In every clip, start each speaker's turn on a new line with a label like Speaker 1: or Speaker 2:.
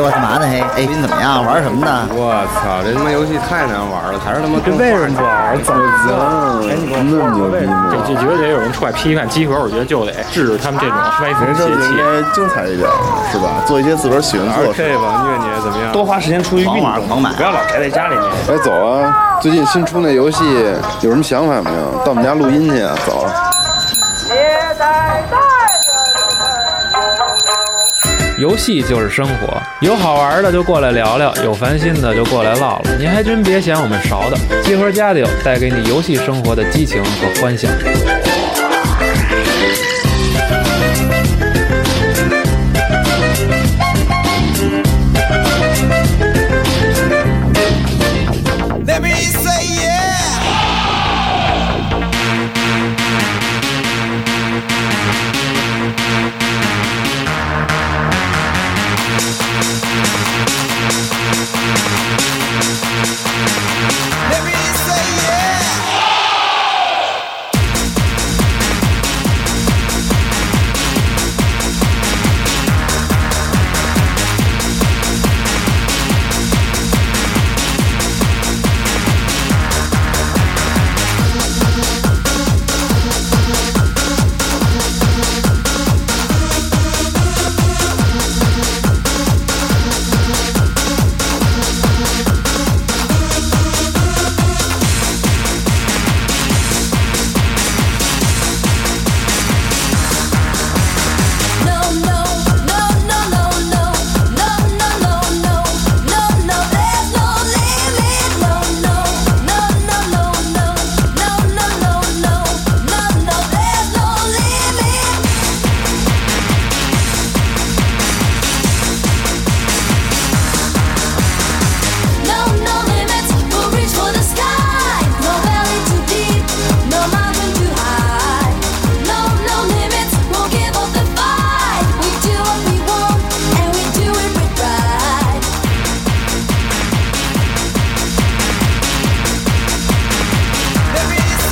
Speaker 1: 说干嘛呢？嘿，哎，你怎么样？玩什么呢？
Speaker 2: 我操，这他妈游戏太难玩了，还是他妈
Speaker 3: 这为什么不玩？怎么
Speaker 4: 哎你给我
Speaker 3: 那么牛逼吗
Speaker 4: 这？这绝对得有人出来批判集合，我觉得就得制止他们这种歪风
Speaker 5: 人生就
Speaker 4: 邪
Speaker 5: 应
Speaker 4: 气。
Speaker 5: 该精彩一点，是吧？做一些自个儿喜欢做的事。
Speaker 4: RK 吧，虐你怎么样？
Speaker 3: 多花时间出去运
Speaker 1: 狂玩
Speaker 3: 动，
Speaker 1: 狂买
Speaker 4: 不要老宅在家里面。
Speaker 5: 哎，走啊！最近新出那游戏有什么想法没有？到我们家录音去啊！走啊。
Speaker 6: 也代代人
Speaker 7: 游戏就是生活，有好玩的就过来聊聊，有烦心的就过来唠唠。您还真别嫌我们勺的，集合家里有带给你游戏生活的激情和欢笑。
Speaker 8: Let me say yeah. oh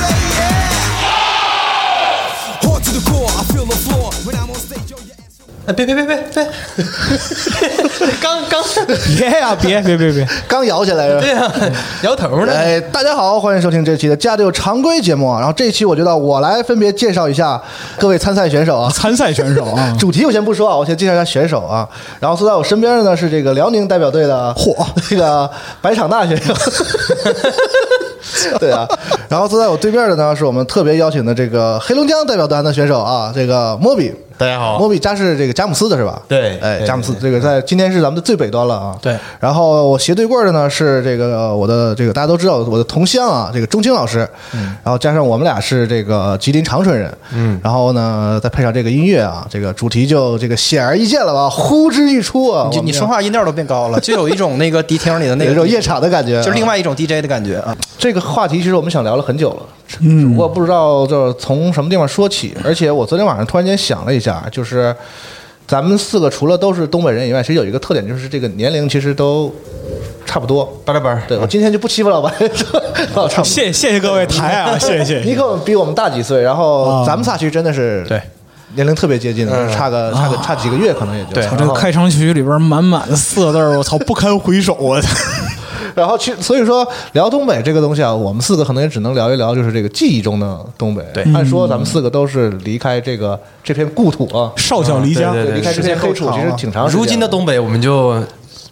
Speaker 9: 哎，别别别别 别！刚刚别呀、别别别别！
Speaker 10: 刚摇起来是吧？
Speaker 9: 对呀、摇头呢。
Speaker 10: 哎，大家好，欢迎收听这期的《家里有常规》节目啊。然后这一期我觉得我来分别介绍一下各位参赛选手啊。
Speaker 9: 参赛选手啊
Speaker 10: ，主题我先不说啊，我先介绍一下选手啊。然后坐在我身边的呢是这个辽宁代表队的嚯， 这个白场大选 手。对啊，然后坐在我对面的呢是我们特别邀请的这个黑龙江代表团的选手啊，这个莫比。
Speaker 9: 大家好
Speaker 10: 莫比家是这个佳木斯的是吧？
Speaker 9: 对
Speaker 10: 哎，
Speaker 9: 对
Speaker 10: 佳木斯
Speaker 9: 对
Speaker 10: 这个在今天是咱们的最北端了啊。
Speaker 9: 对
Speaker 10: 然后我斜对过的呢是这个呃我的这个大家都知道我的同乡啊，这个钟青老师，然后加上我们俩是这个吉林长春人，嗯，然后呢再配上这个音乐啊，这个主题就这个显而易见了吧，呼之欲出啊！
Speaker 9: 你
Speaker 10: 我们
Speaker 9: 你说话音调都变高了，就有一种那个迪厅里的那
Speaker 10: 有
Speaker 9: 个
Speaker 10: 一种夜场的感觉啊，
Speaker 9: 就是另外一种 DJ 的感觉啊。
Speaker 10: 这个话题其实我们想聊了很久了，
Speaker 3: 嗯
Speaker 10: 只不过不知道就是从什么地方说起。而且我昨天晚上突然间想了一下，就是咱们四个除了都是东北人以外，其实有一个特点，就是这个年龄其实都差不多。
Speaker 9: 巴拉巴拉，
Speaker 10: 对我今天就不欺负老白，老差不多。
Speaker 3: 谢谢谢各位台 啊，谢谢啊
Speaker 10: 尼克比我们大几岁，然后咱们仨其实真的是
Speaker 9: 对
Speaker 10: 年龄特别接
Speaker 3: 嗯
Speaker 10: 近的，差个差个差几个月可能也就
Speaker 9: 对
Speaker 3: 我这个开场曲里边满满的四个字儿，我操，不堪回首啊！
Speaker 10: 然后去，所以说聊东北这个东西啊，我们四个可能也只能聊一聊，就是这个记忆中的东北。对，按说咱们四个都是离开这个这片故土啊，
Speaker 3: 少小离家，
Speaker 10: 离开这片黑土其实挺长
Speaker 9: 啊
Speaker 10: 时间。
Speaker 9: 如今的东北我们就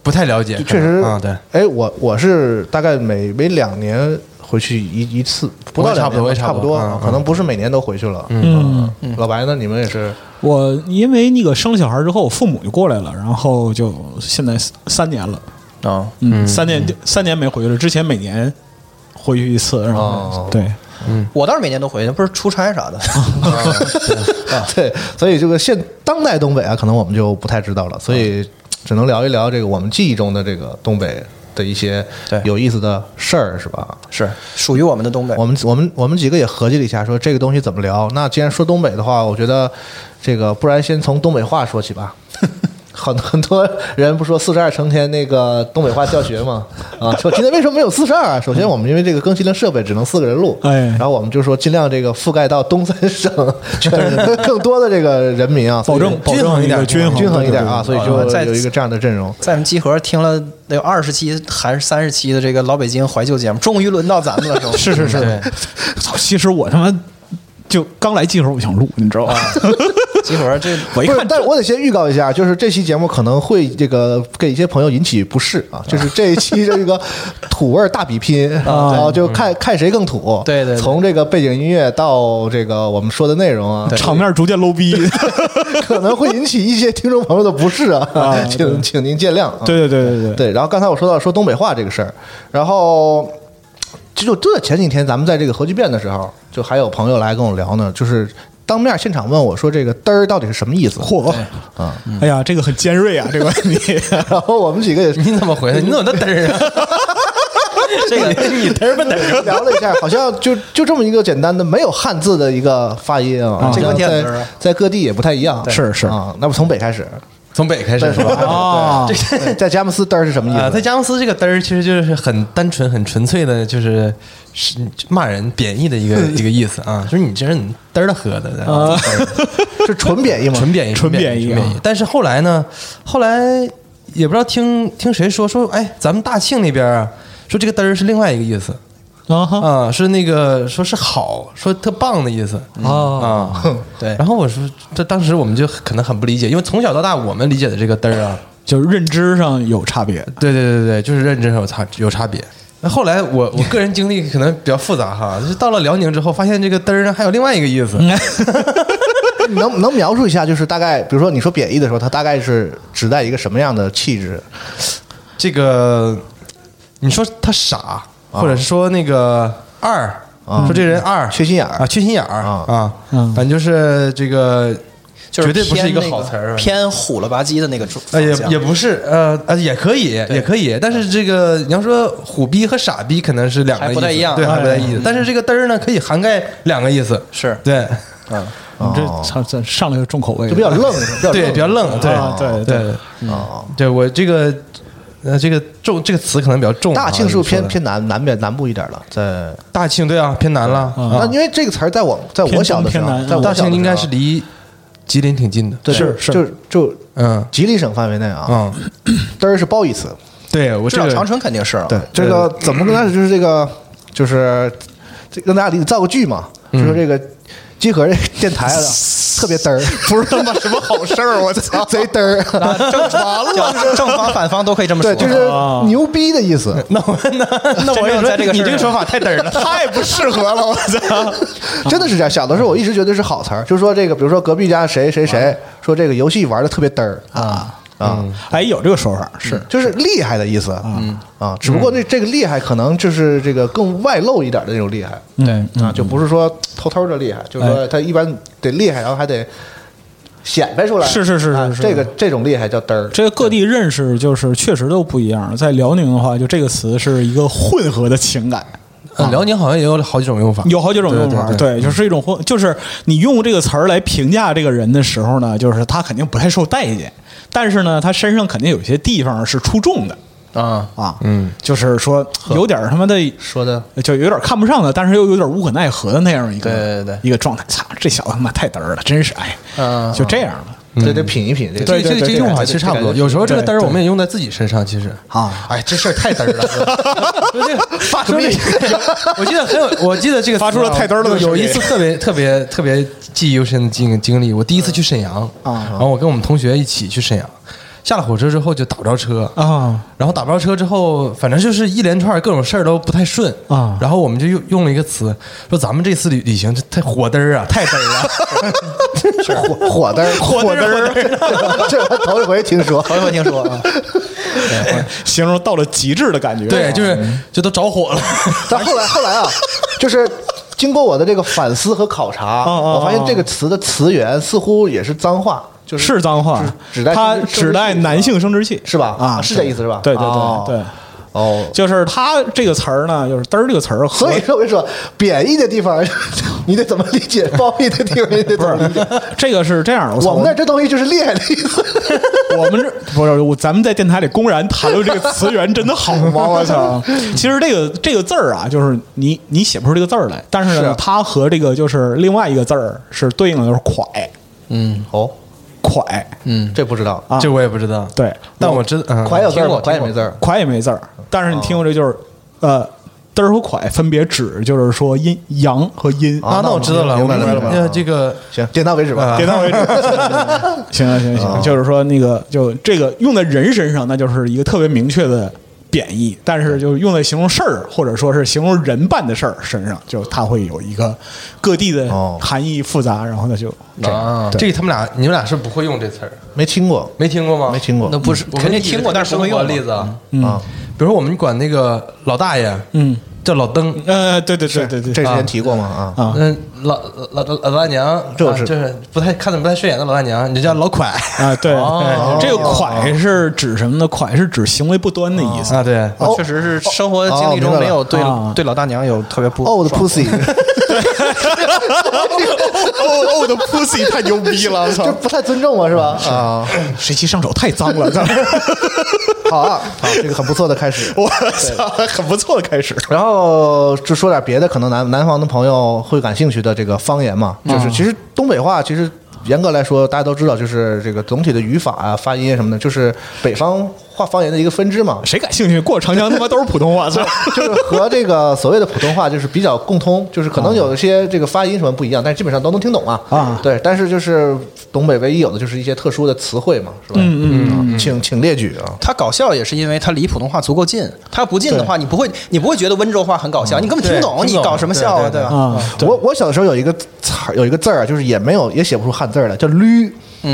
Speaker 9: 不太了解，
Speaker 10: 确实
Speaker 9: 啊，对，，
Speaker 10: 哎，我我是大概每每两年回去一一次，不到
Speaker 9: 我也
Speaker 10: 两
Speaker 9: 差不多
Speaker 10: 年吧
Speaker 9: 我也
Speaker 10: 差
Speaker 9: 差
Speaker 10: 不
Speaker 9: 不
Speaker 10: 多
Speaker 9: 多，啊
Speaker 10: 可能不是每年都回去了。嗯，老白呢？你们也是
Speaker 3: 我因为那个生了小孩之后，我父母就过来了，然后就现在三三年了，
Speaker 10: 啊？
Speaker 3: 嗯，三年三年没回去了，之前每年回去一次，然后
Speaker 10: 哦
Speaker 3: 对，
Speaker 9: 我倒是每年都回去，不是出差啥的。啊
Speaker 10: 对，所以这个现当代东北啊，可能我们就不太知道了，所以
Speaker 9: 啊
Speaker 10: 只能聊一聊这个我们记忆中的这个东北的一些
Speaker 9: 对
Speaker 10: 有意思的事儿，是吧？
Speaker 9: 是属于我们的东北。
Speaker 10: 我们我们我们几个也合计了一下，说这个东西怎么聊。那既然说东北的话，我觉得这个不然先从东北话说起吧。 很很多人不说四十二成天那个东北话教学嘛，啊，说今天为什么没有四十二啊？首先我们因为这个更新的设备只能四个人录，
Speaker 3: 哎
Speaker 10: 然后我们就说尽量这个覆盖到东三省 全更多的这个人民啊，所以
Speaker 3: 保证保证一个均衡
Speaker 10: 均衡一点啊，所以就
Speaker 11: 在
Speaker 10: 有一个这样的阵容。
Speaker 11: 在我们集合听了得有二十期还是三十期的这个老北京怀旧节目，终于轮到咱们了，是吗？
Speaker 3: 是是是
Speaker 11: 对，
Speaker 3: 操其实我他妈就刚来集合，我想录，你知道吧？
Speaker 11: 集合这
Speaker 3: 我一
Speaker 10: 不 是
Speaker 3: 看，，
Speaker 10: 但我得先预告一下，就是这期节目可能会这个给一些朋友引起不适啊，就是这一期这个土味儿大比拼，啊然后就看看谁更土。
Speaker 11: 对对对
Speaker 10: 从这个背景音乐到这个我们说的内容啊，
Speaker 3: 场面逐渐 low 逼。
Speaker 10: 可能会引起一些听众朋友的不适啊，请请您见谅啊。
Speaker 3: 对对对对对，
Speaker 10: 对，然后刚才我说到说东北话这个事儿，然后就就就在前几天咱们在这个核聚变的时候，就还有朋友来跟我聊呢，就是当面现场问我说这个嘚儿到底是什么意思。
Speaker 3: 嚯
Speaker 10: 啊！
Speaker 3: 哎呀，这个很尖锐啊，这个问题。
Speaker 10: 然后我们几个也是
Speaker 11: 你怎么回事？你怎么那嘚儿啊？这个你嘚儿不嘚儿？
Speaker 10: 聊了一下，好像就就这么一个简单的没有汉字的一个发音啊，
Speaker 11: 这个问题很
Speaker 10: 在
Speaker 11: 嘚儿啊
Speaker 10: 在各地也不太一样，
Speaker 3: 是是
Speaker 10: 啊。那么从北开始，
Speaker 11: 从北开
Speaker 10: 再
Speaker 11: 始是
Speaker 10: 说
Speaker 11: 吧？
Speaker 3: 啊，
Speaker 10: 对在佳木斯嘚儿是什么
Speaker 11: 啊，
Speaker 10: 意
Speaker 11: 在
Speaker 10: 思？
Speaker 11: 佳木斯这个嘚儿其实就是很单纯、很纯粹的，就是是骂人、贬义的 一个一个意思啊，就是你这人你嘚儿了喝的，然后
Speaker 10: 是纯贬义吗？
Speaker 11: 纯贬义，
Speaker 3: 啊 纯
Speaker 11: 贬
Speaker 3: 贬义
Speaker 11: 纯
Speaker 3: 啊
Speaker 11: 贬义。但是后来呢，后来也不知道听听谁说说，哎，咱们大庆那边啊，说这个嘚儿是另外一个意思
Speaker 3: 啊哈，
Speaker 11: 啊，是那个说是好，说特棒的意思
Speaker 3: 哦
Speaker 11: 啊。
Speaker 10: 对
Speaker 11: 然后我说，这当时我们就可能很不理解，因为从小到大我们理解的这个嘚儿啊，
Speaker 3: 就是认知上有差别。
Speaker 11: 对对对对，就是认知上有差有差别。那后来我我个人经历可能比较复杂哈，就是到了辽宁之后，发现这个嘚儿呢还有另外一个意思，
Speaker 10: 你能能描述一下，就是大概，比如说你说贬义的时候，它大概是指代一个什么样的气质？
Speaker 11: 这个你说他傻，或者是说那个二，说这人二
Speaker 10: 缺心眼儿
Speaker 11: 啊，缺心眼儿
Speaker 10: 啊
Speaker 11: 啊，
Speaker 3: 嗯
Speaker 11: 反正就是这个，绝对不是一个好词儿，
Speaker 12: 偏虎了吧唧的那个
Speaker 11: 呃，也也不是，呃呃，也可以，也可以，但是这个你要说虎逼和傻逼，可能是两个
Speaker 12: 还
Speaker 11: 意思
Speaker 12: 不太一样
Speaker 11: 对，还不太
Speaker 3: 哎
Speaker 11: 一样。但是这个嘚儿呢，可以涵盖两个意思，
Speaker 12: 是
Speaker 11: 对，
Speaker 3: 你这操，这上来就重口味，
Speaker 10: 哦就比较愣，比 较
Speaker 11: 对，比较愣，对，
Speaker 3: 啊对对
Speaker 11: 对，
Speaker 10: 啊。
Speaker 11: 对我这个，呃，这个重这个词可能比较重啊，
Speaker 10: 大庆是不
Speaker 11: 你说
Speaker 10: 是偏
Speaker 11: 的
Speaker 10: 偏南南边南部一点了？在
Speaker 11: 大庆，对啊，偏南了，啊
Speaker 10: 那因为这个词儿在我在
Speaker 3: 偏
Speaker 10: 我
Speaker 3: 东
Speaker 10: 小的时候
Speaker 3: 偏南，
Speaker 10: 在我
Speaker 11: 大
Speaker 10: 嗯小的
Speaker 11: 庆
Speaker 10: 时
Speaker 11: 应该
Speaker 10: 候
Speaker 11: 是离吉林挺近的。
Speaker 10: 对
Speaker 3: 是是
Speaker 10: 就就
Speaker 11: 嗯
Speaker 10: 吉林省范围内啊，
Speaker 11: 嗯，
Speaker 10: 嘚儿是褒义词。
Speaker 11: 对我
Speaker 12: 至
Speaker 11: 这
Speaker 12: 少
Speaker 11: 个
Speaker 12: 长春肯定是了
Speaker 10: 对，这个怎么跟大家就是这个就是这让大家理解造个句嘛，就说这个集合这个电台 啊，特别嘚儿，不是他妈什么好事儿，我操，贼嘚儿，
Speaker 12: 正正正方反方都可以这么说。
Speaker 10: 对，就是牛逼的意 思。
Speaker 11: 那我那那我也
Speaker 12: 真正
Speaker 11: 说
Speaker 12: 在这个
Speaker 11: 你
Speaker 12: 事儿
Speaker 11: 这个说法太嘚儿了，太不适合了，我操！
Speaker 10: 真的是这样。小的时候我一直觉得是好词儿，就说这个，比如说隔壁家谁谁谁说这个游戏玩的特别嘚儿啊啊，
Speaker 3: 哎，有这个说法是
Speaker 10: 嗯就是厉害的意思啊啊。只不过那这个厉害可能就是这个更外露一点的那种厉害
Speaker 3: 对嗯
Speaker 10: 啊，就不是说偷偷的厉害，就是说他一般得厉害，然后还得显摆出来。
Speaker 3: 是是是
Speaker 10: 啊
Speaker 3: 是是
Speaker 10: 这个这种厉害叫嘚儿。
Speaker 3: 这个各地认识就是确实都不一样。在辽宁的话，就这个词是一个混合的情感，
Speaker 11: 啊辽宁好像也有好几种用法，
Speaker 3: 有好几种用法。
Speaker 11: 对对
Speaker 3: 对，就是一种混，就是你用这个词儿来评价这个人的时候呢，就是他肯定不太受待见，但是呢，他身上肯定有些地方是出众的
Speaker 11: 啊，
Speaker 3: 啊。嗯，就是说有点儿他妈的
Speaker 11: 说的
Speaker 3: 就有点看不上的，但是又有点无可奈何的那样一个
Speaker 11: 对对对
Speaker 3: 一个状态。操，这小子他妈太嘚儿了，真是哎，
Speaker 11: 嗯
Speaker 3: 就这样了。
Speaker 10: 得得品一品这个。
Speaker 11: 对这个这个用法其实差不多，有时候这个嘚儿我们也用在自己身上，其实
Speaker 3: 啊，
Speaker 11: 哎，这事儿太嘚儿了，说这个发
Speaker 10: 什么意
Speaker 11: 我记得很有，我记得这个啊
Speaker 3: 发出了太嘚儿了的声音
Speaker 11: 有一次特别特别特别记忆犹深的经经历，我第一次去沈阳
Speaker 3: 啊
Speaker 11: 然后我跟我们同学一起去沈阳，下了火车之后就打不着车
Speaker 3: 啊，
Speaker 11: 然后打不着车之后，反正就是一连串各种事儿都不太顺
Speaker 3: 啊
Speaker 11: 然后我们就用用了一个词，说咱们这次旅旅行这太火嘚儿啊，太嘚儿 了。
Speaker 10: 火火嘚儿，火嘚儿， 这我头一回听说。
Speaker 12: 头一回听说啊，
Speaker 3: 形容到了极致的感觉。嗯
Speaker 11: 对，就是就都着火了。
Speaker 10: 但后来后来啊，就是经过我的这个反思和考察，
Speaker 3: 哦哦哦
Speaker 10: 我发现这个词的词源似乎也是脏话，就是
Speaker 3: 脏话
Speaker 10: 指指代
Speaker 3: 它
Speaker 10: 生殖器
Speaker 3: 指代男性生殖器
Speaker 10: 是吧？
Speaker 3: 啊，
Speaker 10: 是这意思是吧？
Speaker 3: 对对对
Speaker 10: 哦
Speaker 3: 对，
Speaker 10: 哦，
Speaker 3: 就是它这个词儿呢，就是“嘚儿”这个词儿，
Speaker 10: 所以说我就说贬义的地方， 你得怎么理解？褒义的地方，你得怎么理解？
Speaker 3: 这个是这样的。我操
Speaker 10: 我们那这东西就是厉害的意思。
Speaker 3: 我们这不是我，咱们在电台里公然谈论这个词源，真的好 吗？我操！其实这个这个字儿啊，就是你你写不出这个字儿来，但是
Speaker 9: 啊
Speaker 3: 呢，
Speaker 10: 是
Speaker 3: 它和这个就是另外一个字儿是对应的，就是“蒯
Speaker 10: 嗯，哦，”，
Speaker 3: 蒯。
Speaker 10: 嗯，这不知道
Speaker 3: 啊
Speaker 9: 这我也不知道。
Speaker 3: 对，
Speaker 9: 但我知道，嗯
Speaker 10: 款有字儿
Speaker 9: 听过
Speaker 10: 吗？款也没字儿。
Speaker 3: 蒯也没字儿，但是你听过这就是呃。嘚儿和蒯分别指就是说阴阳和阴
Speaker 9: 啊，那我知道了，我
Speaker 10: 明白了
Speaker 9: 明白
Speaker 10: 明白了
Speaker 9: 这个
Speaker 10: 行，点到为止吧。
Speaker 3: 呃点到为止。 行啊行行行，就是说那个就这个用在人身上，那就是一个特别明确的贬义，但是就用在形容事儿或者说是形容人办的事儿身上，就它会有一个各地的含义复杂，然后呢就这样。
Speaker 9: 啊，
Speaker 3: 对
Speaker 9: 这个他们俩你们俩是不会用这词儿，
Speaker 10: 没听过，
Speaker 9: 没听过吗？
Speaker 10: 没听过。
Speaker 11: 那不是，我
Speaker 9: 我
Speaker 11: 嗯肯
Speaker 9: 们
Speaker 11: 定
Speaker 9: 也
Speaker 11: 听过，但是不会用
Speaker 9: 的例子啊，
Speaker 10: 啊，
Speaker 9: 比如说我们管那个老大爷，
Speaker 3: 嗯，
Speaker 9: 叫老登，
Speaker 3: 呃，对对对对对，
Speaker 10: 这之前提过吗？啊，
Speaker 3: 啊
Speaker 9: 嗯，老老老老大娘，
Speaker 10: 这我
Speaker 9: 啊
Speaker 10: 知道
Speaker 9: 就是不太看着不太顺眼的老大娘，你就叫老蒯
Speaker 3: 啊对
Speaker 9: 哦，
Speaker 3: 这个蒯是指什么呢？蒯是指行为不端的意思。
Speaker 9: 啊，对，
Speaker 11: 确实是生活经历
Speaker 10: 哦哦明白
Speaker 11: 中
Speaker 10: 了
Speaker 11: 没有对
Speaker 3: 啊
Speaker 11: 对老大娘有特别不
Speaker 10: 哦，我的 pussy，
Speaker 3: 哦哦，的 pussy 太牛逼了，
Speaker 10: 这！不太尊重我是吧？啊，
Speaker 3: 谁骑上手太脏了，
Speaker 10: 好啊，好，这个很不错的开始。
Speaker 3: 我操，很不错的开始。
Speaker 10: 然后就说点别的，可能南南方的朋友会感兴趣的这个方言嘛，就是其实东北话其实。严格来说，大家都知道，就是这个总体的语法啊、发音啊什么的，就是北方话方言的一个分支嘛，
Speaker 3: 谁感兴趣？过长江他妈都是普 通话，操！
Speaker 10: 就是和这个所谓的普通话就是比较共通，就是可能
Speaker 11: 啊
Speaker 10: 有一些这个发音什么不一样，但是基本上都能听懂啊。
Speaker 3: 啊
Speaker 10: 对，但是就是东北唯一有的就是一些特殊的词汇嘛，是吧？嗯嗯，请请列举啊。
Speaker 11: 他搞笑也是因为他离普通话足够近，他要不近的话，你不会你不会觉得温州话很搞笑，你根本听不懂，
Speaker 9: 对
Speaker 11: 你搞什么笑嗯啊，对吧？
Speaker 3: 啊，
Speaker 10: 我我小的时候有一个词儿，有一个字儿啊，就是也没有也写不出汉字儿来，叫捋。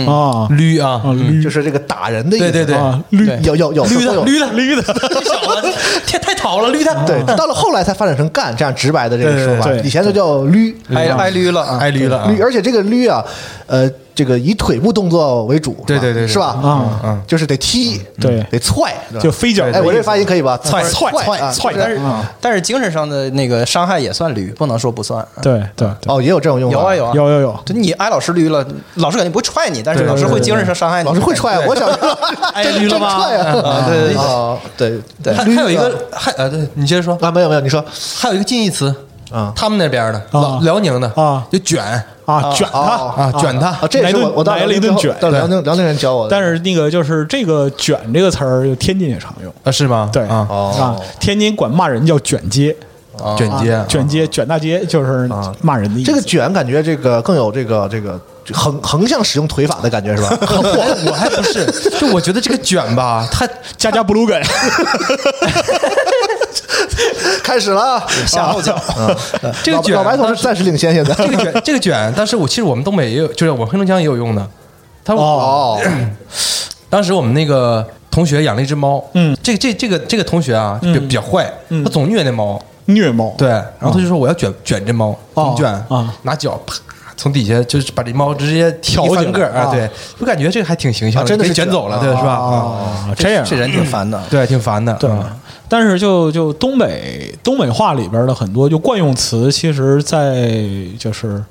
Speaker 3: 啊，
Speaker 9: 驴啊，
Speaker 11: 嗯
Speaker 3: 驴
Speaker 10: 嗯就是这个打人的意思。
Speaker 9: 对对对
Speaker 3: 啊，
Speaker 10: 捋
Speaker 3: 对
Speaker 10: 有有有
Speaker 9: 驴的
Speaker 10: 有。
Speaker 9: 驴的，
Speaker 3: 驴的，
Speaker 9: 这小 子 太太淘了，驴
Speaker 11: 啊
Speaker 9: 的，
Speaker 10: 对，到了后来才发展成“干”这样直白的这个说法
Speaker 3: 对对，对
Speaker 10: 以前都叫“捋”。
Speaker 11: 挨挨驴了啊！
Speaker 9: 哎挨驴了啊，
Speaker 10: 捋，而且这个捋啊，呃，这个以腿部动作为主，
Speaker 9: 对对对对
Speaker 10: 是吧？
Speaker 3: 啊
Speaker 10: 嗯，就是得踢，
Speaker 3: 对
Speaker 10: 得踹，是吧
Speaker 3: 就飞脚的意思。
Speaker 10: 哎，我这发音可以吧？
Speaker 3: 踹踹
Speaker 10: 啊
Speaker 3: 踹
Speaker 10: 就是
Speaker 11: 但是
Speaker 9: 嗯
Speaker 11: 但是精神上的那个伤害也算驴，不能说不算。
Speaker 3: 对对对，
Speaker 10: 哦，也有这种用法，
Speaker 11: 有啊有啊，
Speaker 3: 有有有
Speaker 11: 就你挨老师驴了，老师肯定不会踹你，但是老师会精神上伤害你。
Speaker 10: 老师会踹啊，我小时候
Speaker 9: 挨
Speaker 10: 真
Speaker 9: 驴了吗
Speaker 10: 真踹啊，
Speaker 9: 啊对对对
Speaker 10: 啊，对
Speaker 9: 还还有一个还呃，对你接着说，
Speaker 10: 啊，没有没有，你说
Speaker 9: 还有一个近义词
Speaker 10: 啊
Speaker 9: 他们那边的老辽宁的
Speaker 3: 啊
Speaker 9: 就卷
Speaker 3: 啊，卷
Speaker 10: 哦
Speaker 3: 他
Speaker 9: 啊，卷他
Speaker 10: 啊，这也是
Speaker 3: 来
Speaker 10: 我
Speaker 3: 顿
Speaker 10: 我到
Speaker 3: 来了一顿卷
Speaker 10: 到辽宁辽宁人教我的，
Speaker 3: 但是那个就是这个“卷”这个词儿，就天津也常用。
Speaker 9: 啊，是吗？
Speaker 3: 对
Speaker 9: 啊，哦
Speaker 3: 啊，
Speaker 10: 哦
Speaker 3: 天津管骂人叫“卷街
Speaker 11: 哦
Speaker 9: 卷”，街
Speaker 3: 啊，
Speaker 9: 啊
Speaker 3: 卷街、卷大街，就是骂人的意思。
Speaker 10: 这个卷感觉这个更有这个这个这横横向使用腿法的感觉是吧？
Speaker 9: 我我还不是，就我觉得这个卷吧，它
Speaker 3: 家家不如梗，
Speaker 10: 开始了啊，
Speaker 11: 下后脚，
Speaker 9: 这个
Speaker 10: 老
Speaker 9: 卷
Speaker 10: 老白同志暂时领先，现在
Speaker 9: 这个卷这个卷，但是我其实我们东北也有，就是我们黑龙江也有用的。他
Speaker 10: 哦，
Speaker 9: 当时我们那个同学养了一只猫，
Speaker 3: 嗯
Speaker 9: 这这这个这个同学啊，比比较坏，他总虐那猫，
Speaker 3: 虐猫。
Speaker 9: 对，然后他就说我要卷卷这猫，怎么
Speaker 3: 哦
Speaker 9: 卷
Speaker 3: 啊？
Speaker 9: 拿脚啪从底下就是把这猫直接
Speaker 3: 挑
Speaker 9: 一
Speaker 3: 起来
Speaker 9: 翻个儿啊，
Speaker 3: 啊
Speaker 9: 对，我感觉这个还挺形象
Speaker 10: 啊
Speaker 9: 的，
Speaker 10: 真的
Speaker 9: 给
Speaker 10: 是
Speaker 9: 卷
Speaker 10: 卷哦
Speaker 9: 走了，对，是吧？啊，
Speaker 3: 啊，这样
Speaker 11: 这人挺烦的。
Speaker 9: 对，挺烦的，
Speaker 3: 对
Speaker 9: 嗯，
Speaker 3: 但是就就东北东北话里边的很多就惯用词，其实在就是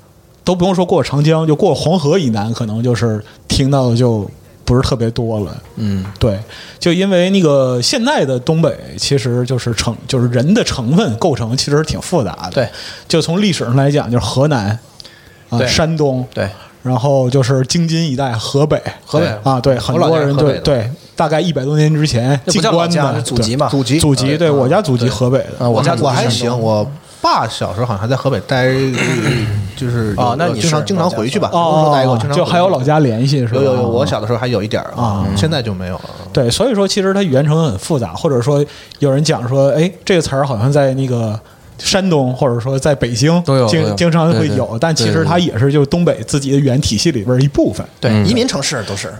Speaker 3: 都不用说过长江，就过黄河以南，可能就是听到的就不是特别多了。嗯，对，就因为那个现在的东北，其实就是成就是人的成分构成其实挺复杂的。
Speaker 11: 对，
Speaker 3: 就从历史上来讲，就是河南啊、
Speaker 11: 对
Speaker 3: 山东
Speaker 11: 对，
Speaker 3: 然后就是京津一带，河北，
Speaker 11: 河北
Speaker 3: 啊，对，很
Speaker 11: 我老
Speaker 3: 多
Speaker 11: 家是
Speaker 3: 人
Speaker 11: 河北
Speaker 3: 对
Speaker 11: 的
Speaker 3: 对，大概一百多年之前，
Speaker 11: 这不
Speaker 3: 进
Speaker 11: 叫老
Speaker 3: 关
Speaker 11: 家，
Speaker 3: 的
Speaker 11: 是祖籍嘛？
Speaker 10: 祖籍
Speaker 3: 祖籍，对我家祖籍河北的嗯
Speaker 11: 啊，我
Speaker 10: 我
Speaker 11: 家
Speaker 10: 还
Speaker 11: 祖籍
Speaker 10: 我还
Speaker 11: 山东
Speaker 10: 行，我爸小时候好像还在河北待，就是
Speaker 11: 哦那
Speaker 10: 有
Speaker 11: 你
Speaker 10: 经常
Speaker 11: 是
Speaker 10: 经常回去吧，不是说待过，
Speaker 3: 哦
Speaker 10: 经，常
Speaker 3: 就还有
Speaker 10: 回去
Speaker 3: 老家联系是吧？
Speaker 10: 有有有，我小的时候还有一点儿啊，现在就没有了。
Speaker 3: 对，所以说其实它语言成分很复杂，或者说有人讲说，哎，这个词儿好像在那个。山东或者说在北京
Speaker 9: 都有都
Speaker 3: 经
Speaker 9: 有
Speaker 3: 经常会
Speaker 9: 对对
Speaker 3: 有，但其
Speaker 9: 对
Speaker 3: 实
Speaker 9: 对
Speaker 10: 嗯
Speaker 3: 它也是就是东北自己的语言体系里边儿一部分。
Speaker 11: 对，移民城市都是。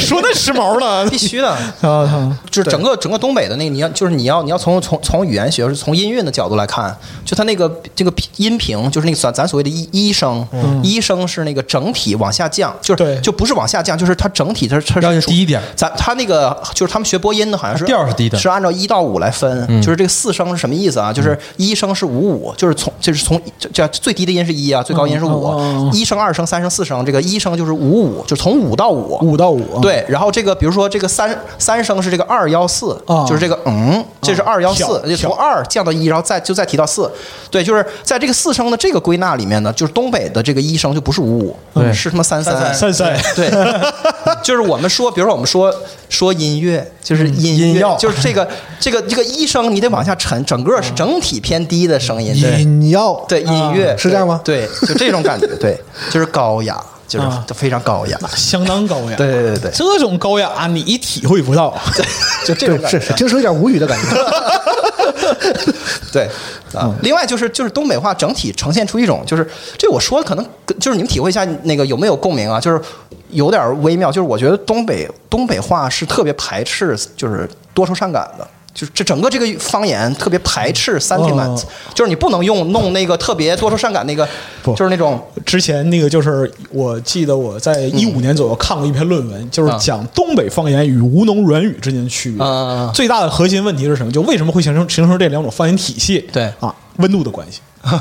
Speaker 3: 说那时髦了，
Speaker 10: 必须的。
Speaker 3: 啊，
Speaker 10: 就是整个整个东北的那个，你要就是你要你要从从从语言学，是从音韵的角度来看，就它那个这个音频，就是那个咱咱所谓的一一声，
Speaker 11: 嗯
Speaker 10: 一声是那个整体往下降，就是就不是往下降，就是它整体它它要低
Speaker 11: 一点。
Speaker 10: 咱它那个就是他们学播音的，好像是调
Speaker 11: 是低的
Speaker 10: 是按照一到五来分，
Speaker 11: 嗯
Speaker 10: 就是这个四声是什么意思啊？就是一声是五五，就是从就是从这这最低的音是一啊，最高音是
Speaker 11: 嗯
Speaker 10: 五、一声、二声、三声、四声，这个一声就是五五，就是从五到五，
Speaker 3: 五到
Speaker 11: 嗯
Speaker 3: 五，
Speaker 10: 对，哎然后这个比如说这个三三声是这个二幺四，就是这个嗯，这是二幺四
Speaker 3: 小，
Speaker 10: 就从二降到一，然后再就再提到四，对，就是在这个四声的这个归纳里面呢，就是东北的这个一声就不是五五，
Speaker 3: 对
Speaker 10: 是他妈三
Speaker 3: 三三三三
Speaker 10: 对， 就是我们说，比如说我们说说音乐，就是音
Speaker 11: 音
Speaker 10: 乐
Speaker 11: 药，
Speaker 10: 就是这个这个这个一声你得往下沉，整个是整体偏低的声音，对
Speaker 13: 你要
Speaker 10: 对音乐
Speaker 13: 是这样吗？
Speaker 10: 对，就这种感觉，对，就是高雅，就是
Speaker 3: 啊
Speaker 10: 非常高雅。
Speaker 3: 相当高雅。
Speaker 10: 对对对对，
Speaker 3: 这种高雅你体会不到，
Speaker 10: 就这种感觉
Speaker 13: 是是听说有点无语的感觉。
Speaker 10: 对
Speaker 11: 嗯
Speaker 10: 啊。另外就是就是东北话整体呈现出一种就是这我说可能就是你们体会一下那个有没有共鸣啊？就是有点微妙，就是我觉得东北东北话是特别排斥就是多愁善感的。就是这整个这个方言特别排斥三体感，
Speaker 3: 哦
Speaker 10: 就是你不能用弄那个特别多愁善感那个，就是那种
Speaker 3: 之前那个就是，我记得我在一五年左右看过一篇论文，就是讲东北方言与吴侬软语之间的区别。
Speaker 10: 啊
Speaker 3: 最大的核心问题是什么？就为什么会形成形成这两种方言体系？对啊，温度的关系。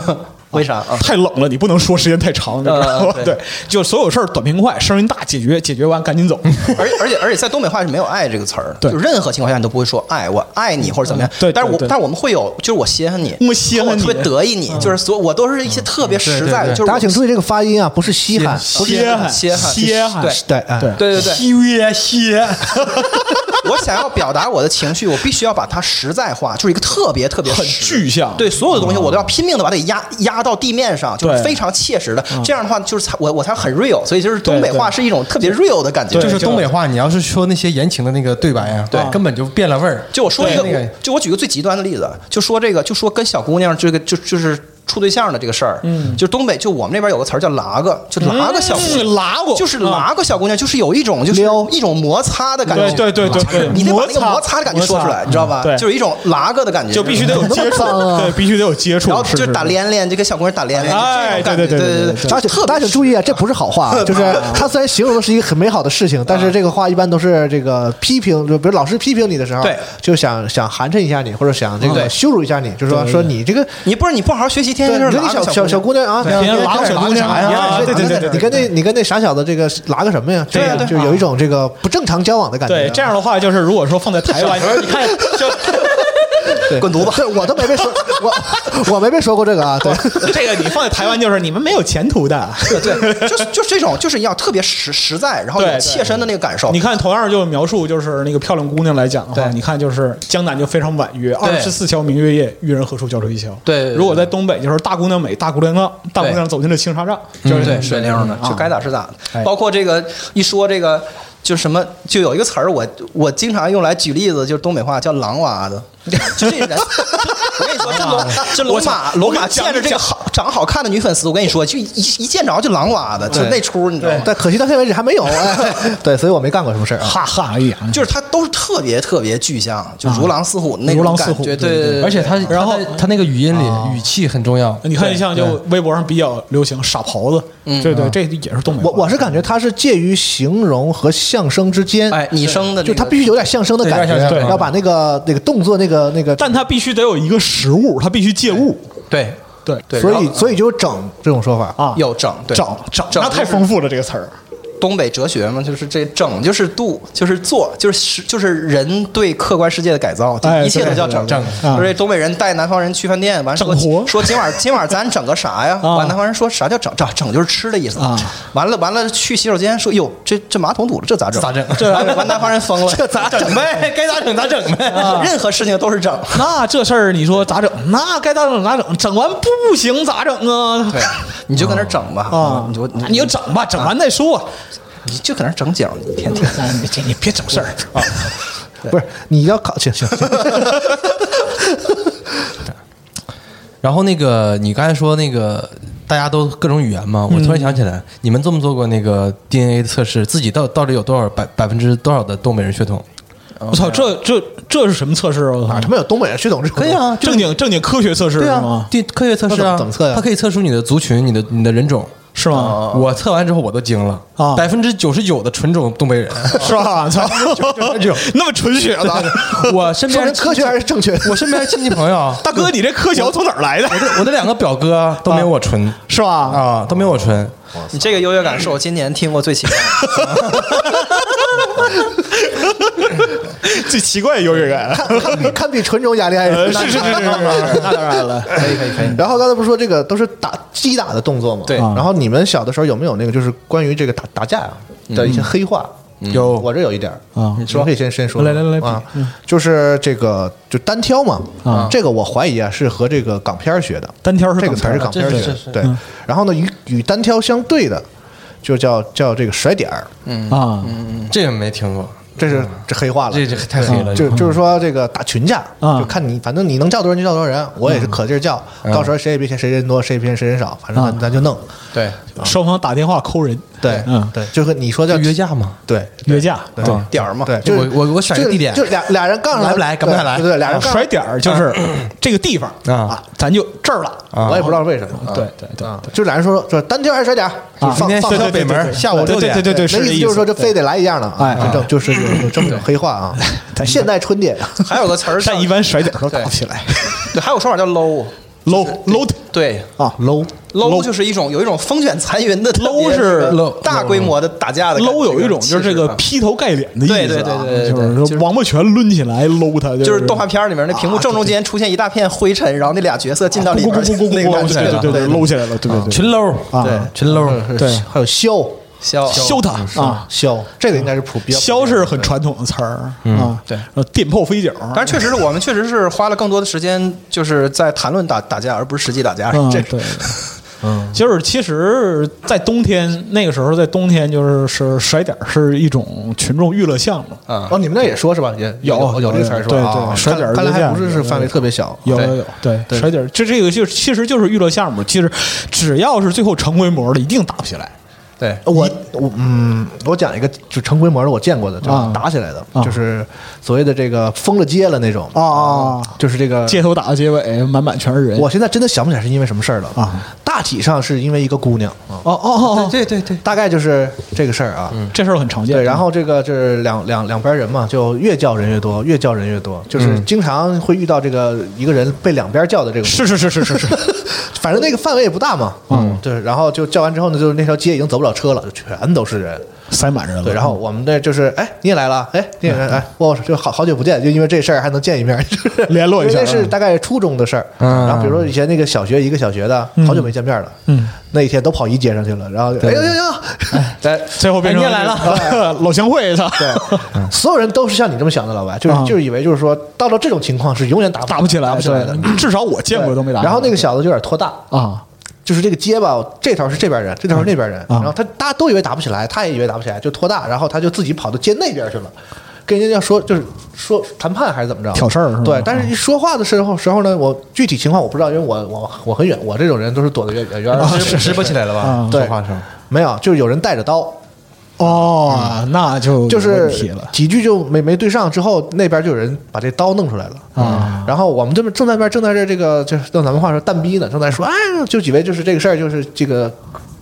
Speaker 10: 为啥啊？
Speaker 3: 太冷了，你不能说时间太长，你知道吗
Speaker 10: 啊？对
Speaker 3: 对，就所有事儿短平快，声音大，解决解决完赶紧走。
Speaker 10: 而且而且而且在东北话是没有“爱”这个词儿的，
Speaker 3: 对
Speaker 10: 就任何情况下你都不会说“爱”，我爱你或者怎么样。
Speaker 3: 对对
Speaker 10: 但是我
Speaker 3: 对
Speaker 10: 但是我们会有，就是我稀罕你，
Speaker 3: 我稀罕你
Speaker 10: 特别得意
Speaker 13: 嗯
Speaker 10: 你，就是所我都是一些特别实在的，就是
Speaker 13: 大家请注意这个发音啊，不是稀罕，
Speaker 10: 不 是稀罕
Speaker 13: 稀
Speaker 10: 稀罕
Speaker 13: 对哎
Speaker 10: 对 对对
Speaker 3: 稀约歇。
Speaker 10: 我想要表达我的情绪，我必须要把它实在化，就是一个特别特别很
Speaker 3: 具象，
Speaker 10: 对所有的东
Speaker 13: 嗯
Speaker 10: 西我都要拼命的把它给压压到地面上，就是
Speaker 3: 对
Speaker 10: 非常切实的。
Speaker 13: 嗯
Speaker 10: 这样的话，就是才我我才很 real，所以就是东
Speaker 11: 对
Speaker 10: 北
Speaker 11: 对
Speaker 10: 话是一种特别 real 的感觉，
Speaker 11: 就是东北。话，你要是说那些言情的那个对白啊，对，根本就变了味儿。
Speaker 10: 就我说一个
Speaker 11: 对那个，
Speaker 10: 就我举个最极端的例子，就说这个，就说跟小姑娘这个就就是处对象的这个事儿，
Speaker 3: 嗯
Speaker 10: 就东北就我们那边有个词儿叫拉个，就拉个小姑娘，
Speaker 3: 嗯拉过嗯
Speaker 10: 就是拉个小姑娘，就是有一种就是一种摩擦的感觉，
Speaker 3: 对对对对对
Speaker 10: 你得把那个
Speaker 3: 摩擦
Speaker 10: 摩擦的感觉说出
Speaker 3: 摩
Speaker 10: 来，
Speaker 3: 擦
Speaker 10: 你知道吧？
Speaker 3: 对
Speaker 10: 就是一种拉个的感觉，
Speaker 3: 就必须得有接 触，对，必须得有接触，
Speaker 10: 然后
Speaker 3: 是
Speaker 10: 就是打连连，就跟小姑娘打连连，
Speaker 3: 哎
Speaker 10: 就这种感
Speaker 3: 对
Speaker 10: 觉
Speaker 3: 对对对
Speaker 10: 对对，
Speaker 13: 大家请大家请注意啊，这不是好话啊，就是它虽然形容的是一个很美好的事情，但是这个话一般都是这个批评，就比如老师批评你的时候，
Speaker 10: 对，
Speaker 13: 就想想寒碜一下你，或者想这
Speaker 10: 对
Speaker 13: 个羞辱一下你，就说
Speaker 10: 对
Speaker 13: 说你这个
Speaker 10: 你不是你不好好学习，天天
Speaker 13: 对你
Speaker 10: 就是
Speaker 13: 跟那
Speaker 10: 拉个
Speaker 13: 小小小姑娘啊，
Speaker 10: 对
Speaker 13: 你
Speaker 10: 天天
Speaker 13: 拉
Speaker 10: 拉个小姑娘
Speaker 13: 啥呀？
Speaker 10: 啊对对对对对
Speaker 13: 你跟那你跟那傻小子这个拉个什么呀？
Speaker 3: 对呀
Speaker 13: 这个
Speaker 3: 对
Speaker 13: 就有一种这个不正常交往的感觉。啊
Speaker 3: 对，这样的话就是，如果说放在台 湾，你看就
Speaker 13: 滚犊子！对我都没被说，我我没被说过这个 啊。对，
Speaker 3: 这个你放在台湾就是你们没有前途的。
Speaker 10: 对对， 就是就是这种，就是要特别实实在，然后
Speaker 3: 对
Speaker 10: 有
Speaker 3: 对
Speaker 10: 切身的那个感受。
Speaker 3: 你看，同样就描述就是那个漂亮姑娘来讲的话，你看就是江南就非常婉约，
Speaker 10: 对
Speaker 3: 二十四桥明月夜，玉人何处教垂箫。
Speaker 10: 对对对
Speaker 3: 如果在东北就是大姑娘美，大姑娘浪，大姑娘走进了青纱帐，就是
Speaker 10: 对水灵的，就该咋是
Speaker 13: 啊哎
Speaker 10: 咋的。包括这个一说这个，就什么就有一个词儿，我我经常用来举例子，就是东北话叫“狼娃 子”，就这人。我跟你说，这龙这
Speaker 3: 我
Speaker 10: 龙
Speaker 3: 操
Speaker 10: 马
Speaker 3: 我
Speaker 10: 龙
Speaker 3: 跟
Speaker 10: 马
Speaker 3: 你讲
Speaker 10: 见着这个好长好看的女粉丝，我跟你说，就一一见着就狼娃子，就那出，你知道吗？
Speaker 13: 但可惜到现在为止还没有。 哎对，所以我没干过什么事儿啊。
Speaker 3: 哈哈哎呀，
Speaker 10: 就是他都是特别特别具象，就
Speaker 13: 啊
Speaker 10: 如狼似虎的那
Speaker 3: 如
Speaker 10: 种
Speaker 3: 狼
Speaker 10: 感
Speaker 3: 似虎
Speaker 10: 觉，
Speaker 3: 对
Speaker 10: 对
Speaker 3: 对
Speaker 10: 对。啊
Speaker 11: 而且他，然后他那个语音里语气很重要。
Speaker 3: 你看，像就
Speaker 11: 对
Speaker 3: 微博上比较流行傻狍子，
Speaker 10: 嗯
Speaker 3: 对对，这也是东北
Speaker 13: 我
Speaker 3: 话。
Speaker 13: 我是感觉它是介于形容和象声之间，
Speaker 10: 哎拟声的那
Speaker 13: 就
Speaker 10: 个
Speaker 13: 它必须有点象声的感
Speaker 3: 对有点象
Speaker 13: 觉，
Speaker 3: 声
Speaker 13: 要把那个那个动作那个那个，
Speaker 3: 但它必须得有一个实物，它必须借物。
Speaker 11: 对
Speaker 3: 对
Speaker 13: 所以所以就有整这种说法
Speaker 3: 啊
Speaker 10: 有整对
Speaker 3: 整整，
Speaker 10: 整
Speaker 3: 那太
Speaker 10: 就是
Speaker 3: 丰富了这个词儿。
Speaker 10: 东北哲学嘛，就是这整就是度，就是做，就是实就是人对客观世界的改造，就
Speaker 3: 哎
Speaker 10: 一切都叫整。
Speaker 3: 对对
Speaker 10: 啊
Speaker 3: 对整
Speaker 10: 就是这东北人带南方人去饭店，完说说今晚今晚咱整个啥呀？
Speaker 3: 啊
Speaker 10: 完南方人说啥叫整？整整就是吃的意思。
Speaker 3: 啊
Speaker 10: 完了完了，去洗手间说哟，这这马桶堵了，这咋整？
Speaker 11: 咋整
Speaker 3: 这
Speaker 10: 完完南方人疯了，这咋整呗？该咋整咋整呗。任何事情都是整。
Speaker 3: 那这事儿你说咋整？那该咋整咋整？整完不行咋整啊？
Speaker 10: 对，你就搁那儿整吧
Speaker 3: 啊
Speaker 10: 你就
Speaker 3: 你就整吧，整完再说。
Speaker 10: 你就搁那儿整景，一天天。
Speaker 3: 你这你别整事儿啊！
Speaker 13: 不是你要考行行，行
Speaker 11: 然后那个你刚才说那个
Speaker 9: 大家都各种语言嘛，我突然想起来，你们做没做过那个 DNA 测试？自己到到底有多少百百分之多少的东北人血统？
Speaker 3: 我
Speaker 9: 哦
Speaker 3: 操，这这这是什么测试啊？我操，他
Speaker 10: 妈有东北人血统这
Speaker 9: 可以啊，
Speaker 3: 正经正经科学测试
Speaker 9: 对
Speaker 3: 是
Speaker 9: 啊
Speaker 3: 吗，？
Speaker 9: 对科学测试
Speaker 3: 那
Speaker 9: 啊，
Speaker 3: 怎么测呀
Speaker 9: 它可以测哦出你的族群、你的你的人种，
Speaker 3: 是
Speaker 10: 啊
Speaker 3: 吗？
Speaker 9: 我测完之后我都惊了，百分之九十九的纯种东北人，
Speaker 3: 是吧？操，那么纯血啊的，
Speaker 9: 我身边
Speaker 10: 说人科学还是正确？
Speaker 9: 我 身边亲戚朋友，
Speaker 3: 大哥，你这科学从哪儿来的？
Speaker 9: 我的我的两个表哥啊都没有我纯，
Speaker 3: 是吧？
Speaker 9: 啊，都没有我纯。
Speaker 11: 你这个优越感是我今年听过最奇怪
Speaker 3: 最奇怪的优越感，
Speaker 10: 堪比堪比纯种雅利安人，
Speaker 3: 呃是是是是是那当然了
Speaker 10: 可以可以可以。然后刚才不是说这个都是打击打的动作吗？啊
Speaker 9: 对
Speaker 10: 然后你们小的时候有没有那个就是关于这个打打架啊的一些黑话？嗯
Speaker 9: 有，
Speaker 10: 我这有一点儿
Speaker 3: 嗯啊
Speaker 10: 你说可以先先说
Speaker 3: 来来来
Speaker 10: 啊
Speaker 3: 嗯，
Speaker 10: 就是这个就单挑嘛
Speaker 3: 啊
Speaker 10: 这个我怀疑啊是和这个港片儿学的，
Speaker 3: 单挑是
Speaker 10: 这个词儿是港
Speaker 3: 港
Speaker 10: 片
Speaker 3: 片
Speaker 10: 儿
Speaker 3: 儿
Speaker 10: 学
Speaker 3: 是
Speaker 10: 的
Speaker 3: 是是，
Speaker 10: 对
Speaker 3: 嗯。
Speaker 10: 然后呢，与与单挑相对的，就叫叫这个甩点儿，
Speaker 3: 啊，
Speaker 9: 这个没听过，
Speaker 10: 这是这黑话了，嗯
Speaker 9: 这这太黑了，
Speaker 10: 就就是说这个打群架，
Speaker 9: 啊
Speaker 10: 就看你，反正你能叫多少人就叫多少人，我也是可劲儿叫，
Speaker 9: 嗯
Speaker 10: 到时候谁也别嫌谁人多，谁也别嫌谁人少，反正咱咱就弄。
Speaker 9: 对，
Speaker 3: 双方打电话抠人，
Speaker 10: 对，
Speaker 3: 嗯，
Speaker 10: 对，就和你说叫
Speaker 9: 约架嘛，
Speaker 10: 对，
Speaker 3: 约架，
Speaker 10: 对
Speaker 3: 啊
Speaker 10: 点儿嘛，对，
Speaker 9: 就
Speaker 10: 就
Speaker 9: 我
Speaker 10: 是
Speaker 9: 我我选个
Speaker 10: 就
Speaker 9: 地点
Speaker 10: 就俩俩人杠上
Speaker 9: 来不来敢不敢来
Speaker 10: 对对，俩人杠
Speaker 3: 甩啊点儿就是这个地方
Speaker 9: 嗯啊，
Speaker 3: 咱就这儿了。
Speaker 10: 啊我也不知道为什么，
Speaker 3: 对对对，
Speaker 10: 啊，就俩人说说单挑还是甩点儿，就
Speaker 3: 啊
Speaker 10: 放
Speaker 3: 今天
Speaker 10: 放
Speaker 3: 对对
Speaker 10: 放
Speaker 3: 对对对
Speaker 10: 下午
Speaker 3: 对
Speaker 10: 六点，
Speaker 3: 对对对对是
Speaker 10: 那
Speaker 3: 这
Speaker 10: 意
Speaker 3: 意思
Speaker 10: 思就是说这非得来一样了啊，
Speaker 3: 哎
Speaker 10: 就这就是有有这么种黑话啊，现代春点，
Speaker 11: 还有个词儿叫，
Speaker 3: 但一般甩点儿都打不起来。
Speaker 11: 对，还有个说法叫 low
Speaker 3: low low
Speaker 11: 对
Speaker 3: 啊
Speaker 10: ，low
Speaker 11: low 就是一种有一种风卷残云的特别
Speaker 3: low 是 low
Speaker 11: 大规模的打架的感觉
Speaker 3: low 有一种就是这个
Speaker 11: 气
Speaker 3: 劈头盖脸的意思啊，
Speaker 11: 对对对对对对
Speaker 3: 就是说王八拳抡起来搂他，
Speaker 11: 势
Speaker 3: 就
Speaker 11: 就是是动画片里面那屏幕正中间出现一大片灰尘，然后那俩角色进到里
Speaker 3: 咕啊咕
Speaker 11: 面
Speaker 3: 咕咕咕咕
Speaker 11: 那个感
Speaker 3: 咕，
Speaker 11: 觉
Speaker 3: 对对对对，搂起来了，对对对，
Speaker 9: 群搂
Speaker 3: 啊，
Speaker 9: 群搂，
Speaker 11: 嗯
Speaker 3: 对
Speaker 10: 还有削
Speaker 11: 消
Speaker 3: 削他啊，
Speaker 10: 削，这个应该是普遍
Speaker 3: 削是很传统的词儿
Speaker 9: 嗯
Speaker 3: 啊，对，电炮飞脚，
Speaker 11: 但是确实是我们确实是花了更多的时间，就是在谈论打打架，而不是实际打架。
Speaker 3: 嗯
Speaker 11: 这嗯
Speaker 3: 对就是其实，在冬天那个时候，在冬天就是是甩点儿是一种群众娱乐项目，
Speaker 11: 啊，
Speaker 10: 哦，你们那也说是吧？也
Speaker 3: 有
Speaker 10: 有有这个词儿是吧？
Speaker 3: 对对
Speaker 10: 啊
Speaker 3: 甩点儿
Speaker 10: 看
Speaker 3: 就这
Speaker 10: 看来还
Speaker 3: 样
Speaker 10: 不是是范围特别小，
Speaker 3: 有
Speaker 10: 对
Speaker 3: 有有，对，
Speaker 10: 对
Speaker 3: 甩底儿，这这个就是其实就是娱乐项目，其实只要是最后成规模的，一定打不起来。
Speaker 11: 对，
Speaker 10: 呃我我嗯，我讲一个就成规模的我见过的，就
Speaker 3: 啊
Speaker 10: 打起来的，
Speaker 3: 啊
Speaker 10: 就是所谓的这个封了街了那种，
Speaker 3: 啊啊！
Speaker 10: 就是这个。
Speaker 3: 街头打到结尾，满满全是人。
Speaker 10: 我现在真的想不起来是因为什么事儿了
Speaker 3: 哎啊，
Speaker 10: 大体上是因为一个姑娘啊，
Speaker 3: 哦哦嗯哦，
Speaker 9: 对对对，
Speaker 10: 大概就是这个事儿啊。
Speaker 3: 这事儿很常见。
Speaker 10: 对，然后这个就是两两两边人嘛，就越叫人越多，越叫人越多，就是经常会遇到这个一个人被两边叫的这个。
Speaker 3: 嗯是是是是是是，
Speaker 10: 反正那个范围也不大嘛，嗯，对，然后就叫完之后呢，就是那条街已经走不了车了，就全都是人，
Speaker 3: 塞满人了。
Speaker 10: 对，然后我们这就是，哎，你也来了，哎，你也来，哎，我就好好久不见，就因为这事儿还能见一嗯面， 就是
Speaker 3: 联络一下
Speaker 10: 因为那是大概初中的事儿，
Speaker 9: 嗯
Speaker 10: 然后比如说以前那个小学一个小学的，好久没见面了，
Speaker 3: 嗯，
Speaker 10: 那一天都跑一街上去了，然后就哎呦呦呦，
Speaker 3: 哎，最后变成
Speaker 9: 哎你也来
Speaker 3: 了 老乡会，操，
Speaker 10: 对，所有人都是像你这么想的，老白，就是
Speaker 3: 嗯
Speaker 10: 就是以为就是说到了这种情况是永远打
Speaker 3: 打不起来，
Speaker 10: 打不起来的，
Speaker 3: 对至少我见过都没打起来。
Speaker 10: 哎然后那个哦小子就有点拖大，
Speaker 3: 啊，
Speaker 10: 就是这个街吧，这头是这边人，这头是那边人，
Speaker 3: 嗯啊
Speaker 10: 然后他大家都以为打不起来，他也以为打不起来，就拖大，然后他就自己跑到街那边去了，跟人家要说就是说谈判还是怎么着，
Speaker 3: 挑事儿是吧啊
Speaker 10: 对，但是一说话的时候时候呢，我具体情况我不知道，因为我我我很远，我这种人都是躲得远远远的，
Speaker 9: 直直播起来了吧
Speaker 3: 啊？
Speaker 10: 对
Speaker 9: 说话声，
Speaker 10: 没有，就是有人带着刀，
Speaker 3: 哦，那就有
Speaker 10: 就是
Speaker 3: 问题了。
Speaker 10: 几句就没没对上，之后那边就有人把这刀弄出来了啊。然后我们这边正在那边正在这这个就是用咱们话说蛋逼呢，正在说哎，就几位就是这个事儿就是这个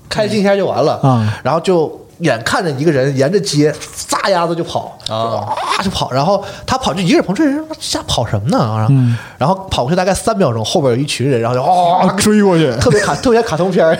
Speaker 10: 开心一下就完了
Speaker 3: 啊。
Speaker 10: 然后就眼看着一个人沿着街撒丫子就跑啊就跑，然后他跑就一个人跑，这人瞎跑什么呢？然后
Speaker 3: 嗯
Speaker 10: 然后跑过去大概三秒钟，后边有一群人，然后就哦
Speaker 3: 啊，追过去，
Speaker 10: 特别卡，特别卡通片儿，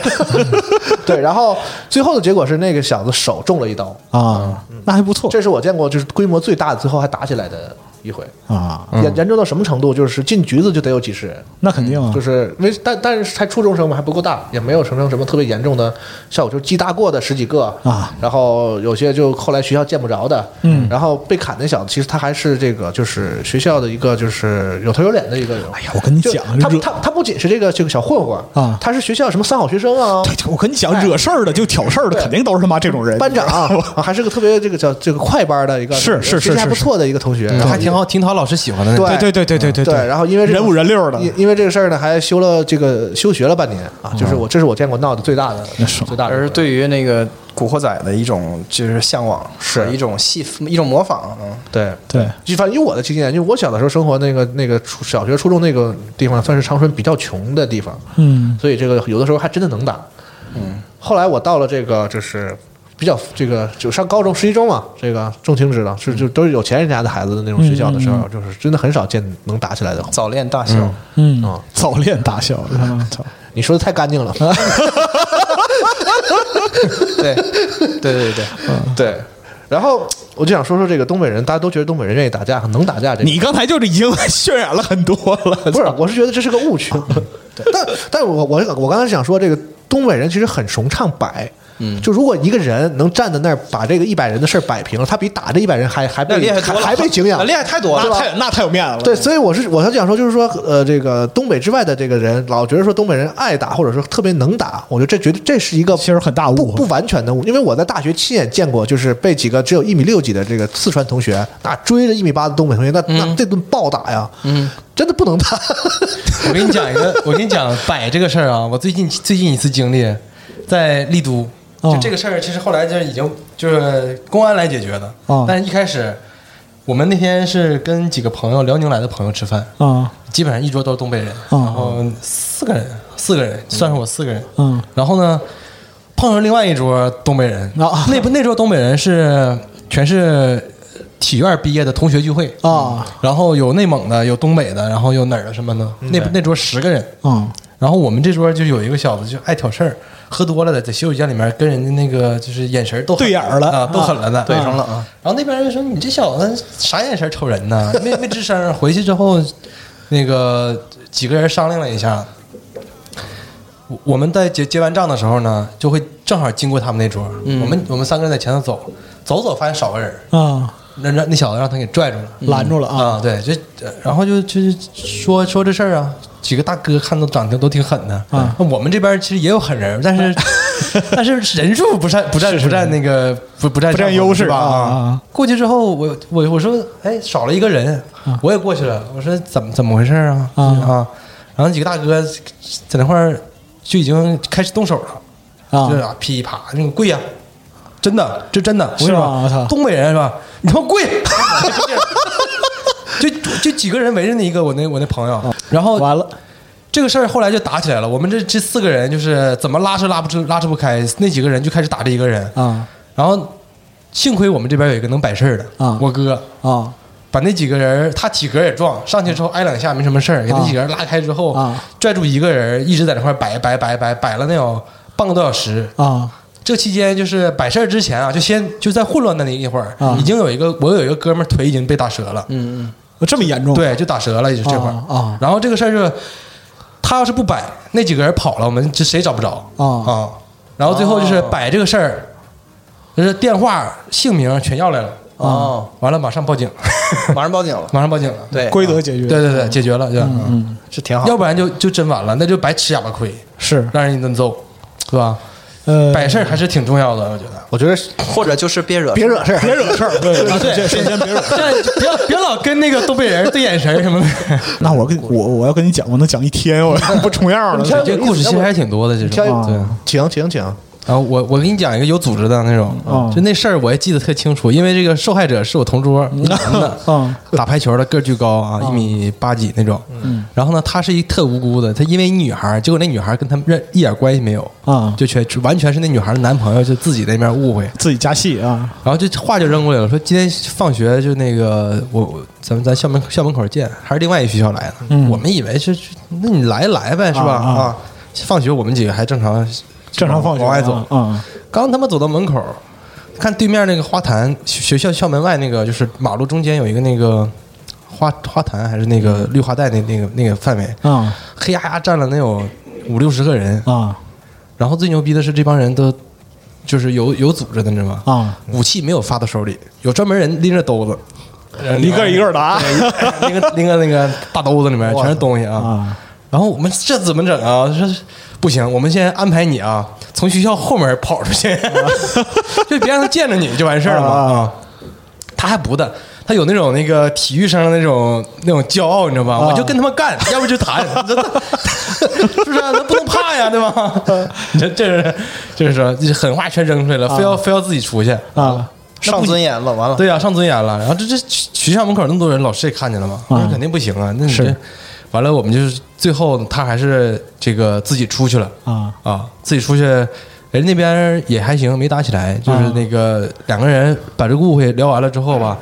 Speaker 10: 对，然后最后的结果是那个小子手中了一刀，
Speaker 3: 啊，那还不错
Speaker 10: 嗯这是我见过就是规模最大的，最后还打起来的一回。
Speaker 3: 啊，
Speaker 10: 严严重到什么程度？就是进局子就得有几十人，
Speaker 3: 那肯定啊
Speaker 10: 嗯就，是因为但但是才初中生嘛，还不够大，也没有形成什么特别严重的效果，就是击打过的十几个
Speaker 3: 啊，
Speaker 10: 然后有些就后来学校见不着的，
Speaker 3: 嗯
Speaker 10: 然后被砍那小子，其实他还是这个就是学校的一个就是有头有脸的一个人。哎
Speaker 3: 呀我跟你讲
Speaker 10: 他
Speaker 3: 惹
Speaker 10: 他他不仅是这个这个小混混
Speaker 3: 啊
Speaker 10: 他是学校什么三好学生 啊，
Speaker 3: 对对我跟你讲，惹事儿的就挑事儿的，肯定都是他妈这种人。
Speaker 10: 班长、啊还是个特别这个叫这个快班的一个
Speaker 3: 是是是
Speaker 10: 学习还
Speaker 3: 是
Speaker 10: 不
Speaker 3: 是嗯
Speaker 10: 错的一个同学，
Speaker 9: 还挺
Speaker 11: 好挺讨老师喜欢的那种。
Speaker 10: 对然后因为这个
Speaker 11: 人五人六的，
Speaker 10: 因因为这个事儿呢，还修了这个休学了半年啊，就是我这是我见过闹的最大的最大的。
Speaker 14: 而是对于那个《古惑仔》的一种就是向往，是一种戏，一种模仿。嗯，
Speaker 10: 对
Speaker 3: 对，
Speaker 10: 就反正以我的经验，因为我小的时候生活那个那个初小学、初中那个地方，算是长春比较穷的地方，
Speaker 3: 嗯，
Speaker 10: 所以这个有的时候还真的能打。嗯，后来我到了这个就是比较这个就上高中、十一中嘛，这个众卿知道是就都是有钱人家的孩子的那种学校的时候，
Speaker 3: 嗯嗯
Speaker 10: 就是真的很少见能打起来的。
Speaker 14: 早恋大校，
Speaker 3: 嗯啊，嗯早恋大校，我操
Speaker 10: 你说的太干净 了。
Speaker 14: 对对对对
Speaker 10: 对。然后我就想说说这个东北人，大家都觉得东北人愿意打架，能打架。这个
Speaker 3: 你刚才就是已经渲染了很多了，
Speaker 10: 不是，我是觉得这是个误区。嗯但但我我我刚才想说，这个东北人其实很崇尚摆。嗯，就如果一个人能站在那儿把这个一百人的事儿摆平了，他比打这一百人还还
Speaker 14: 那
Speaker 10: 被
Speaker 14: 厉害
Speaker 10: 还
Speaker 14: 多了
Speaker 10: 还被敬仰，
Speaker 14: 那厉害太多了
Speaker 10: 对吧
Speaker 14: 那太
Speaker 3: 那太有面子了。
Speaker 10: 对，所以我是我是想说，就是说，呃，这个东北之外的这个人，老觉得说东北人爱打，或者说特别能打，我觉得这绝对这是一个
Speaker 3: 其实很大误啊
Speaker 10: 不不完全的误，因为我在大学亲眼见过，就是被几个只有一米六几的这个四川同学，那追着一米八的东北同学，那、那这顿暴打呀，嗯， 真的不能打。
Speaker 11: 我跟你讲一个，我跟你讲摆这个事儿啊，我最近最近一次经历，在丽都，就这个事儿，其实后来就是已经就是公安来解决的，
Speaker 3: 哦
Speaker 11: 但是一开始我们那天是跟几个朋友，辽宁来的朋友吃饭，
Speaker 3: 啊，
Speaker 11: 基本上一桌都是东北人，
Speaker 3: 哦
Speaker 11: 然后四个人，四个人算是我四个人，
Speaker 3: 嗯，
Speaker 11: 然后呢碰上另外一桌东北人，
Speaker 3: 啊
Speaker 11: 那不那桌东北人是全是体院毕业的同学聚会
Speaker 3: 啊，
Speaker 11: 然后有内蒙的，有东北的，然后有哪儿的什么的，那那桌十个人，
Speaker 3: 嗯，
Speaker 11: 然后我们这桌就有一个小子就爱挑事儿，喝多了在在洗手间里面跟人家那个就是眼神儿都对眼
Speaker 3: 儿了嗯
Speaker 11: 啊，都狠了呢，
Speaker 3: 对上了嗯
Speaker 11: 啊。然后那边人说：“你这小子啥眼神儿瞅人呢？没没吱声儿。”回去之后，那个几个人商量了一下，我我们在结结完账的时候呢，就会正好经过他们那桌，
Speaker 3: 嗯
Speaker 11: 我们我们三个人在前头走，走走发现少个人儿，
Speaker 3: 啊，
Speaker 11: 那那那小子让他给拽住了，
Speaker 3: 拦住了
Speaker 11: 啊！对，就呃然后就就是说说这事儿啊，几个大哥看都长得都挺狠的
Speaker 3: 啊。
Speaker 11: 那我们这边其实也有狠人，但是 但是人数不占不占不占那个不不占
Speaker 3: 不占
Speaker 11: 上风
Speaker 3: 优势
Speaker 11: 是吧？
Speaker 3: 啊啊
Speaker 11: 啊
Speaker 3: 啊！
Speaker 11: 过去之后，我我我说哎少了一个人，我也过去了，我说怎么怎么回事啊
Speaker 3: 啊
Speaker 11: 啊！然后几个大哥在那块儿就已经开始动手了。
Speaker 3: 啊
Speaker 11: 就是啊，噼啪，那个跪呀、真的，这真的，我跟你
Speaker 3: 是吗我操
Speaker 11: 说，东北人是吧？你他妈跪，就就几个人围着那一个我那我那朋友，然后
Speaker 3: 嗯完了。
Speaker 11: 这个事儿后来就打起来了，我们这这四个人就是怎么拉扯拉不出拉扯不开，那几个人就开始打这一个人，
Speaker 3: 啊
Speaker 11: 然后幸亏我们这边有一个能摆事儿的，
Speaker 3: 啊
Speaker 11: 我哥
Speaker 3: 啊，
Speaker 11: 把那几个人他体格也壮，上去之后挨两下没什么事儿，给那
Speaker 3: 啊
Speaker 11: 几个人拉开之后，
Speaker 3: 啊
Speaker 11: 拽住一个人一直在那块儿摆摆摆摆摆了那有半个多小时，
Speaker 3: 啊
Speaker 11: 这期间就是摆事儿之前啊，就先就在混乱的那一会儿，
Speaker 3: 啊
Speaker 11: 已经有一个我有一个哥们儿腿已经被打折了，
Speaker 3: 嗯嗯，这么严重？
Speaker 11: 对，就打折了，也就这会儿
Speaker 3: 啊啊
Speaker 11: 然后这个事儿就是，他要是不摆，那几个人跑了，我们这谁找不着
Speaker 3: 啊
Speaker 11: 啊。然后最后
Speaker 14: 哦
Speaker 11: 就是摆这个事儿，就是电话、姓名全要来了嗯
Speaker 14: 哦，
Speaker 11: 完了马上报警，
Speaker 14: 马上报警了，
Speaker 11: 马上报警了，
Speaker 14: 对
Speaker 3: 规则解决
Speaker 11: 对对对，解决了，对吧，
Speaker 3: 嗯，
Speaker 14: 是挺好。
Speaker 11: 要不然就就真完了，那就白吃哑巴亏，
Speaker 3: 是
Speaker 11: 让人一顿揍，是吧？
Speaker 3: 呃，
Speaker 11: 摆事儿还是挺重要的，我觉 得。
Speaker 10: 我觉得
Speaker 14: 或者就是别惹
Speaker 10: 别惹事儿，
Speaker 3: 别惹事儿，对，
Speaker 11: 啊，
Speaker 3: 这
Speaker 11: 对，
Speaker 3: 首先别惹。
Speaker 11: 这样别老别老跟那个东北人对眼神什么的。
Speaker 3: 那我跟我我要跟你讲，我能讲一天，我 不重样了。
Speaker 11: 这故事其实还挺多的，这
Speaker 10: 挑
Speaker 11: 种
Speaker 10: 一
Speaker 11: 对。
Speaker 10: 请请请，
Speaker 11: 然后我我给你讲一个有组织的那种，
Speaker 3: 嗯
Speaker 11: 就那事儿我也记得特清楚，因为这个受害者是我同桌，男 的，
Speaker 3: 嗯
Speaker 11: 打排球的个儿巨高啊，一米八几那种。
Speaker 3: 哦嗯
Speaker 11: 然后呢，他是一特无辜的，他因为一女孩儿，结果那女孩儿跟他们认一点关系没有，
Speaker 3: 啊，
Speaker 11: 就全完全是那女孩儿的男朋友就自己那边误会，
Speaker 3: 自己加戏啊，
Speaker 11: 然后就话就扔过来了，说今天放学就那个我我咱们咱校门校门口见，还是另外一学校来的。
Speaker 3: 嗯
Speaker 11: 我们以为是是那你来来呗，是吧？
Speaker 3: 啊啊
Speaker 11: 放学我们几个还正常
Speaker 3: 正常放学
Speaker 11: 往外走。
Speaker 3: 啊啊
Speaker 11: 刚他妈走到门口，看对面那个花坛，学学校校门外那个就是马路中间有一个那个花花坛还是那个绿化带那那个那个范围，
Speaker 3: 啊
Speaker 11: 黑压压站了能有五六十个人。
Speaker 3: 啊
Speaker 11: 然后最牛逼的是这帮人都就是有有组织的，你知道吗？
Speaker 3: 啊，
Speaker 11: 武器没有发到手里，有专门人拎着兜子，
Speaker 3: 一个一个的啊
Speaker 11: 拎个拎个那个大兜子里面全是东西啊。
Speaker 3: 啊
Speaker 11: 然后我们这怎么整啊？说不行，我们先安排你啊，从学校后门 跑出去，就别让他见着你就完事儿了嘛。
Speaker 3: 啊
Speaker 11: 他还不的，他有那种那个体育生的那种那种骄傲，你知道吧？
Speaker 3: 啊
Speaker 11: 我就跟他们干， 要不就谈，真的 是不是啊？那不能怕呀，对吧？ 这这是就是说就是狠话全扔出来了，非要非要自己出去
Speaker 3: 啊，
Speaker 5: 上尊严了，完了。
Speaker 11: 对呀、啊上尊严了。然后这这学学校门口那么多人，老师也看见了嘛，那肯定不行啊。那你这
Speaker 3: 是
Speaker 11: 完了，我们就是最后他还是这个自己出去了
Speaker 3: 啊
Speaker 11: 啊，自己出去，人那边也还行，没打起来。
Speaker 3: 啊
Speaker 11: 就是那个两个人把这个误会聊完了之后吧，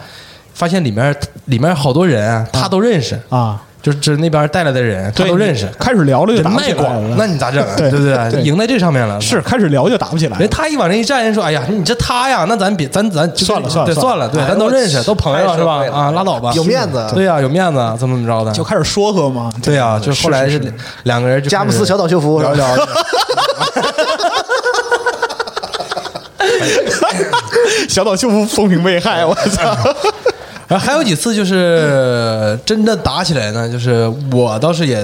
Speaker 11: 发现里面里面好多人啊，他都认识
Speaker 3: 啊。
Speaker 11: 就是就是那边带来的人，他
Speaker 3: 对
Speaker 11: 都认识，
Speaker 3: 开始聊了就
Speaker 11: 人
Speaker 3: 打不起
Speaker 11: 脉
Speaker 3: 来了
Speaker 11: 广，那你咋整啊？
Speaker 3: 对
Speaker 11: 对不对？
Speaker 3: 对
Speaker 11: 赢在这上面了，
Speaker 3: 是开始聊就打不起来了
Speaker 11: 人他一往那一站，人说：“哎呀，你这他呀，那咱别咱咱就
Speaker 3: 算了算了
Speaker 11: 对算了，对，
Speaker 3: 哎
Speaker 11: 咱都
Speaker 3: 我
Speaker 11: 认识，都朋友
Speaker 3: 太
Speaker 11: 是
Speaker 3: 社
Speaker 11: 吧
Speaker 3: 会？了
Speaker 11: 啊，拉倒吧，
Speaker 3: 有面子
Speaker 11: 对呀，有面子，怎么怎么着的，
Speaker 3: 就开始说和嘛。
Speaker 11: 对呀，就后来
Speaker 3: 是
Speaker 11: 是
Speaker 3: 是
Speaker 11: 两个人就
Speaker 10: 佳木斯小岛秀夫
Speaker 11: 聊一聊，
Speaker 3: 小岛秀夫风评被害，我操！
Speaker 11: 然后还有几次就是真的打起来呢，就是我倒是也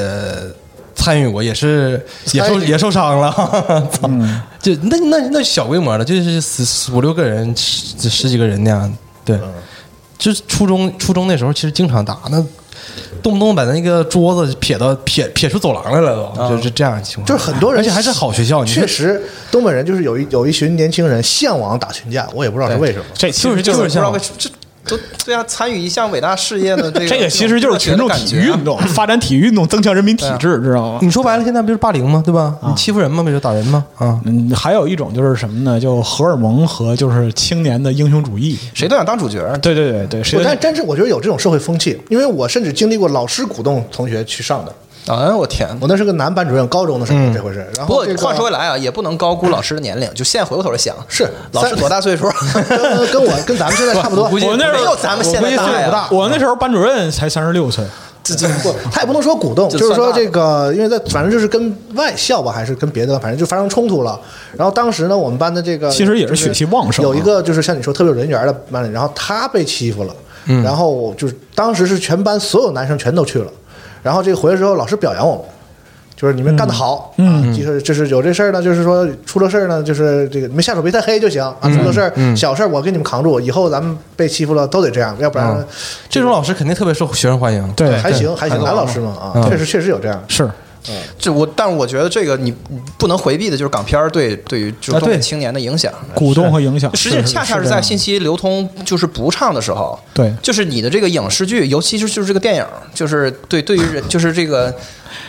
Speaker 11: 参与过，也是也受
Speaker 10: 参与
Speaker 11: 也受伤了， 操！
Speaker 5: 嗯
Speaker 11: 就那那那小规模的，就是十十五六个人、十十几个人那样，对。
Speaker 5: 嗯
Speaker 11: 就是初中初中那时候，其实经常打，那动不动把那个桌子撇到撇撇出走廊来了
Speaker 5: 啊
Speaker 11: 都，就是这样的情况。
Speaker 10: 就是很多人，
Speaker 11: 而且还是好学校，你说
Speaker 10: 确实，东北人就是有一有一群年轻人向往打群架，我也不知道是为什么。
Speaker 3: 这其实
Speaker 5: 就是不知
Speaker 3: 像
Speaker 5: 道为这都对啊，参与一项伟大事业的这个，
Speaker 3: 这个其实就是群众体育运动，发展体育运动，增强人民体制，知道吗？
Speaker 11: 你说白了，现在不就是霸凌吗？对吧？
Speaker 5: 啊
Speaker 11: 你欺负人吗？不就打人吗？啊，
Speaker 3: 嗯，还有一种就是什么呢？就荷尔蒙和就是青年的英雄主义。
Speaker 5: 谁都想当主角。
Speaker 3: 对对对对，谁
Speaker 10: 我
Speaker 3: 都
Speaker 10: 但但是我觉得有这种社会风气，因为我甚至经历过老师鼓动同学去上的。
Speaker 5: 哎，我天！
Speaker 10: 我那是个男班主任，高中的时候这回是。然
Speaker 5: 嗯不
Speaker 10: 后
Speaker 5: 过
Speaker 10: 这个
Speaker 5: 话说回来啊，也不能高估老师的年龄。就现在回过头来想，
Speaker 10: 是
Speaker 5: 老师
Speaker 10: 三
Speaker 5: 多大岁数？
Speaker 10: 跟跟我跟咱们现在差不多，
Speaker 5: 我
Speaker 3: 我那时
Speaker 5: 没
Speaker 3: 候
Speaker 5: 有咱们现在
Speaker 3: 我估计
Speaker 5: 大
Speaker 3: 岁数
Speaker 5: 呀
Speaker 3: 不大，我那时候班主任才三十六岁，
Speaker 5: 这这
Speaker 10: 不，他也不能说鼓动，
Speaker 5: 这
Speaker 10: 就是说
Speaker 5: 算大
Speaker 10: 这个，因为在反正就是跟外校吧，还是跟别的，反正就发生冲突了。然后当时呢，我们班的这个
Speaker 3: 其实也是血气旺盛啊
Speaker 10: 有一个就是像你说特别有人缘的班里，然后他被欺负了，然后我就是当时是全班所有男生全都去了，然后这个回来之后老师表扬我们。就是你们干得好，嗯，就是就是有这事儿呢，就是说出了事儿呢，就是这个你们下手别太黑就行啊，出了事儿、小事儿我给你们扛住，以后咱们被欺负了都得这样，要不然、
Speaker 11: 嗯这种老师肯定特别受学生欢迎。
Speaker 3: 对
Speaker 10: 还行还
Speaker 5: 孩
Speaker 10: 行，
Speaker 5: 子
Speaker 10: 男
Speaker 5: 王
Speaker 10: 老师嘛啊，
Speaker 11: 嗯
Speaker 10: 确实确实有这样，
Speaker 3: 是
Speaker 5: 这我，但我觉得这个你你不能回避的，就是港片儿对对于就是中
Speaker 11: 啊对
Speaker 3: 呃
Speaker 5: 美青年的影响。
Speaker 3: 鼓动和影响。
Speaker 5: 实际上，恰恰是
Speaker 3: 这
Speaker 5: 在
Speaker 3: 样
Speaker 5: 信息流通就是不畅的时候，
Speaker 3: 对
Speaker 5: 就是你的这个影视剧，尤其是就是这个电影，就是对对于人，就是这个，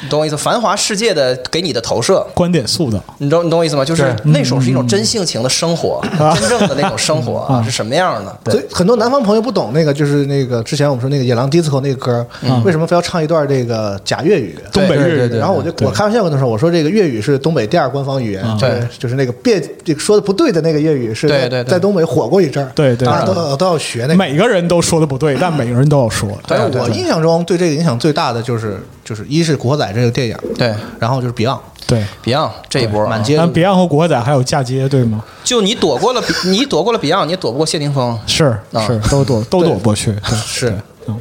Speaker 5: 你懂我意思？繁华世界的给你的投射，
Speaker 3: 观点塑造。
Speaker 5: 你懂你懂我意思吗？就是
Speaker 11: 对
Speaker 5: 那种是一种真性情的生活，真正的那种生活啊是什么样的？
Speaker 10: 所以很多南方朋友不懂那个，就是那个之前我们说那个野狼 disco 那个歌，
Speaker 5: 嗯
Speaker 10: 为什么非要唱一段这个假粤语？
Speaker 3: 东北日
Speaker 11: 对对
Speaker 3: 语
Speaker 11: 对
Speaker 10: 然后我就我开玩笑跟他说，我说这个粤语是东北第二官方语言，就是
Speaker 5: 对
Speaker 10: 就是那个别这个说的不对的那个粤语是
Speaker 5: 嗯对
Speaker 10: 在
Speaker 5: 对对
Speaker 10: 在东北火过一阵儿，
Speaker 3: 对对
Speaker 10: 大家
Speaker 3: 当然
Speaker 10: 都都要学那个。
Speaker 3: 每个人都说的不 对，但每个人都要说。
Speaker 10: 反正我印象中对这个影响最大的就是就是一是《古惑仔》这个电影，
Speaker 5: 对
Speaker 10: 然后就是 Beyond，
Speaker 3: 对，
Speaker 5: ，Beyond 这一波啊
Speaker 10: 满街
Speaker 3: 但 Beyond 和国仔还有嫁接，对吗？
Speaker 5: 就你躲过了，你躲过了 Beyond，你也躲不过谢霆锋。
Speaker 3: 是
Speaker 5: 啊
Speaker 3: 是，都 躲都躲不去。对
Speaker 10: 是
Speaker 3: 对嗯，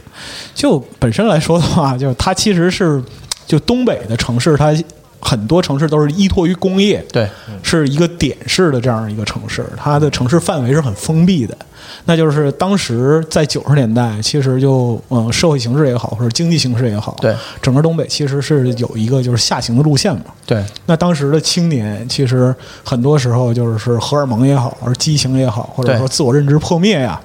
Speaker 3: 就本身来说的话，就是它其实是就东北的城市，它很多城市都是依托于工业，
Speaker 5: 对，
Speaker 3: 是一个点式的这样一个城市，它的城市范围是很封闭的。那就是当时在九十年代，其实就嗯，社会形势也好，或者经济形势也好，
Speaker 5: 对，
Speaker 3: 整个东北其实是有一个就是下行的路线嘛。
Speaker 5: 对，
Speaker 3: 那当时的青年，其实很多时候就是荷尔蒙也好，而激情也好，或者
Speaker 5: 对
Speaker 3: 说自我认知破灭呀、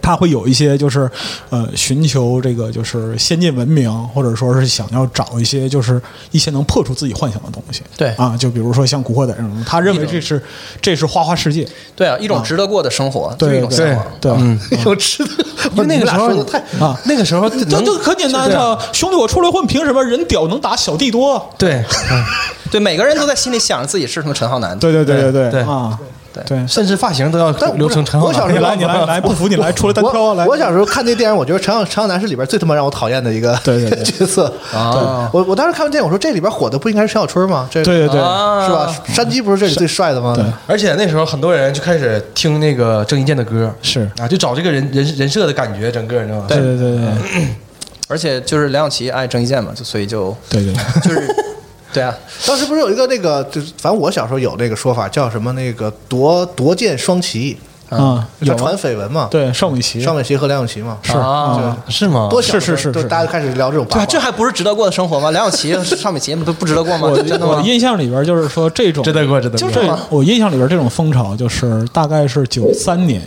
Speaker 3: 他会有一些就是呃寻求这个就是先进文明，或者说是想要找一些就是一些能破除自己幻想的东西。
Speaker 5: 对
Speaker 3: 啊，就比如说像《古惑仔》这种，他认为这是这是花花世界。
Speaker 5: 对啊，一种值得过的生活， 就是一
Speaker 3: 对
Speaker 5: 种
Speaker 3: 对
Speaker 5: 向往。
Speaker 3: 对，
Speaker 10: 有吃的，
Speaker 11: 因为那个时
Speaker 10: 我
Speaker 11: 候
Speaker 10: 说的太
Speaker 3: 啊
Speaker 11: 那个时候
Speaker 3: 这
Speaker 11: 能
Speaker 3: 就很简单
Speaker 11: 对啊
Speaker 3: 啊，兄弟，我出来混，凭什么人屌能打小弟多？
Speaker 11: 对，
Speaker 5: 对，每个人都在心里想着自己是什么陈浩南。
Speaker 3: 对对对对
Speaker 11: 对
Speaker 3: 啊，
Speaker 5: 对
Speaker 3: 对。
Speaker 11: 甚至发型都要
Speaker 10: 但我
Speaker 11: 留成陈浩
Speaker 10: 我小
Speaker 11: 南
Speaker 10: 时
Speaker 3: 你
Speaker 10: 候
Speaker 3: 来，你来，你来，不服你来，出来单挑啊！来，
Speaker 10: 我小时候看那电影，我觉得陈浩陈浩南是里边最他妈让我讨厌的一个
Speaker 3: 对对对
Speaker 10: 角色
Speaker 5: 啊
Speaker 10: 对我我当时看完电影，我说这里边火的不应该是陈小春吗？这
Speaker 3: 对对对
Speaker 11: 啊
Speaker 10: 是吧？山鸡不是这里最帅的吗？
Speaker 3: 对
Speaker 11: 而且那时候很多人就开始听那个郑伊健的歌，
Speaker 3: 是
Speaker 11: 啊，就找这个人人人设的感觉，整个你知道吗？
Speaker 3: 对对对对
Speaker 5: 而且就是梁咏琪爱郑伊健嘛，就所以就
Speaker 3: 对对对。
Speaker 5: 就是，对啊，
Speaker 10: 当时不是有一个那个，就是反正我小时候有那个说法叫什么那个夺夺剑双旗。
Speaker 3: 啊，
Speaker 10: 就
Speaker 3: 有吗
Speaker 10: 传绯闻嘛，
Speaker 3: 对，邵美琪，
Speaker 10: 邵美琪和梁咏琪嘛，
Speaker 3: 是啊是吗
Speaker 10: 多小的时候
Speaker 3: 是是是
Speaker 10: 就是大家就开始聊这种八
Speaker 11: 对
Speaker 10: 卦
Speaker 11: 啊，，这还不是值得过的生活吗？梁咏琪、上美琪不不值得过吗？
Speaker 3: 我
Speaker 11: 哦真的
Speaker 3: 我
Speaker 11: 吗？
Speaker 3: 印象里边就是说这种，真的
Speaker 9: 过，真的
Speaker 11: 过
Speaker 3: 这我印象里边这种风潮就是大概是九三年，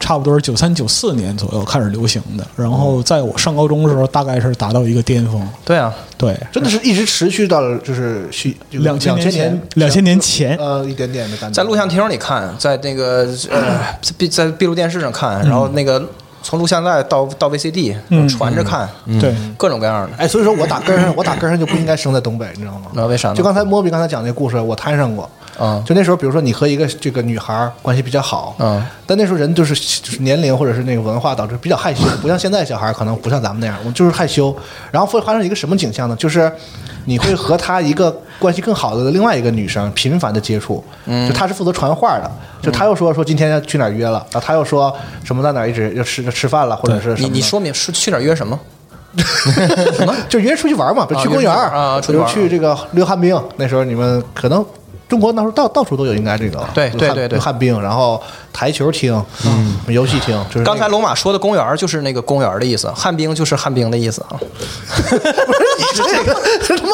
Speaker 3: 差不多是九三九四年左右开始流行的，然后在我上高中的时候大概是达到一个巅峰，
Speaker 11: 对啊，
Speaker 3: 对，
Speaker 10: 真的是一直持续到了就是去
Speaker 3: 两千
Speaker 10: 千
Speaker 3: 年前
Speaker 10: 年
Speaker 3: 两千年前
Speaker 10: 呃一点点的感觉，
Speaker 11: 在录像厅里看，在那个呃闭在闭路电视上看，然后那个从录像带到到 VCD
Speaker 10: 嗯
Speaker 11: 传着看，
Speaker 10: 嗯对
Speaker 11: 各种各样的。
Speaker 10: 哎，所以说我打根儿上，我打根儿上就不应该生在东北，你知道吗？
Speaker 11: 那啊为啥呢？
Speaker 10: 就刚才莫比刚才讲那故事，我摊上过。
Speaker 11: 啊，
Speaker 10: 就那时候，比如说你和一个这个女孩儿关系比较好，
Speaker 11: 嗯，
Speaker 10: 但那时候人就是就是年龄或者是那个文化导致比较害羞，不像现在小孩儿可能不像咱们那样，我们就是害羞。然后会发生一个什么景象呢？就是你会和她一个关系更好的另外一个女生频繁的接触，
Speaker 11: 嗯
Speaker 10: 就她是负责传话的，就她又说说今天要去哪儿约了，然后她又说什么在哪儿一直要吃吃饭了，或者是什
Speaker 11: 你
Speaker 10: 么
Speaker 11: 你
Speaker 10: 的
Speaker 11: 说明说去哪儿约什么？
Speaker 10: 就约出去玩嘛，比如
Speaker 11: 啊
Speaker 10: 去
Speaker 11: 约
Speaker 10: 公园
Speaker 11: 出去玩
Speaker 10: 儿
Speaker 11: 啊
Speaker 10: 比
Speaker 11: 出去
Speaker 10: 如
Speaker 11: 玩
Speaker 10: 去这个溜旱冰。那时候你们可能中国那时候到到处都有，应该这个
Speaker 11: 对
Speaker 10: 溜
Speaker 11: 对
Speaker 10: 旱
Speaker 11: 对对
Speaker 10: 溜旱冰，然后台球厅，嗯，游戏厅，就是
Speaker 11: 刚才龙马说的公园儿就是那个公园儿的意思，旱冰就是旱冰的意思啊。
Speaker 10: 这个这他妈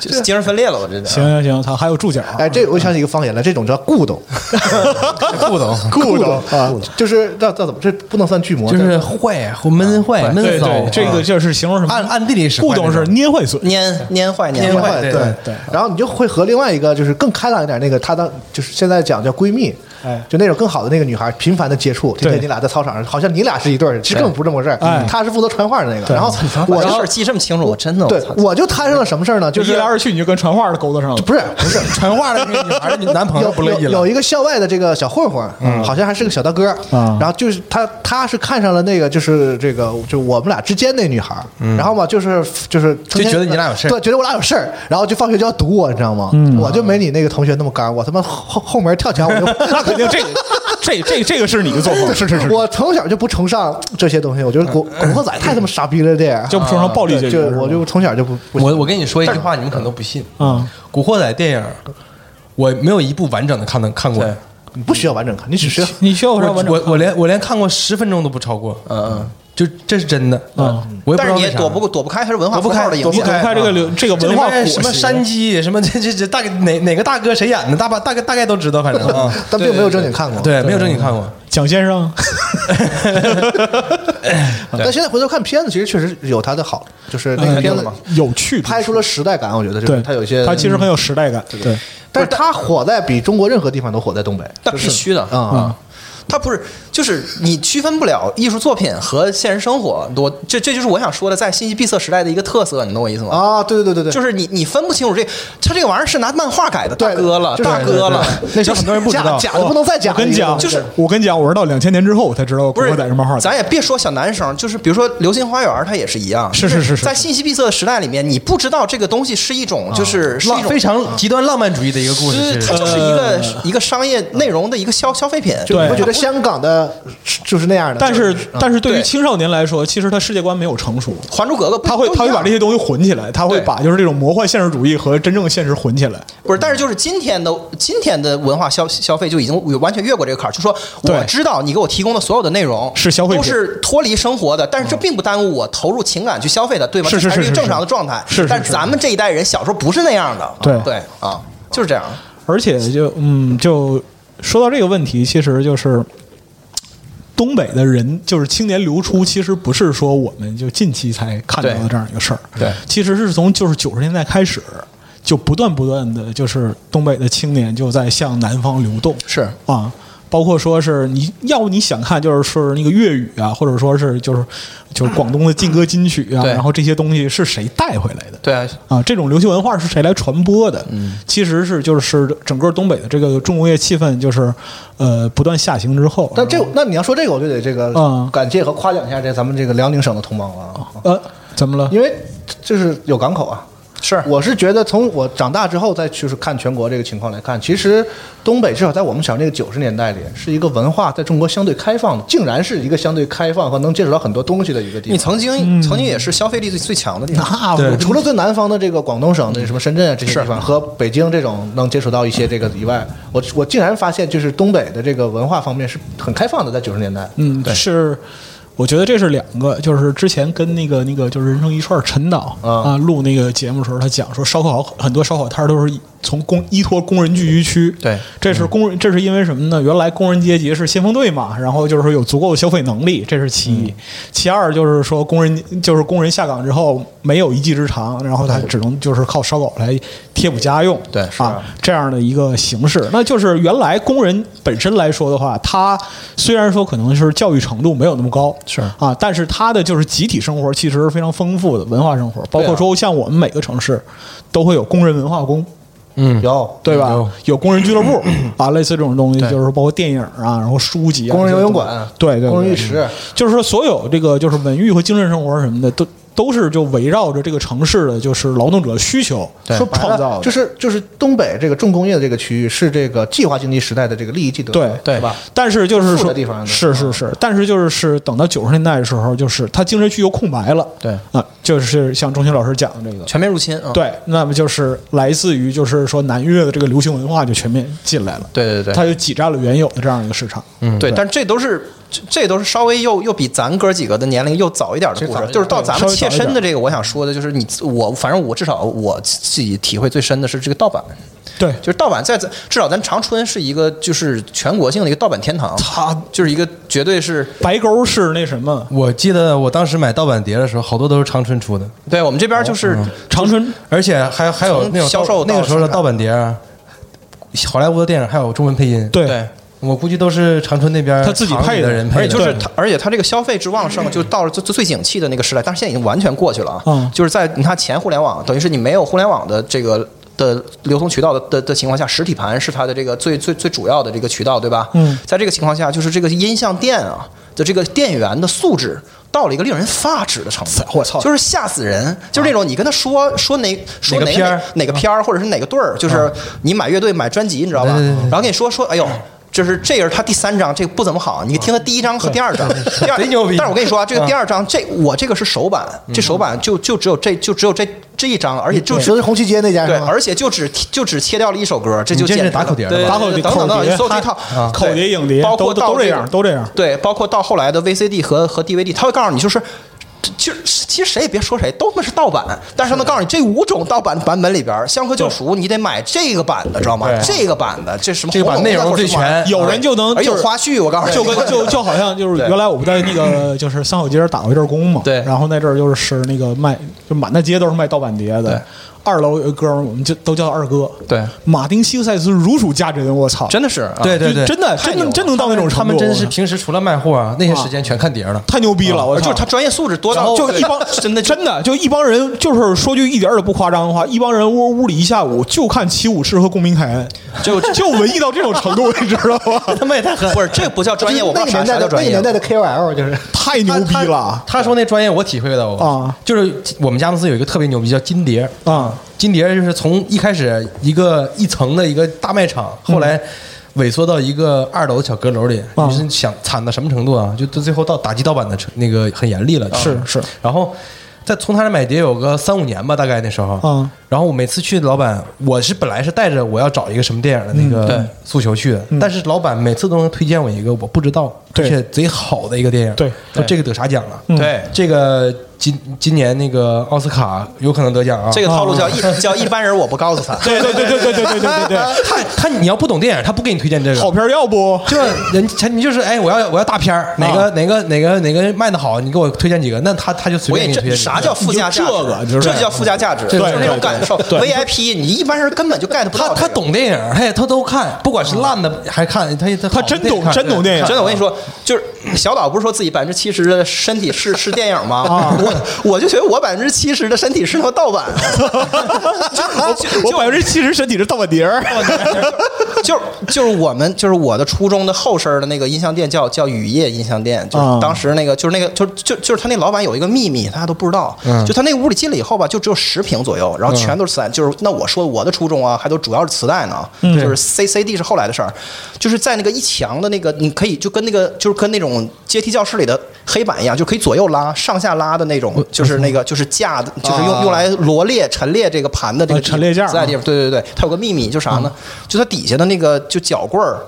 Speaker 11: 就精神分裂了，我真的。
Speaker 3: 行行行，他还有注脚，
Speaker 10: 哎，这我想起一个方言来，这种叫固 斗，
Speaker 9: 不懂，
Speaker 10: 固斗啊，就是这这怎么这不能算巨魔，
Speaker 9: 就是坏或闷坏
Speaker 11: 啊
Speaker 9: 闷
Speaker 3: 对
Speaker 9: 骚
Speaker 3: 对，，这个就是形容什么？
Speaker 9: 按按地理
Speaker 3: 故董是捏坏嘴，
Speaker 11: 蔫蔫坏
Speaker 10: 年
Speaker 11: 蔫坏，
Speaker 10: 对然后你就会和另外一个就是更开朗一点那个，她当就是现在讲叫闺蜜，
Speaker 3: 哎，
Speaker 10: 就那种更好的那个女孩，频繁的接触，天
Speaker 3: 对
Speaker 10: 天你俩在操场上，好像你俩是一对儿，其实根本不是这么回事儿
Speaker 3: 哎。
Speaker 10: 她是负责传话的那个，
Speaker 3: 对
Speaker 10: 然后
Speaker 11: 我
Speaker 10: 我
Speaker 11: 这事儿记这么清楚，我真的。
Speaker 10: 对，我就摊哦上了什么事儿呢？就是
Speaker 3: 一来二去你就跟传话的勾搭上了，
Speaker 10: 不是不是
Speaker 9: 传话的那个女孩儿，你男朋友不乐意
Speaker 10: 有
Speaker 9: 了
Speaker 10: 有。一个校外的这个小混混，
Speaker 9: 嗯
Speaker 10: 好像还是个小大哥，
Speaker 9: 嗯
Speaker 10: 然后就是他他是看上了那个就是这个就我们俩之间那女孩，然后嘛就是就是
Speaker 9: 嗯就觉得你俩有事儿
Speaker 10: 对，觉得我俩有事儿，然后就放学就要堵我，你知道吗？
Speaker 3: 嗯
Speaker 10: 我就没你那个同学那么刚，我他妈后后门跳墙我 就
Speaker 3: 那肯定这个这这这个是你的作风，是是是，
Speaker 10: 我从小就不崇尚这些东西，我觉得古古惑仔太他妈傻逼了，这样
Speaker 9: 嗯就不崇尚暴力这
Speaker 10: 对
Speaker 9: 一
Speaker 10: 就
Speaker 9: 块是吧
Speaker 10: 我就从小就不不
Speaker 9: 我我跟你说一句话，你们可能都不信。
Speaker 3: 嗯，
Speaker 9: 《古惑仔》电影，我没有一部完整的看能看过。
Speaker 10: 你不需要完整看，你只需要，
Speaker 3: 你需要
Speaker 9: 哦我我我连我连看过十分钟都不超过。嗯嗯，就这是真的。嗯，我也不知
Speaker 11: 但是
Speaker 9: 道
Speaker 11: 你也
Speaker 9: 为啥
Speaker 11: 躲不过躲不开它是文化
Speaker 9: 躲不
Speaker 11: 符号
Speaker 9: 开
Speaker 11: 的影
Speaker 9: 躲不
Speaker 11: 响，嗯
Speaker 9: 开啊这里面什么
Speaker 11: 山
Speaker 9: 山鸡什么这这这大概哪哪个大哥谁演的，大把大概大概都知道，反正 啊
Speaker 10: 但并没有正经看过
Speaker 9: 对，没有正经看过。
Speaker 3: 蒋先生，
Speaker 10: 但现在回头看片子，其实确实有它的好，就是那
Speaker 3: 嗯
Speaker 10: 个片子
Speaker 3: 有趣，
Speaker 10: 拍出了时代感。我觉得就是
Speaker 3: 对，
Speaker 10: 它有一些，嗯
Speaker 3: 他其实很有时代感，对，
Speaker 10: 但是它火在比中国任何地方都火在东北，
Speaker 11: 那必须的嗯
Speaker 10: 啊！
Speaker 11: 它不是，就是你区分不了艺术作品和现实生活。我这这就是我想说的，在信息闭塞时代的一个特色，你懂我意思吗？
Speaker 10: 啊，对对对对对，
Speaker 11: 就是你你分不清楚这它这个玩意儿是拿漫画改的，大哥了，
Speaker 10: 对对
Speaker 11: 大哥了
Speaker 10: 对对对，那时候很多人不知道哦
Speaker 11: 假假的不能再假
Speaker 3: 我跟你讲，
Speaker 11: 就是。
Speaker 3: 我跟你讲，我是到两千年之后我才知道
Speaker 11: 不
Speaker 3: 古
Speaker 11: 是
Speaker 3: 惑仔是漫画，
Speaker 11: 咱也别说小男生，就是比如说《流星花园》，它也是一样。
Speaker 3: 是
Speaker 11: 就是
Speaker 3: 是是
Speaker 11: 在信息闭塞的时代里面，你不知道这个东西是一种，就是是一
Speaker 9: 啊浪
Speaker 11: 种
Speaker 9: 非常极端浪漫主义的一个故
Speaker 11: 就
Speaker 9: 事，
Speaker 11: 是
Speaker 9: 是
Speaker 11: 它就是一个
Speaker 3: 呃
Speaker 11: 一个商业内容的一个消消费品。
Speaker 10: 就你
Speaker 3: 对
Speaker 10: 会觉得香港的就是那嗯样的，
Speaker 3: 但是
Speaker 10: 就
Speaker 3: 但是对于
Speaker 11: 对
Speaker 3: 青少年来说，其实他世界观没有成熟，
Speaker 11: 《还珠格格》不
Speaker 3: 他会
Speaker 11: 都一
Speaker 3: 他
Speaker 11: 样
Speaker 3: 会把这些东西混起来，他会
Speaker 11: 对
Speaker 3: 把就是这种魔幻现实主义和真正现实混起来，
Speaker 11: 不是，但是就是今天的今天的文化消消费就已经完全越过这个坎儿，就说
Speaker 3: 对
Speaker 11: 我知道你给我提供的所有的内容
Speaker 3: 是消费品嗯
Speaker 11: 都是脱离生活的，但是这并不耽误我投入情感去消费的，对吧？
Speaker 3: 是是
Speaker 11: 这才
Speaker 3: 是
Speaker 11: 一
Speaker 3: 是
Speaker 11: 个正
Speaker 3: 是
Speaker 11: 常的状态。
Speaker 3: 是是
Speaker 11: 但
Speaker 3: 是
Speaker 11: 咱们这一代人小时候不是那样的。
Speaker 3: 对
Speaker 11: 对啊，就是这样。
Speaker 3: 而且就嗯，就说到这个问题，其实就是东北的人，就是青年流出，其实不是说我们就近期才看到的这样一个事儿，
Speaker 9: 对，
Speaker 3: 其实是从就是九十年代开始。就不断不断的就是东北的青年就在向南方流动，
Speaker 11: 是
Speaker 3: 啊，包括说是你要不你想看就是说那个粤语啊，或者说是就是就是广东的劲歌金曲啊，
Speaker 11: 对
Speaker 3: 然后这些东西是谁带回来的？
Speaker 11: 对啊，
Speaker 3: 啊，这种流行文化是谁来传播的？嗯，其实是就是整个东北的这个重工业气氛，就是呃不断下行之后，
Speaker 10: 但这那你要说这个，我就得这个
Speaker 3: 嗯
Speaker 10: 感谢和夸奖一下这咱们这个辽宁省的同胞了啊，
Speaker 3: 呃怎么了？
Speaker 10: 因为就是有港口啊。
Speaker 11: 是，
Speaker 10: 我是觉得从我长大之后再去是看全国这个情况来看，其实东北至少在我们小那个九十年代里，是一个文化在中国相对开放的，竟然是一个相对开放和能接触到很多东西的一个地方。
Speaker 11: 你曾经曾经也是消费力最最强的地
Speaker 10: 那
Speaker 11: 方，
Speaker 10: 我除了最南方的这个广东省的什么深圳啊这些地方和北京这种能接触到一些这个以外，我我竟然发现就是东北的这个文化方面是很开放的，在九十年代。
Speaker 3: 嗯，是，我觉得这是两个，就是之前跟那个那个就是人生一串陈导、啊录那个节目的时候，他讲说烧烤很多烧烤摊儿都是以从工依托工人聚居区，
Speaker 11: 对，
Speaker 3: 这是工人，这是因为什么呢？原来工人阶级是先锋队嘛，然后就是说有足够的消费能力，这是其一。其二就是说工人就是工人下岗之后没有一技之长，然后他只能就是靠烧烤来贴补家用，对啊这样的一个形式。那就是原来工人本身来说的话，他虽然说可能是教育程度没有那么高，是啊，但是他的就是集体生活其实是非常丰富的文化生活，包
Speaker 10: 啊
Speaker 3: 括说像我们每个城市都会有工人文化宫。
Speaker 9: 嗯，
Speaker 10: 有
Speaker 3: 对吧？有工人俱乐 部啊，类似这种东西，就是包括电影啊，然后书籍啊，
Speaker 10: 工人游泳馆
Speaker 3: 这些东西对对，
Speaker 10: 工人
Speaker 3: 对
Speaker 10: 浴池，
Speaker 3: 就是说所有这个就是文娱和精神生活什么的，都都是就围绕着这个城市的就是劳动者需求
Speaker 10: 说白
Speaker 3: 创造
Speaker 10: 了
Speaker 3: 的，
Speaker 10: 就是就是东北这个重工业的这个区域是这个计划经济时代的这个利益既得，
Speaker 3: 对
Speaker 10: 对吧？
Speaker 3: 但是就是
Speaker 10: 富
Speaker 3: 说
Speaker 10: 的地方嗯呢
Speaker 3: 是是是，但是就是是等到九十年代的时候，就是他精神需求空白了，
Speaker 10: 对
Speaker 3: 啊，就是像钟情老师讲的这个
Speaker 11: 全面入侵啊，
Speaker 3: 对，那么就是来自于就是说南越的这个流行文化就全面进来了，
Speaker 11: 对对对
Speaker 3: 它就挤占了原有的这样一个市场。嗯
Speaker 11: 对，但是这都是这这都是稍微又又比咱哥几个的年龄又早一点的故
Speaker 3: 稍微
Speaker 11: 事
Speaker 3: 早，
Speaker 11: 就是到咱们
Speaker 3: 对哎稍微早
Speaker 11: 切
Speaker 3: 一
Speaker 11: 身的
Speaker 3: 点
Speaker 11: 这个，我想说的就是你我反正我至少我自己体会最深的是这个盗版。
Speaker 3: 对，
Speaker 11: 就是盗版在咱至少咱长春是一个就是全国性的一个盗版天堂，
Speaker 3: 它
Speaker 11: 就是一个绝对是
Speaker 3: 白沟是那什么，
Speaker 9: 我记得我当时买盗版碟的时候，好多都是长春出的，
Speaker 11: 对我们这边就是
Speaker 3: 长春，
Speaker 9: 而且还还有
Speaker 11: 从
Speaker 9: 那种
Speaker 11: 销售到
Speaker 9: 那个时候的盗版碟啊，好莱坞的电影还有中文配音，
Speaker 3: 对
Speaker 11: 对
Speaker 9: 我估计都是长春那边厂里的人
Speaker 11: 而
Speaker 9: 配的，
Speaker 11: 且就是他，而且他这个消费之旺盛，就到了最最最景气的那个时代，但是现在已经完全过去了啊。
Speaker 3: 嗯
Speaker 11: 就是在你看前互联网，等于是你没有互联网的这个的流通渠道的的的情况下，实体盘是它的这个最最最主要的这个渠道，对吧？
Speaker 3: 嗯
Speaker 11: 在这个情况下，就是这个音像店啊的这个店员的素质。到了一个令人发指的程度，
Speaker 3: 我操
Speaker 11: 就是吓死人，就是那种你跟他说说哪说
Speaker 9: 哪个
Speaker 11: 哪
Speaker 9: 片儿嗯
Speaker 11: 哪个片儿，或者是哪个队儿，就是你买乐队买专辑，你知道吧？
Speaker 9: 对对对
Speaker 11: 然后跟你说说，哎呦，就是这个是他第三章，这个不怎么好，你听他第一章和第二
Speaker 3: 嗯
Speaker 11: 章， 第二
Speaker 9: 贼牛逼
Speaker 11: 但是我跟你说啊，这个第二章，这我这个是首版，
Speaker 3: 嗯
Speaker 11: 这首版就就只有这就只有这这一章，而且就
Speaker 10: 你
Speaker 11: 只
Speaker 10: 说的是红旗街那家
Speaker 11: 对
Speaker 10: 是，吗？
Speaker 11: 而且就只就只切掉了一首歌，这就
Speaker 9: 你这是
Speaker 11: 简直了
Speaker 9: 打口碟儿吧
Speaker 11: 对对
Speaker 3: 打口
Speaker 11: 对
Speaker 3: 碟
Speaker 11: 等等等
Speaker 3: 口碟
Speaker 11: 等，所有这一套
Speaker 3: 啊
Speaker 11: 对
Speaker 3: 口碟影碟
Speaker 11: 包括
Speaker 3: 都
Speaker 11: 到
Speaker 3: 都这样
Speaker 11: 个
Speaker 3: 都这样
Speaker 11: 对，包括到后来的 VCD 和和 DVD，他会告诉你就是。就其实谁也别说谁，都他妈是盗版。但是他们告诉你，这五种盗版版本里边儿，《香河救赎》你得买这个版的，知道吗
Speaker 9: 对？
Speaker 11: 这个版的，这什么
Speaker 9: 这个版
Speaker 11: 红楼
Speaker 9: 内容
Speaker 11: 梦或者
Speaker 9: 最
Speaker 11: 什么
Speaker 9: 全
Speaker 11: 玩意儿
Speaker 3: 有人就能
Speaker 11: 而且有
Speaker 3: 就是
Speaker 11: 花絮，我告诉你，
Speaker 3: 就跟就就好像就是
Speaker 11: 对
Speaker 3: 原来我不在那 个就是三好街儿打过一阵工嘛，
Speaker 11: 对
Speaker 3: 然后那阵儿就是那个卖就满大街都是卖盗版碟的，二楼有一哥们儿，我们就都叫他二哥，
Speaker 11: 对
Speaker 3: 马丁西克塞斯如数家珍，我操，
Speaker 11: 真的是，啊
Speaker 9: 对对
Speaker 3: 就
Speaker 9: 对，
Speaker 3: 真的真能真能到那种程度，
Speaker 9: 他们真是
Speaker 3: 我操
Speaker 9: 平时除了卖货啊，那些时间全看碟了。
Speaker 3: 太牛逼了，我
Speaker 11: 而
Speaker 3: 操
Speaker 11: 啊就是他专业素质多
Speaker 3: 然
Speaker 11: 到
Speaker 3: 后就一 帮真的真的就一帮人，就是说句一点儿也不夸张的话，一帮人窝屋里一下午就看《七武士》和《公民凯恩》， 就就文艺到这种程度，你知道吗？
Speaker 9: 他们也太狠，
Speaker 11: 不是这个不叫专业，我不
Speaker 10: 那
Speaker 11: 知
Speaker 10: 个
Speaker 11: 道啥
Speaker 10: 年
Speaker 11: 啥叫
Speaker 10: 代的那
Speaker 11: 专
Speaker 10: 个
Speaker 11: 业
Speaker 10: 年。代的 KOL 就是
Speaker 3: 太牛逼了
Speaker 9: 他说那专业我体会到
Speaker 3: 啊，
Speaker 9: 就是我们佳木斯有一个特别牛逼叫金蝶，
Speaker 3: 啊！
Speaker 9: 金蝶就是从一开始一个一层的一个大卖场，后来萎缩到一个二楼小阁楼里，
Speaker 3: 啊
Speaker 9: 你是想惨到什么程度啊？就到最后到打击盗版的程那个很严厉了，
Speaker 3: 是是。
Speaker 9: 然后再从他那买碟有个三五年吧，大概那时候，
Speaker 3: 啊
Speaker 9: 然后我每次去老板，我是本来是带着我要找一个什么电影的那
Speaker 3: 嗯对嗯
Speaker 9: 个诉求去的，但是老板每次都能推荐我一个我不知道而
Speaker 3: 对
Speaker 9: 且贼好的一个电影，
Speaker 3: 对
Speaker 9: 说这个得啥奖了？
Speaker 3: 嗯
Speaker 11: 对，
Speaker 9: 这个今今年那个奥斯卡有可能得奖啊，
Speaker 11: 这个
Speaker 3: 嗯
Speaker 11: 套路叫一 叫一般人我不告诉他。
Speaker 3: 对对对对对对对对对，
Speaker 9: 他他你要不懂电影，他不给你推荐这个。
Speaker 3: 好片儿要 不？
Speaker 9: 就人他你就是哎，我要我要大片儿，哪个、哪个哪个哪个卖的好，你给我推荐几个，那他他就随
Speaker 11: 我
Speaker 9: 便
Speaker 11: 也
Speaker 9: 给你推
Speaker 11: 这
Speaker 9: 荐几个。
Speaker 11: 啥叫附加价值？
Speaker 3: 你就这个就是
Speaker 11: 这就叫附加价值，
Speaker 9: 对
Speaker 11: 就是
Speaker 3: 对
Speaker 11: 那种
Speaker 3: 对
Speaker 11: 感受。
Speaker 3: 对
Speaker 11: VIP 你一般人根本就 get 不到
Speaker 9: 他
Speaker 11: 这个。
Speaker 9: 他懂电影，他也他都看，不管是烂的还看，他
Speaker 3: 他
Speaker 9: 他他
Speaker 3: 真懂真懂电影
Speaker 11: 真的，我跟你说，就是小岛不是说自己百分之七十的身体是是电影吗？我我就觉得我百分之七十的身体是他妈盗版，
Speaker 3: 我百分之七十身体是盗版碟儿。
Speaker 11: 就是就是我们就是我的初中的后身的那个音像店叫叫雨夜音像店，
Speaker 3: 啊
Speaker 11: 就是当时那个就是那个就就就是他那老板有一个秘密，大家都不知道
Speaker 9: 嗯，
Speaker 11: 就他那屋里进来以后吧，就只有十平左右，
Speaker 3: 嗯
Speaker 11: 然后全都是磁带，就是那我说我的初中啊，还都主要是磁带呢，
Speaker 9: 嗯
Speaker 11: 就是 C C D 是后来的事儿，就是在那个一墙的那个，你可以就跟那个就是跟那种阶梯教室里的黑板一样，就可以左右拉、上下拉的那种，就是那个就是架的，就是用
Speaker 3: 啊
Speaker 11: 用来罗列陈列这个盘的这个
Speaker 3: 啊陈列架
Speaker 11: 磁带地方。对对对，它有个秘密，就啥
Speaker 9: 嗯
Speaker 11: 呢？就它底下的那个就脚棍儿，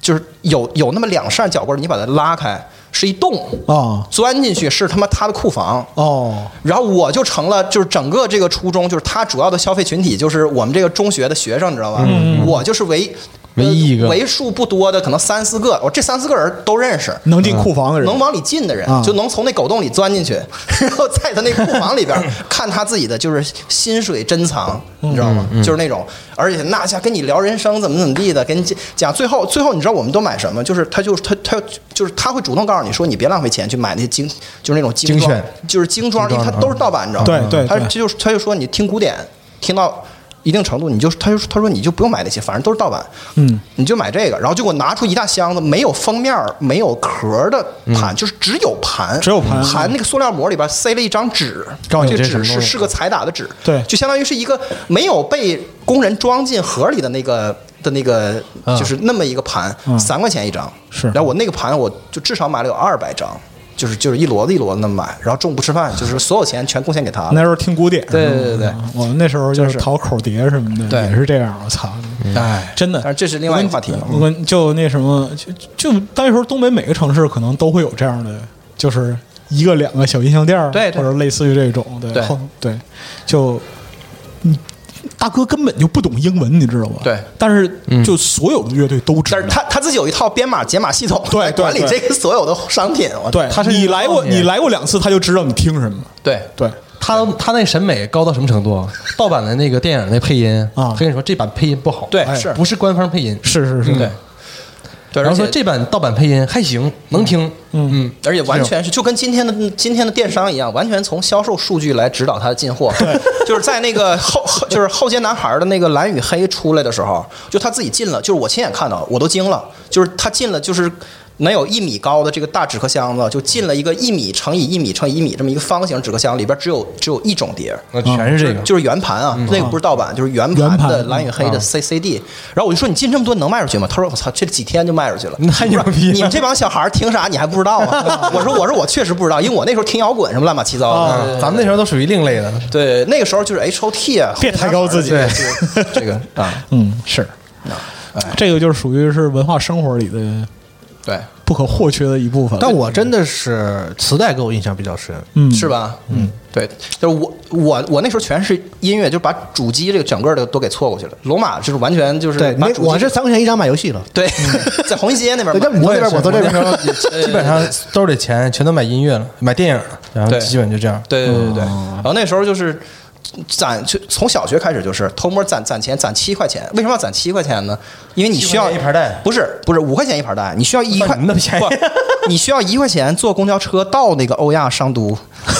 Speaker 11: 就是有有那么两扇脚棍儿，你把它拉开。是一洞
Speaker 3: 啊，
Speaker 11: 钻进去是他妈他的库房
Speaker 3: 哦，
Speaker 11: 然后我就成了就是整个这个初中就是他主要的消费群体就是我们这个中学的学生，你知道吧？
Speaker 9: 嗯嗯
Speaker 11: 我就是唯
Speaker 9: 唯
Speaker 11: 呃
Speaker 9: 一一个
Speaker 11: 为数不多的，可能三四个，我这三四个人都认识，
Speaker 3: 能进库房的人
Speaker 11: 能往里进的人
Speaker 3: 啊，
Speaker 11: 就能从那狗洞里钻进去， 然后在他那库房里 边 看他自己的就是薪水珍藏，你知道吗？
Speaker 9: 嗯嗯
Speaker 11: 就是那种，而且那家跟你聊人生怎么怎么地的，跟你讲讲，最后最后你知道我们都买什么？就是他就他他就是他会主动告诉你说你别浪费钱去买那精就是那种精
Speaker 9: 精
Speaker 11: 装
Speaker 9: 选，
Speaker 11: 就是精装，因为它都是盗版，你知道吗？
Speaker 3: 嗯对对
Speaker 11: 他
Speaker 3: 对
Speaker 11: 这就是他就说你听古典听到。一定程度，你就他就他说你就不用买那些，反正都是盗版。
Speaker 3: 嗯，
Speaker 11: 你就买这个，然后就给我拿出一大箱子没有封面儿、没有壳儿的盘，就是只有盘，
Speaker 3: 嗯只有盘
Speaker 11: 盘那个塑料膜里边塞了一张纸，
Speaker 9: 告诉你
Speaker 11: 这
Speaker 9: 这
Speaker 11: 纸
Speaker 9: 是什么东西
Speaker 11: 是是个彩打的纸，
Speaker 3: 对
Speaker 11: 就相当于是一个没有被工人装进盒里的那个的那个，
Speaker 9: 嗯
Speaker 11: 就是那么一个盘，三块钱一张，
Speaker 3: 是
Speaker 11: 然后我那个盘我就至少买了有二百张。就是就是一摞子一摞子那么买，然后中午不吃饭，就是所有钱全贡献给他了。
Speaker 3: 那时候听古典，
Speaker 11: 对对对对
Speaker 3: 嗯我们那时候就是淘口碟什么的，
Speaker 11: 对
Speaker 3: 也是这样。我操，
Speaker 11: 哎，
Speaker 3: 真的
Speaker 11: 但是这是另外一个话题了。
Speaker 9: 嗯
Speaker 11: 嗯
Speaker 3: 我跟就那什么，就就那时候东北每个城市可能都会有这样的，就是一个两个小音像店儿，
Speaker 11: 对对
Speaker 3: 或者类似于这种，对
Speaker 11: 对
Speaker 3: 后对，就你大哥根本就不懂英文，你知道吗？
Speaker 11: 对，
Speaker 3: 但是
Speaker 9: 嗯
Speaker 3: 就所有的乐队都知道
Speaker 11: 但是。他他自己有一套编码解码系统，
Speaker 3: 对对
Speaker 11: 管理
Speaker 3: 对
Speaker 11: 这个所有的商品。我
Speaker 3: 对，
Speaker 9: 他是
Speaker 3: 你来过，你来过两次，他就知道你听什么。
Speaker 11: 对
Speaker 3: 对，
Speaker 9: 他他那审美高到什么程度？盗版的那个电影那配音
Speaker 3: 啊
Speaker 9: 跟你说这版配音不好，
Speaker 11: 对
Speaker 9: 哎
Speaker 11: 是
Speaker 9: 不是官方配音？
Speaker 3: 是是是，
Speaker 9: 对，
Speaker 11: 对，
Speaker 9: 然
Speaker 11: 而
Speaker 9: 后说
Speaker 11: 且
Speaker 9: 这版盗版配音还行，能听，嗯
Speaker 11: 而且完全是就跟今天的今天的电商一样，完全从销售数据来指导他的进货。就是在那个后后就是后街男孩的那个蓝与黑出来的时候，就他自己进了，就是我亲眼看到，我都惊了，就是他进了就是。能有一米高的这个大纸壳箱子，就进了一个一米乘以一米乘以一米这么一个方形纸壳箱，里边只有只有一种碟儿，
Speaker 9: 那
Speaker 3: 嗯
Speaker 9: 全是这个，嗯
Speaker 11: 就是圆盘啊，那个不是盗版，就是圆
Speaker 3: 圆
Speaker 11: 盘
Speaker 3: 盘
Speaker 11: 的蓝与黑的 C C D。然后我就说你进这么多能卖出去吗？他说我操，这几天就卖出去了。
Speaker 9: 那太牛逼了
Speaker 11: 你们这帮小孩儿听啥你还不知道 啊？我说我说我确实不知道，因为我那时候听摇滚什么乱七八糟的。嗯
Speaker 9: 啊，咱们那时候都属于另类的，
Speaker 11: 对，那个时候就是 H O T 啊，
Speaker 3: 别抬高自己
Speaker 11: 对哎对这个啊，
Speaker 3: 嗯，是，这个就是属于是文化生活里的
Speaker 11: 对，
Speaker 9: 嗯
Speaker 3: 不可或缺的一部
Speaker 11: 啊
Speaker 3: 分。
Speaker 10: 但我真的是磁带给我印象比较深，
Speaker 3: 嗯
Speaker 11: 是吧？嗯，对，就是我我我那时候全是音乐，就把主机这个整个的都给错过去了。龙马就是完全就是
Speaker 10: 对，
Speaker 11: 把
Speaker 10: 那
Speaker 11: 主机
Speaker 10: 我是三块钱一张买游戏了，
Speaker 11: 对，在红一街那边
Speaker 10: 对，
Speaker 11: 买
Speaker 10: 要我那边我坐这
Speaker 9: 那时
Speaker 10: 边，
Speaker 9: 候也基本上兜里钱全都买音乐了，买电影了，然后
Speaker 11: 对
Speaker 9: 基本就这样。嗯
Speaker 11: 对对对对，然后那时候就是攒，就从小学开始就是偷摸攒攒钱，攒七块钱。为什么要攒七块钱呢？因为你需
Speaker 9: 7
Speaker 11: 要
Speaker 9: 块钱一盘带
Speaker 11: 不是不是五块钱一盘带，你需要一块
Speaker 9: 那你那么便宜
Speaker 11: 不你需要一块钱坐公交车到那个欧亚商都，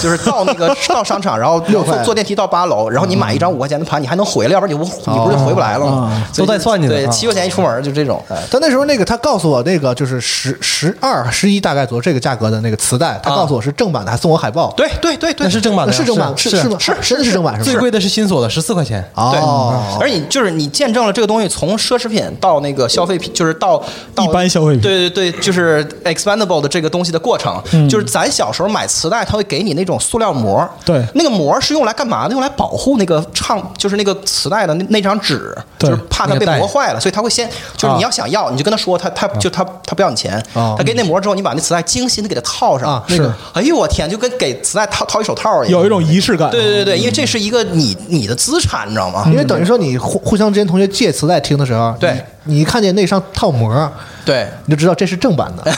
Speaker 11: 就是到那个到商场，然后坐
Speaker 10: 块
Speaker 11: 坐电梯到八楼，然后你买一张五块钱的盘，你还能回来，要不然你不你不是就回不来了吗？所
Speaker 9: 哦
Speaker 11: 以
Speaker 9: 都带算计的
Speaker 11: 对，
Speaker 9: 啊
Speaker 11: 七块钱一出门就这种。哎
Speaker 10: 但那时候那个他告诉我那个就是十十二十一大概左右这个价格的那个磁带，他告诉我是正版的，还送我海报。
Speaker 11: 啊对对对对，
Speaker 9: 那是正版的呀
Speaker 10: 是正版，
Speaker 9: 是
Speaker 10: 是
Speaker 9: 是
Speaker 10: 吗？是真的是正版是
Speaker 9: 最
Speaker 10: 吗？
Speaker 9: 贵的是新锁的，十四块钱。
Speaker 11: 对，
Speaker 10: 哦，
Speaker 11: 而你就是你见证了这个东西从奢侈品到那个消费品，就是到到
Speaker 3: 一般消费品
Speaker 11: 对对对，就是 expandable 的这个东西的过程。
Speaker 3: 嗯
Speaker 11: 就是咱小时候买磁带，它会给你那种塑料膜，
Speaker 3: 对
Speaker 11: 那个膜是用来干嘛的？用来保护那个唱，就是那个磁带的那那张纸，就
Speaker 3: 对啊
Speaker 11: 是怕它
Speaker 9: 那
Speaker 11: 被
Speaker 9: 个带
Speaker 11: 磨坏了，所以它会先就是你要想要，你就跟他说，他他就他他不要你钱，
Speaker 3: 哦
Speaker 11: 他给你那膜之后，你把那磁带精心的给它套上
Speaker 10: 啊那个，
Speaker 11: 哎呦我天，就跟给磁带套套一手套一样，
Speaker 3: 有一种仪式感。
Speaker 11: 对对对，因为这是一个你你的资产，你知道
Speaker 15: 嗯
Speaker 11: 吗？
Speaker 3: 嗯
Speaker 10: 因为等于说你互互相之间同学借磁带听的时候，
Speaker 11: 对
Speaker 10: 你，你一看见那上套膜，
Speaker 11: 对，
Speaker 15: 哎
Speaker 10: 你就知道这是正版的。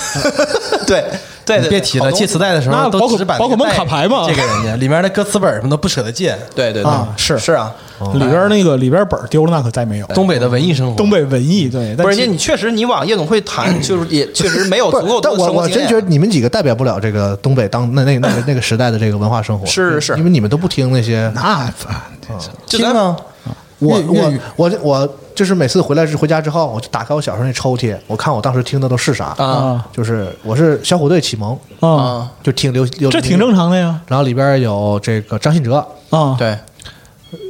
Speaker 11: 对
Speaker 15: 对
Speaker 11: 你别提了，借磁带的时候
Speaker 3: 那
Speaker 11: 都
Speaker 3: 宝可
Speaker 11: 只把那
Speaker 3: 宝
Speaker 11: 个
Speaker 3: 可梦
Speaker 11: 带
Speaker 3: 卡牌嘛
Speaker 11: 借给人家，里面的歌词本什么都不舍得借。
Speaker 15: 对对
Speaker 3: 啊是
Speaker 15: 是啊，
Speaker 3: 里边那个里边本儿丢了，那可再没有。
Speaker 11: 东北的文艺生活，
Speaker 3: 东北文艺对，但
Speaker 15: 不是，
Speaker 3: 其
Speaker 15: 人家你确实你往夜总会谈，就是也确实没有
Speaker 10: 不
Speaker 15: 足
Speaker 10: 是
Speaker 15: 够多
Speaker 10: 但
Speaker 15: 的
Speaker 10: 我
Speaker 15: 生活
Speaker 10: 我
Speaker 15: 经验。
Speaker 10: 真觉得你们几个代表不了这个东北当那那那个那个时代的这个文化生活，
Speaker 15: 是是
Speaker 10: 因为你们都不听那些。
Speaker 3: 那
Speaker 15: 就咱
Speaker 11: 吗？
Speaker 10: 我
Speaker 11: 粤粤
Speaker 10: 我
Speaker 11: 语
Speaker 10: 我这我就是每次回来之回家之后，我就打开我小时候那抽屉，我看我当时听的都是啥
Speaker 15: 啊，
Speaker 10: 就是我是小虎队启蒙，
Speaker 3: 啊，
Speaker 10: 就听刘刘
Speaker 3: 这挺正常的呀
Speaker 10: 然后里边有这个张信哲，
Speaker 3: 啊，
Speaker 15: 对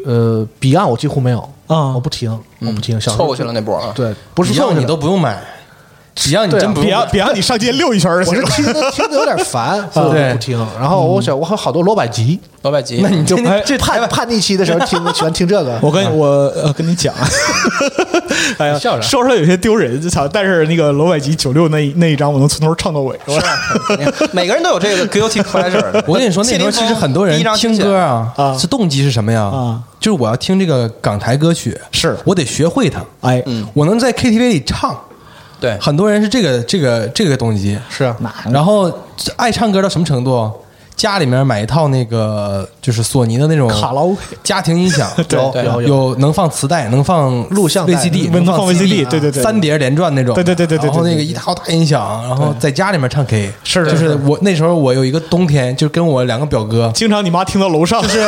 Speaker 10: 呃，Beyond 我几乎没有
Speaker 3: 啊
Speaker 10: 我不听，我不听，小时候
Speaker 15: 嗯错过去了那波啊。
Speaker 10: 对，不是错
Speaker 11: 要
Speaker 10: 过去
Speaker 11: 你
Speaker 10: 了
Speaker 11: 都不用买，只要你
Speaker 10: 对啊
Speaker 11: 真不用
Speaker 3: 别
Speaker 11: 买。
Speaker 3: 别让你上街溜一圈儿就
Speaker 10: 我
Speaker 3: 行
Speaker 10: 是
Speaker 3: 了。
Speaker 10: 听的听的有点 烦，所以我就
Speaker 11: 对
Speaker 10: 不听。然后我想，我还有好多罗百吉，
Speaker 15: 老百吉，
Speaker 11: 那你就
Speaker 3: 哎
Speaker 11: 这
Speaker 10: 叛叛逆期的时候 听喜欢听这个。
Speaker 3: 我跟我呃跟你讲，哎呀，
Speaker 11: 笑啥
Speaker 3: 说出来有些丢人，就操！但是那个罗百吉九六那一那一张，我能从头唱到尾。是吧？
Speaker 15: 每个人都有这个 guilty pleasure。
Speaker 11: 我跟你说，那时候其实很多人
Speaker 15: 谢霆锋
Speaker 11: 听歌，啊
Speaker 3: 啊，
Speaker 11: 是动机是什么呀？
Speaker 3: 啊
Speaker 11: 就是我要听这个港台歌曲，
Speaker 3: 是
Speaker 11: 我得学会它，
Speaker 3: 哎，
Speaker 11: 我能在 KTV 里唱。
Speaker 15: 对
Speaker 11: 很多人是这个这个这个动机。
Speaker 10: 是啊，
Speaker 11: 然后这爱唱歌到什么程度？家里面买一套那个就是索尼的那种
Speaker 3: 卡拉 OK
Speaker 11: 家庭音响，
Speaker 3: 对
Speaker 11: 有
Speaker 3: 对
Speaker 11: 有有能放磁带，能放
Speaker 10: 录像带
Speaker 11: VCD，
Speaker 3: 能放 VCD 对对对
Speaker 11: 三碟连转那种，
Speaker 3: 对对对对对
Speaker 11: 然后
Speaker 3: 对
Speaker 11: 那
Speaker 3: 对对
Speaker 11: 个一套大音响，然后在家里面唱 K，
Speaker 3: 是的
Speaker 11: 就是是
Speaker 3: 的
Speaker 11: 我那时候我有一个冬天，就跟我两个表 哥，
Speaker 3: 经常你妈听到楼上，
Speaker 11: 就是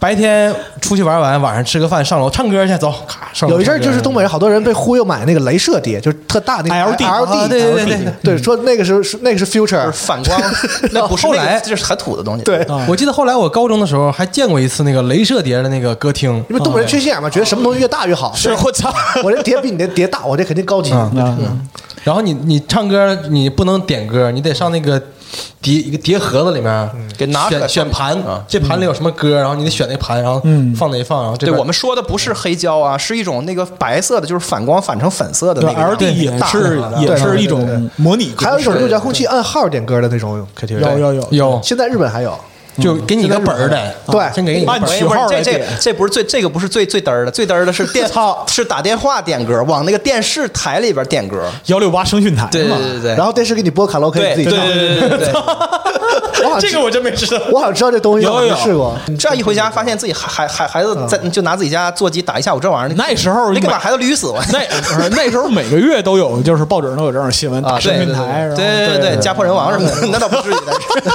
Speaker 11: 白天出去玩完，晚上吃个饭，上楼唱歌去，走，咔上楼
Speaker 10: 有一阵儿
Speaker 11: 唱歌
Speaker 10: 就是东北人好多人被忽悠买那个镭射碟，就是特大那个
Speaker 3: LD
Speaker 10: LD，
Speaker 11: 啊对对对对对
Speaker 10: 对，说那个是是那个是 future，
Speaker 15: 就是反光，那 不是
Speaker 11: 后
Speaker 15: 那个
Speaker 11: 来
Speaker 15: 这是很土的东西。嗯
Speaker 10: 对，
Speaker 11: 我记得后来我高中的时候还见过一次那个镭射碟的那个歌厅，
Speaker 10: 因为东北人缺心眼嘛，觉得什么东西越大越好。
Speaker 3: 是我操！
Speaker 10: 我这碟比你的碟大，我这肯定高级。
Speaker 3: 嗯
Speaker 11: 然后你你唱歌你不能点歌，你得上那个碟一个碟盒子里面
Speaker 15: 给拿出来
Speaker 11: 选选盘，这盘里有什么歌，然后你得选那盘，然后
Speaker 3: 嗯
Speaker 11: 放哪一放，然后这
Speaker 15: 对，
Speaker 11: 边
Speaker 15: 我们说的不是黑胶啊，是一种那个白色的，就是反光反成粉色的
Speaker 3: 对
Speaker 15: 那个样子。
Speaker 3: ，LD 也
Speaker 15: 大的
Speaker 3: 是
Speaker 15: 那个
Speaker 3: 也
Speaker 10: 对对
Speaker 3: 是一
Speaker 10: 对对
Speaker 3: 种
Speaker 10: 对
Speaker 3: 模拟格式，
Speaker 10: 还有一种用遥控器按号点歌的那种 KTV，
Speaker 3: 有有有
Speaker 11: 有
Speaker 10: 现在日本还有。
Speaker 11: 就给你一个本儿的，
Speaker 10: 对
Speaker 11: 啊先给你一个本
Speaker 3: 按
Speaker 11: 儿。
Speaker 3: 序号
Speaker 15: 不
Speaker 3: 来
Speaker 15: 是这这
Speaker 3: 点
Speaker 15: 这不是最这个不是最最嘚儿的，最嘚儿的是电
Speaker 3: 操
Speaker 15: 是打电话点歌，往那个电视台里边点歌。
Speaker 3: 幺六八声讯台嘛，
Speaker 15: 对
Speaker 10: 然后电视给你播卡拉 OK，
Speaker 15: 对
Speaker 10: 你自
Speaker 15: 对
Speaker 10: 己唱。
Speaker 15: 对对对对。
Speaker 10: 我好像知
Speaker 3: 这个我真没知道。
Speaker 10: 我好像知道这东西，
Speaker 3: 有
Speaker 10: 我
Speaker 3: 有
Speaker 10: 没试过。
Speaker 15: 这样一回家，发现自己孩孩孩孩子在就拿自己家座机打一下午这玩意儿，
Speaker 3: 那时候
Speaker 15: 你给
Speaker 3: 买
Speaker 15: 把孩子捋死我。
Speaker 3: 那不是 那时候每个月都有，就是报纸上都有这种新闻，
Speaker 10: 啊
Speaker 3: 打声
Speaker 15: 对
Speaker 3: 讯
Speaker 15: 对
Speaker 3: 台，然后
Speaker 15: 对对对，家破人亡什么的，那倒不至于，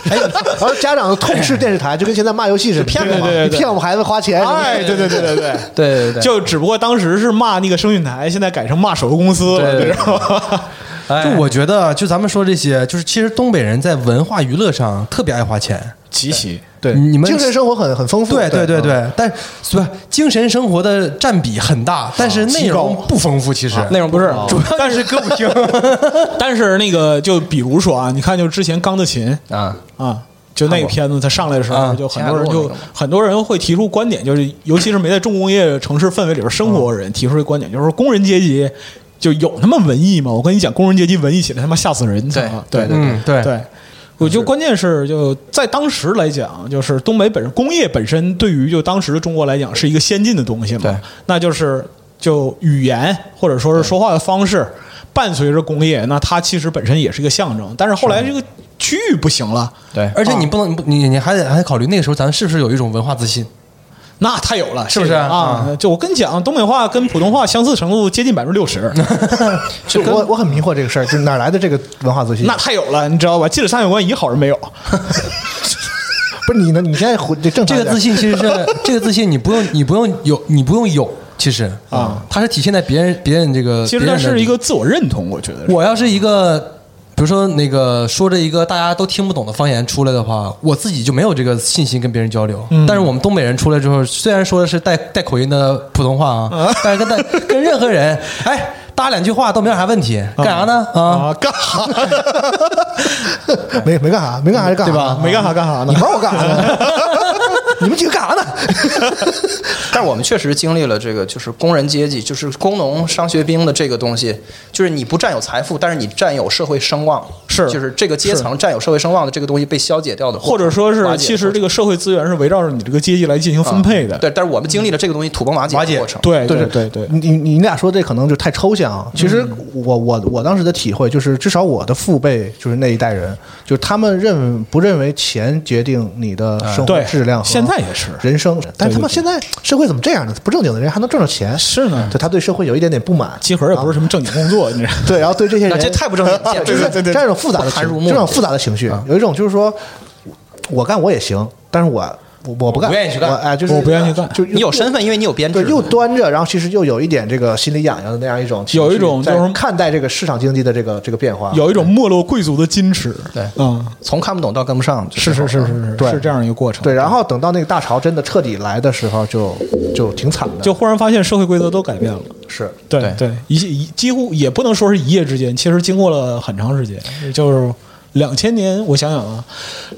Speaker 15: 但是
Speaker 10: 然后家长痛斥电视台，就跟现在骂游戏似的，
Speaker 15: 骗
Speaker 3: 我嘛对对对
Speaker 10: 你骗我们孩子花钱。
Speaker 3: 哎，对对对 对对。
Speaker 15: 对对对
Speaker 3: 就只不过当时是骂那个声讯台，现在改成骂手游公司了，你知道吗？
Speaker 11: 就哎我觉得，就咱们说这些，就是其实东北人在文化娱乐上特别爱花钱。
Speaker 3: 极其
Speaker 10: 对
Speaker 11: 你们
Speaker 10: 精神生活很很丰富。
Speaker 11: 对对对
Speaker 10: 对，
Speaker 15: 嗯
Speaker 11: 对，但是不是精神生活的占比很大，但是内容不丰富，其实
Speaker 3: 内容不是，主要
Speaker 11: 但是歌不听。
Speaker 3: 但是那个就比如说啊，你看就之前钢的琴
Speaker 15: 啊，
Speaker 3: 啊，就那个片子它上来的时候，
Speaker 11: 啊
Speaker 3: 就很多人
Speaker 15: 秦海璐
Speaker 3: 就
Speaker 15: 那个嘛
Speaker 3: 很多人会提出观点，就是尤其是没在重工业城市氛围里边生活的人提出一个观点，就是说工人阶级就有他妈文艺吗？我跟你讲，工人阶级文艺起来他妈吓死人，你知道吗对对
Speaker 11: 嗯，对，
Speaker 3: 对，我就关键是就在当时来讲，就是东北本身工业本身对于就当时的中国来讲是一个先进的东西
Speaker 15: 对
Speaker 3: 嘛，那就是就语言或者说是说话的方式伴随着工业，那它其实本身也是一个象征。但是后来
Speaker 11: 啊
Speaker 3: 这个区域不行了，
Speaker 15: 对
Speaker 11: 而且你不能，你不你你还得还得考虑那个时候咱是不是有一种文化自信？
Speaker 15: 啊
Speaker 3: 那太有了，
Speaker 11: 是不是
Speaker 3: 这个啊？就我跟你讲，东北话跟普通话相似程度接近百分之六 十，
Speaker 10: 就我我很迷惑这个事儿，就是哪来的这个文化自信？
Speaker 3: 那太有了，你知道吧？进了三角关一好人没有，
Speaker 10: 不是你呢？你现在回这正常
Speaker 11: 这
Speaker 10: 点
Speaker 11: 个自信其实是这个自信，你不用你不用有你不用有，其实
Speaker 3: 啊，
Speaker 11: 它是体现在别人别人这个。
Speaker 3: 其实
Speaker 11: 别
Speaker 3: 它
Speaker 11: 人的
Speaker 3: 是一个自我认同，我觉得是。
Speaker 11: 我要是一个，比如说那个说着一个大家都听不懂的方言出来的话，我自己就没有这个信心跟别人交流。但是我们东北人出来之后，虽然说的是带带口音的普通话啊，但是跟带跟任何人，哎，搭两句话都没有啥问题，干啥呢？啊，
Speaker 3: 啊，干啥？
Speaker 10: 没没干啥，没干啥就干啥，对吧
Speaker 3: 没干啥干啥呢
Speaker 10: 你管我干啥呢？ 你们几个干啥呢？
Speaker 15: 但是我们确实经历了这个，就是工人阶级，就是工农商学兵的这个东西，就是你不占有财富，但是你占有社会声望。
Speaker 3: 是
Speaker 11: 就是这个阶层占有社会声望的这个东西被消解掉的过程，
Speaker 3: 或者说
Speaker 11: 瓦
Speaker 3: 是
Speaker 11: 解
Speaker 3: 其实这个社会资源是围绕着你这个阶级来进行分配的。
Speaker 11: 对，但是我们经历了这个东西土崩瓦解的过程，嗯
Speaker 3: 对
Speaker 10: 对
Speaker 3: 对对，嗯
Speaker 10: 你你你俩说这可能就太抽象啊。其实我我我当时的体会就是，至少我的父辈就是那一代人，就是他们认不认为钱决定你的生活
Speaker 3: 哎嗯对
Speaker 10: 质量？
Speaker 3: 现在也是，
Speaker 10: 人生，但是他
Speaker 3: 对
Speaker 10: 们
Speaker 3: 对
Speaker 10: 现在社会怎么这样呢？不正经的人还能挣着钱？
Speaker 3: 是呢，
Speaker 10: 对他对社会有一点点不满。啊
Speaker 3: 集合也不是什么正经工 作，你知道。
Speaker 10: 对，然后对这些人，
Speaker 11: 那这太不正经了
Speaker 10: 就
Speaker 11: 对
Speaker 10: 是
Speaker 11: 对
Speaker 10: 这
Speaker 11: 对
Speaker 10: 样一种复杂的
Speaker 11: 不堪入
Speaker 10: 情，
Speaker 11: 目
Speaker 10: 这种复杂的情
Speaker 3: 啊
Speaker 10: 绪，有一种就是说，我干我也行，但是我我我不
Speaker 11: 我
Speaker 10: 干，
Speaker 11: 不愿意去干
Speaker 10: 我哎，就是
Speaker 11: 我不愿
Speaker 10: 意去干，就
Speaker 11: 你有身份，因为你有编制
Speaker 10: 对，，又端着，然后其实又有一点这个心里痒痒的那样一种情绪，
Speaker 3: 有一种就是
Speaker 10: 在看待这个市场经济的这个这个变化，
Speaker 3: 有一种没落贵族的矜持，
Speaker 11: 对，
Speaker 3: 嗯，
Speaker 11: 从看不懂到跟不上，
Speaker 3: 是是是是是，
Speaker 10: 对
Speaker 3: 是这样一个过程。
Speaker 10: 对，然后等到那个大潮真的彻底来的时候就，就挺惨的，
Speaker 3: 就忽然发现社会规则都改变了，
Speaker 10: 是
Speaker 3: 对对，一一几乎也不能说是一夜之间，其实经过了很长时间，就是两千年，我想想啊，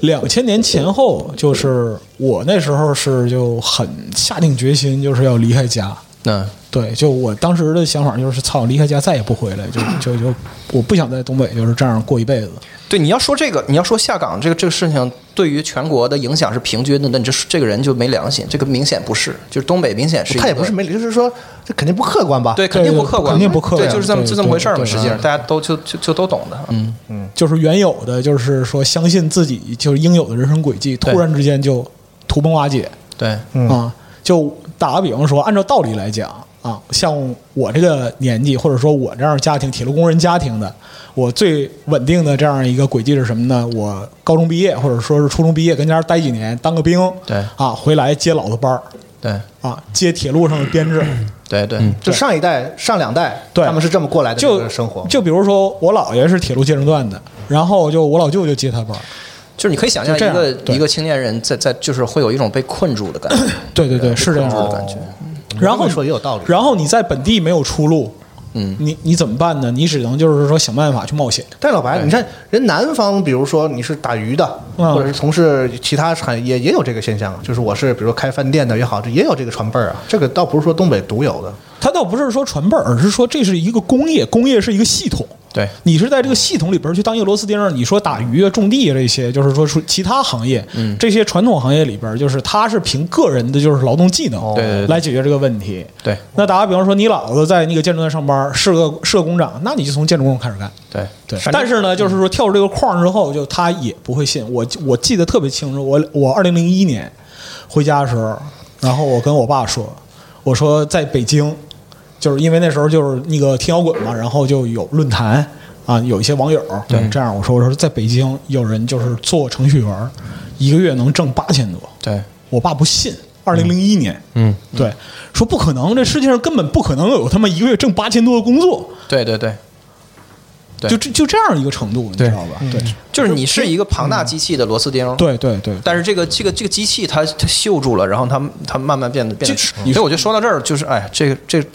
Speaker 3: 两千年前后，就是我那时候是就很下定决心，就是要离开家。
Speaker 11: 嗯，
Speaker 3: 对，就我当时的想法就是，操，离开家再也不回来，就就就我不想在东北就是这样过一辈子。
Speaker 11: 对，你要说这个，你要说下岗这个这个事情对于全国的影响是平均的，那你这这个人就没良心，这个明显不是，就是东北明显是一个
Speaker 10: 他也不是没理，就是说这肯定不客观吧？
Speaker 11: 对，肯定不客观，
Speaker 3: 肯定不客观
Speaker 11: 对，就是这么
Speaker 3: 对
Speaker 11: 就这么回事儿嘛，
Speaker 3: 对
Speaker 11: 实际上
Speaker 3: 对
Speaker 11: 大家都就就就都懂的，嗯，
Speaker 3: 就是原有的，就是说相信自己就是应有的人生轨迹，
Speaker 11: 对
Speaker 3: 突然之间就土崩瓦解
Speaker 11: 对，
Speaker 10: 嗯
Speaker 3: 啊！就打个比方说，按照道理来讲啊，像我这个年纪，或者说我这样家庭，铁路工人家庭的，我最稳定的这样一个轨迹是什么呢？我高中毕业，或者说是初中毕业，跟家待几年，当个兵，
Speaker 11: 对
Speaker 3: 啊，回来接老子班儿
Speaker 11: 对
Speaker 3: 啊，接铁路上的编制。
Speaker 10: 嗯
Speaker 11: 对对，
Speaker 3: 嗯
Speaker 10: 就上一代、上两代，
Speaker 3: 对
Speaker 10: 他们是这么过来的这
Speaker 3: 就
Speaker 10: 个生活，
Speaker 3: 就比如说，我姥爷是铁路建设段的，然后就我老舅就接他班儿。
Speaker 11: 就是你可以想象
Speaker 3: 就这
Speaker 11: 一
Speaker 3: 样
Speaker 11: 个
Speaker 3: 对
Speaker 11: 一个青年人在在就是会有一种被困住的感觉，
Speaker 3: 对对对，是这样
Speaker 11: 困住的
Speaker 3: 的
Speaker 11: 感觉，
Speaker 3: 哦然后
Speaker 10: 这么说也有道理
Speaker 3: 然后你在本地没有出路，
Speaker 11: 嗯，
Speaker 3: 你你怎么办呢？你只能就是说想办法去冒险。
Speaker 10: 但是老白，你看人南方，比如说你是打鱼的，
Speaker 3: 嗯
Speaker 10: 或者是从事其他产业，也有这个现象啊。就是我是比如说开饭店的也好，这也有这个传辈儿啊。这个倒不是说东北独有的，
Speaker 3: 它倒不是说传辈儿，而是说这是一个工业，工业是一个系统。
Speaker 11: 对
Speaker 3: 你是在这个系统里边儿去当一个螺丝钉儿。你说打鱼啊、种地啊这些，就是说说其他行业，
Speaker 11: 嗯
Speaker 3: 这些传统行业里边儿，就是它是凭个人的就是劳动技能
Speaker 11: 对对对
Speaker 3: 来解决这个问题。
Speaker 11: 对
Speaker 3: 那打个比方说，你老子在那个建筑站上班儿，是个是个工长，那你就从建筑工开始干。
Speaker 11: 对
Speaker 3: 对，但是呢，就是说跳出这个框之后，就他也不会信我。我记得特别清楚，我我二零零一年回家的时候，然后我跟我爸说，我说在北京，就是因为那时候就是那个听摇滚嘛，然后就有论坛啊，有一些网友对这样我说我说在北京有人就是做程序员，一个月能挣八千多，
Speaker 11: 对
Speaker 3: 我爸不信。二零零一年，
Speaker 11: 嗯，
Speaker 3: 对，说不可能，这世界上根本不可能有他妈一个月挣八千多的工作，
Speaker 11: 对对对，对
Speaker 3: 就这就这样一个程度，你知道吧？对，
Speaker 11: 就是你是一个庞大机器的螺丝钉，
Speaker 3: 嗯对对对，
Speaker 11: 但是这个这个这个机器它它锈住了，然后它它慢慢变得变得
Speaker 3: 这
Speaker 11: 迟
Speaker 3: 你，
Speaker 11: 所以我就说到这儿，就是哎，这个这个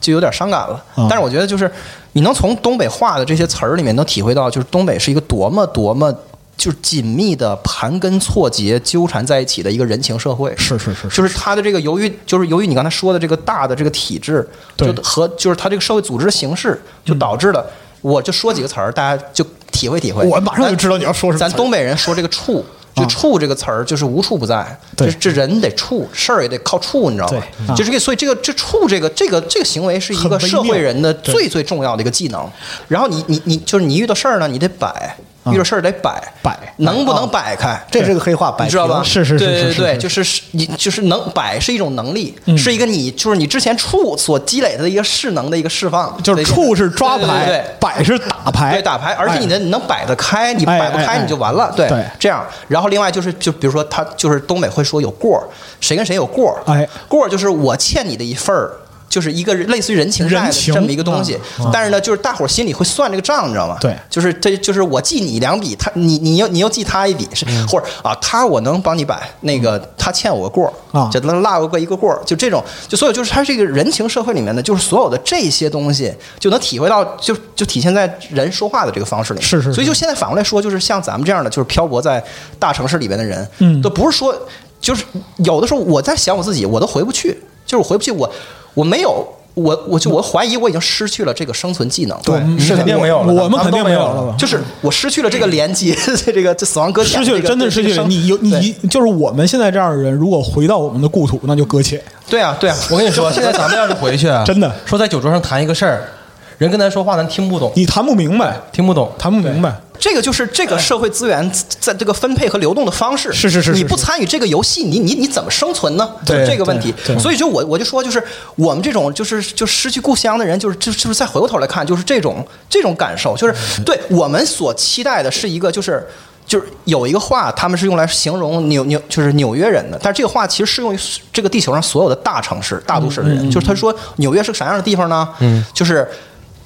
Speaker 11: 就有点伤感了。
Speaker 3: 嗯
Speaker 11: 但是我觉得就是你能从东北话的这些词儿里面能体会到，就是东北是一个多么多么。就是紧密的盘根错节纠缠在一起的一个人情社会，
Speaker 3: 是是是是
Speaker 11: 就是它的这个由于就是由于你刚才说的这个大的这个体制，
Speaker 3: 对
Speaker 11: 就和就是它这个社会组织的形式，就导致了，我就说几个词儿，大家就体会体会。
Speaker 3: 我马上就知道你要说什么
Speaker 11: 咱
Speaker 3: 词儿啊
Speaker 11: 东北人说这 个处，就处这个词儿就是无处不在，
Speaker 3: 对
Speaker 11: 这这人得处，事儿也得靠处，你知道吗？
Speaker 3: 对啊
Speaker 11: 就是这个，所以这个这处这个这个这个行为是一
Speaker 3: 很
Speaker 11: 个
Speaker 3: 微
Speaker 11: 社会
Speaker 3: 妙
Speaker 11: 人的
Speaker 3: 对
Speaker 11: 最最重要的一个技能。然后你你你就是你遇到事儿呢，你得摆，遇到事儿得摆
Speaker 3: 啊摆啊
Speaker 11: 能不能摆开？
Speaker 10: 这是个黑话，摆
Speaker 11: 你知道吧？
Speaker 10: 平
Speaker 3: 是是是
Speaker 11: 对对
Speaker 3: 是
Speaker 11: 对，
Speaker 3: 是嗯
Speaker 11: 就是是你就是能摆是一种能力，是一个你就是你之前处所积累的一个势能的一个释放，
Speaker 3: 就是
Speaker 11: 对对
Speaker 3: 处是抓牌，
Speaker 11: 对对对对
Speaker 3: 摆是打牌，
Speaker 11: 对，打牌，而且你
Speaker 3: 哎
Speaker 11: 的你能摆得开，你
Speaker 3: 哎
Speaker 11: 摆不
Speaker 3: 哎
Speaker 11: 开
Speaker 3: 哎
Speaker 11: 你就完了。对
Speaker 3: 对，
Speaker 11: 这样。然后另外就是，就比如说他就是东北会说有过儿，谁跟谁有过儿，
Speaker 3: 哎
Speaker 11: 过儿就是我欠你的一份儿。就是一个类似于人情债
Speaker 3: 人情
Speaker 11: 的这么一个东西
Speaker 3: 啊啊，
Speaker 11: 但是呢，就是大伙儿心里会算这个账，你知道吗？
Speaker 3: 对
Speaker 11: 就是这就是我记你两笔，他你你又你又记他一笔，是
Speaker 3: 嗯
Speaker 11: 或者啊，他我能帮你摆，那个他欠我个过儿
Speaker 3: 啊
Speaker 11: 就能落过一个过儿，就这种，就所有就是它是一个人情社会里面的，就是所有的这些东西，就能体会到，就就体现在人说话的这个方式里面。
Speaker 3: 是是是
Speaker 11: 所以就现在反过来说，就是像咱们这样的，就是漂泊在大城市里边的人，
Speaker 3: 嗯
Speaker 11: 都不是说，就是有的时候我在想我自己，我都回不去，就是我回不去，我我没有。我我就我怀疑我已经失去了这个生存技能，
Speaker 3: 对
Speaker 11: 是的
Speaker 3: 肯定没有了我们肯定没有了吧
Speaker 11: 就是我失去了这个连接， 这个这死亡搁浅，
Speaker 3: 失去了，
Speaker 11: 这个
Speaker 3: 真的失去了。
Speaker 11: 这个生
Speaker 3: 你有你就是我们现在这样的人，如果回到我们的故土，那就搁浅。
Speaker 11: 对啊对啊，
Speaker 9: 我跟你说，现在咱们要是回去 啊，
Speaker 3: 真的
Speaker 9: 说在酒桌上谈一个事儿，人跟咱说话咱听不
Speaker 11: 哦
Speaker 9: 懂，
Speaker 3: 你谈不明白，
Speaker 9: 听不懂，
Speaker 3: 谈不明白。
Speaker 11: 这个就是这个社会资源在这个分配和流动的方式。
Speaker 3: 是是是是
Speaker 11: 你不参与这个游戏，你你你怎么生存呢？
Speaker 3: 对
Speaker 11: 就是这个问题
Speaker 3: 对。对
Speaker 11: 所以就我我就说，就是我们这种就是就失去故乡的人，就是就就是再回过头来看，就是这种这种感受，就是对我们所期待的是一个就是。就是有一个话，他们是用来形容纽纽，就是纽约人的，但这个话其实适用于这个地球上所有的大城市、大都市的人。
Speaker 9: 嗯嗯嗯
Speaker 11: 就是他说纽约是个啥样的地方呢？
Speaker 9: 嗯
Speaker 11: 就是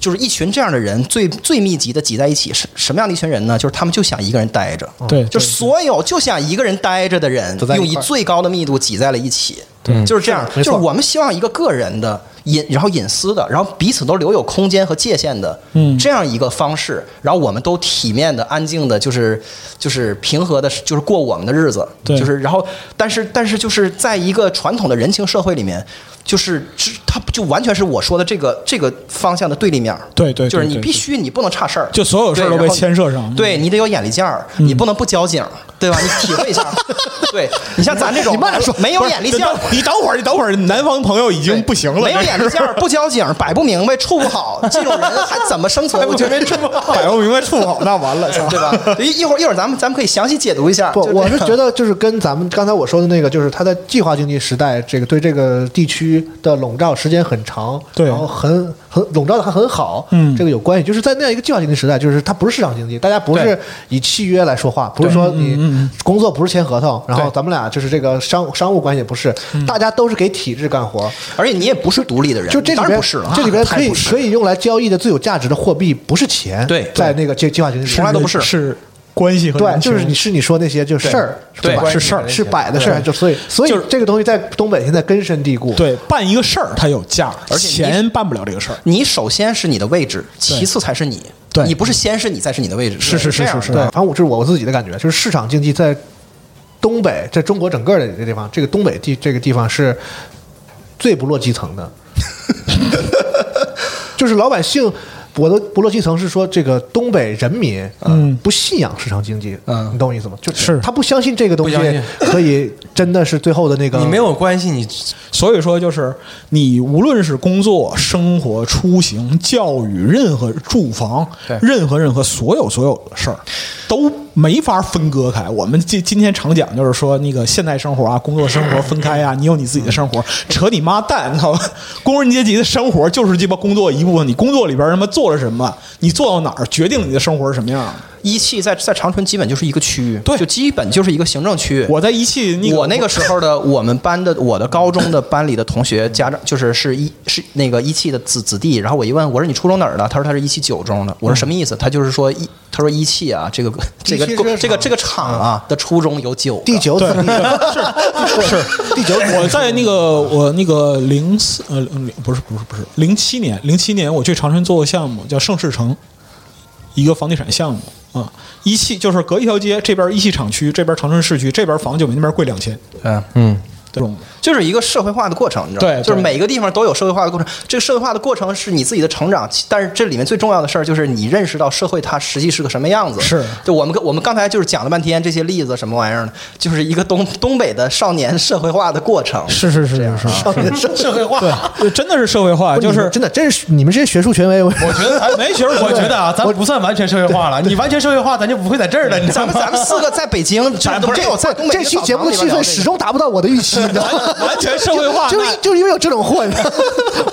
Speaker 11: 就是一群这样的人最最密集的挤在一起，是什么样的一群人呢？就是他们就想一个人待着，
Speaker 3: 对
Speaker 11: 哦就是所有就想一个人待着的人
Speaker 3: 都在，一块
Speaker 11: 用
Speaker 3: 儿
Speaker 11: 以最高的密度挤在了一起，
Speaker 3: 对
Speaker 11: 就是这样
Speaker 3: 是。的
Speaker 11: 就
Speaker 3: 没错
Speaker 11: 是我们希望一个个人的隐，然后隐私的，然后彼此都留有空间和界限的，
Speaker 3: 嗯
Speaker 11: 这样一个方式，然后我们都体面的、安静的，就是就是平和的，就是过我们的日子，
Speaker 3: 对
Speaker 11: 就是然后，但是但是就是在一个传统的人情社会里面，就是这它就完全是我说的这个这个方向的对立面儿。
Speaker 3: 对对对
Speaker 11: 就是你
Speaker 3: 对
Speaker 11: 必须你不能差事儿，
Speaker 3: 就所有事儿
Speaker 11: 对
Speaker 3: 都被
Speaker 11: 然后
Speaker 3: 牵涉上
Speaker 11: 对你得有眼力见儿，你
Speaker 3: 嗯
Speaker 11: 不能不交警，对吧？你体会 一下，对你像咱这种，
Speaker 3: 你慢点说
Speaker 11: 没有
Speaker 3: 不是
Speaker 11: 眼力见儿
Speaker 3: 等，你等会儿，你等会儿，南方朋友已经不行了，
Speaker 11: 没有
Speaker 3: 这是
Speaker 11: 眼力见儿，不交警，摆不明白，处不好，这种人还怎么生存？我觉得处不 好，
Speaker 3: 摆不明白，处不好，那完了，
Speaker 11: 对吧？一一会儿一会儿咱们咱们可以详细解读一下。
Speaker 10: 不
Speaker 11: 就，
Speaker 10: 我
Speaker 11: 这
Speaker 10: 是
Speaker 11: 个
Speaker 10: 觉得就是跟咱们刚才我说的那个，就是他在计划经济时代，这个对这个地区的笼罩时间很长，
Speaker 3: 对
Speaker 10: 然后很很笼罩的还很好，
Speaker 3: 嗯
Speaker 10: 这个有关系。就是在那样一个计划经济时代，就是它不是市场经济，大家不是
Speaker 3: 对
Speaker 10: 以契约来说话，不是说你工作不是签合同，然后咱们俩就是这个商商务关系也不是，大家都是给体制干活。
Speaker 11: 而且你也不是独立的人，
Speaker 10: 就这里
Speaker 11: 当然
Speaker 10: 边
Speaker 11: 不是了，，啊
Speaker 10: 这里边可
Speaker 11: 太
Speaker 10: 以
Speaker 11: 不是
Speaker 10: 可以用来交易的最有价值的货币不是钱，
Speaker 11: 对对
Speaker 10: 在那个计计划经济时代
Speaker 11: 从来都不是
Speaker 3: 是关系和
Speaker 10: 对，
Speaker 3: 人情
Speaker 10: 就是你是你说那些就是事儿，
Speaker 3: 对
Speaker 10: 吧
Speaker 3: 对
Speaker 10: 是
Speaker 3: 是事儿
Speaker 10: 是摆的事儿，
Speaker 3: 对
Speaker 10: 就所以所以
Speaker 3: 就是
Speaker 10: 这个东西在东北现在根深蒂固。
Speaker 3: 对，办一个事儿它有价，
Speaker 11: 而且你
Speaker 3: 钱办不了这个事儿。
Speaker 11: 你首先是你的位置，其次才是你。
Speaker 3: 对
Speaker 11: 你不是先是你，再是你的位置。
Speaker 3: 是是是
Speaker 11: 这样
Speaker 3: 是是
Speaker 10: 对，反正我这是我自己的感觉，就是市场经济在东北，在中国整个的这个地方，这个东北地这个地方是最不落基层的，就是老百姓。我的不落基层是说，这个东北人民，
Speaker 3: 嗯，
Speaker 10: 不信仰市场经济，嗯，你懂我意思吗？就是他不相信这个东西
Speaker 9: 不相信
Speaker 10: 可以真的是最后的 那个，
Speaker 9: 你没有关系，你
Speaker 3: 所以说，就是你无论是工作、生活、出行、教育，任何住房，任何任何所有所有的事儿，都没法分割开。我们今今天常讲就是说，那个现代生活啊，工作生活分开啊，你有你自己的生活，扯你妈蛋！你知道吧？工人阶级的生活就是鸡巴工作一部分，你工作里边他妈做了什么，你做到哪儿，决定你的生活是什么样的。
Speaker 11: 一汽在在长春基本就是一个区域，对，就基本就是一个行政区域。
Speaker 3: 我在一汽那个，
Speaker 11: 我那个时 候的我们班的我的高中的班里的同学家长就是是一是那个一汽的子子弟，然后我一问我说你初中哪儿的，他说他是一汽九中的，我说什么意思？他就是说一他说一汽啊这个这个
Speaker 10: 一汽车厂
Speaker 11: 这个这个厂啊的初中有九个
Speaker 10: 第九子
Speaker 3: 对
Speaker 10: 弟
Speaker 3: 是
Speaker 10: 第九子弟
Speaker 3: 我在那个我那个零四呃零不是不是不是零七年零七年我去长春做个项目叫盛世城，一个房地产项目啊、一汽就是隔一条街，这边一汽厂区，这边长春市区，这边房就比那边贵两千，
Speaker 9: 嗯嗯，
Speaker 3: 这种
Speaker 11: 就是一个社会化的过程，你知道吗？
Speaker 3: 对
Speaker 11: 就是
Speaker 3: 对
Speaker 11: 每个地方都有社会化的过程。这个社会化的过程是你自己的成长，但是这里面最重要的事儿就是你认识到社会它实际是个什么样子。
Speaker 3: 是
Speaker 11: 就我们跟我们刚才就是讲了半天这些例子什么玩意儿呢？就是一个东东北的少年社会化的过程。
Speaker 3: 是是是是
Speaker 10: 少年社
Speaker 11: 社会化，
Speaker 3: 是，真的是社会化，就
Speaker 10: 你们
Speaker 3: 是
Speaker 10: 真的，真是你们这些学术权威，我
Speaker 9: 我觉得 哎
Speaker 3: 没学术
Speaker 9: 我觉得啊，咱不算完全社会化了，你完全社会化，咱就不会在这儿了，你知道
Speaker 11: 咱
Speaker 9: 吗
Speaker 11: 们？咱们四个在北京，就是
Speaker 10: 不是
Speaker 11: 没有在东北
Speaker 10: 这期节目的气氛始 终达不到我的预期，你知道吗？
Speaker 3: 完全 社会化，
Speaker 10: 就
Speaker 3: 那
Speaker 10: 是就是因为有这种货，你知道吗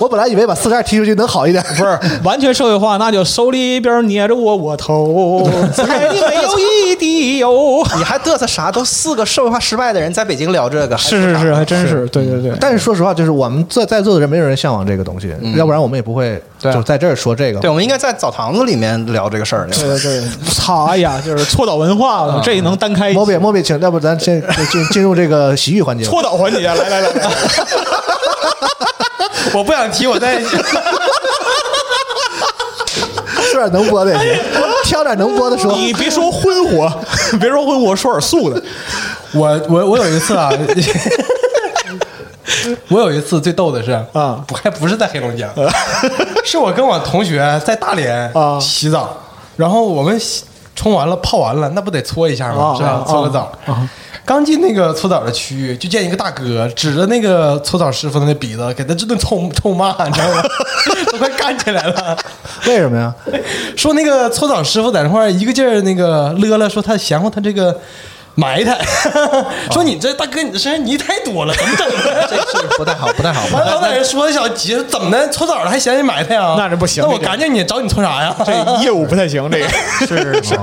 Speaker 10: 我本来以为把四十二踢出去能好一点，
Speaker 3: 不是完全社会化，那就手里边捏着窝窝 头，菜里没有一滴油。
Speaker 11: 你还嘚瑟啥？都四个社会化失败的人在北京聊这个，还
Speaker 3: 是是是，还真是，对对对。
Speaker 10: 但是说实话，就是我们在在座的人，没有人向往这个东西，
Speaker 3: 嗯
Speaker 10: 要不然我们也不会
Speaker 11: 对啊
Speaker 10: 就在这儿说这个。
Speaker 11: 对，我们应该在澡堂子里面聊这个事儿。
Speaker 3: 对啊对对，操！哎呀，就是搓澡文化了，这能单开一
Speaker 10: 莫比莫比，请，要不咱先进进入这个洗浴环节吧。
Speaker 3: 搓澡环节，来来来来，
Speaker 9: 我不想提，我在
Speaker 10: 说点能播的也行，挑点能播的说。
Speaker 3: 哎你别说荤火，别说荤火，说点素的。
Speaker 9: 我我我有一次啊，我有一次最逗的是啊，不还不是在黑龙江，
Speaker 3: 啊
Speaker 9: 是我跟我同学在大连啊洗澡，然后我们洗冲完了泡完了，那不得搓一下
Speaker 3: 啊
Speaker 9: 吗？是吧
Speaker 3: 啊？
Speaker 9: 搓个澡，刚进那个搓澡的区域，就见一个大哥指着那个搓澡师傅的那鼻子，给他这顿臭臭骂，你知道吗？ 都快干起来了。
Speaker 10: 为什么呀？
Speaker 9: 说那个搓澡师傅在那块儿一个劲儿那个勒了，说他嫌乎他这个埋 汰，说你这大哥你这身上泥太多了，怎 么整的？这事
Speaker 11: 不太好，不太好。
Speaker 9: 完了，老在这说小急，怎么的？搓澡了还嫌人埋汰啊？
Speaker 3: 那这不行
Speaker 9: 那我
Speaker 3: 这个
Speaker 9: 赶紧你找你搓啥呀？
Speaker 3: 这业务不太行，这个是 是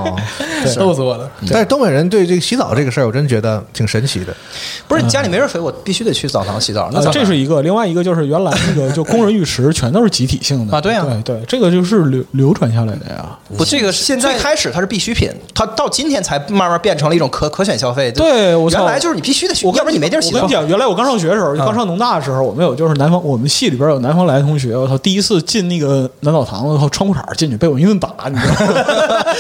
Speaker 9: 对逗死我了！
Speaker 10: 但是东北人哦对这个洗澡这个事儿，我真觉得挺神奇的。
Speaker 11: 不是家里没人陪我，必须得去澡堂洗澡。
Speaker 9: 啊
Speaker 11: 那
Speaker 3: 呃
Speaker 11: 澡堂
Speaker 3: 这是一个，另外一个就是原来那个就工人浴池全都是集体性的啊，对呀，对对，这个就是流流传下来的呀。
Speaker 11: 不，这个现在最开始它是必需品，它到今天才慢慢变成了一种可可选消费。
Speaker 3: 对，我操
Speaker 11: 原来就是你必须得去，要不然你没地儿洗
Speaker 3: 我跟
Speaker 11: 澡
Speaker 3: 你。讲，原来我刚上学的时候，
Speaker 9: 啊
Speaker 3: 刚上农大的时候，我们有就是南方，我们系里边有南方来的同学，我操，第一次进那个男澡堂子，我操，穿裤衩进去被我一顿打，你知道吗？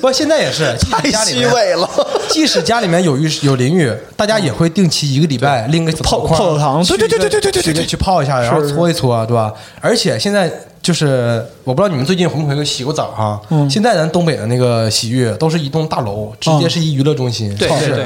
Speaker 9: 不，现在也是，即 使家里面
Speaker 11: 太虚伪了。
Speaker 9: 即使家里面有浴室有淋浴，大家也会定期一个礼
Speaker 11: 嗯
Speaker 9: 拜拎个泡
Speaker 3: 泡澡堂
Speaker 9: 对对对对对对对对，去泡一下，然后
Speaker 3: 是是
Speaker 9: 搓一搓，对吧？而且现在就是，我不知道你们最近回没回过洗过澡哈？
Speaker 3: 嗯
Speaker 9: 现在咱东北的那个洗浴都是一栋大楼，直接是一娱乐中心，
Speaker 3: 对
Speaker 9: 超
Speaker 3: 对
Speaker 9: 市
Speaker 3: 对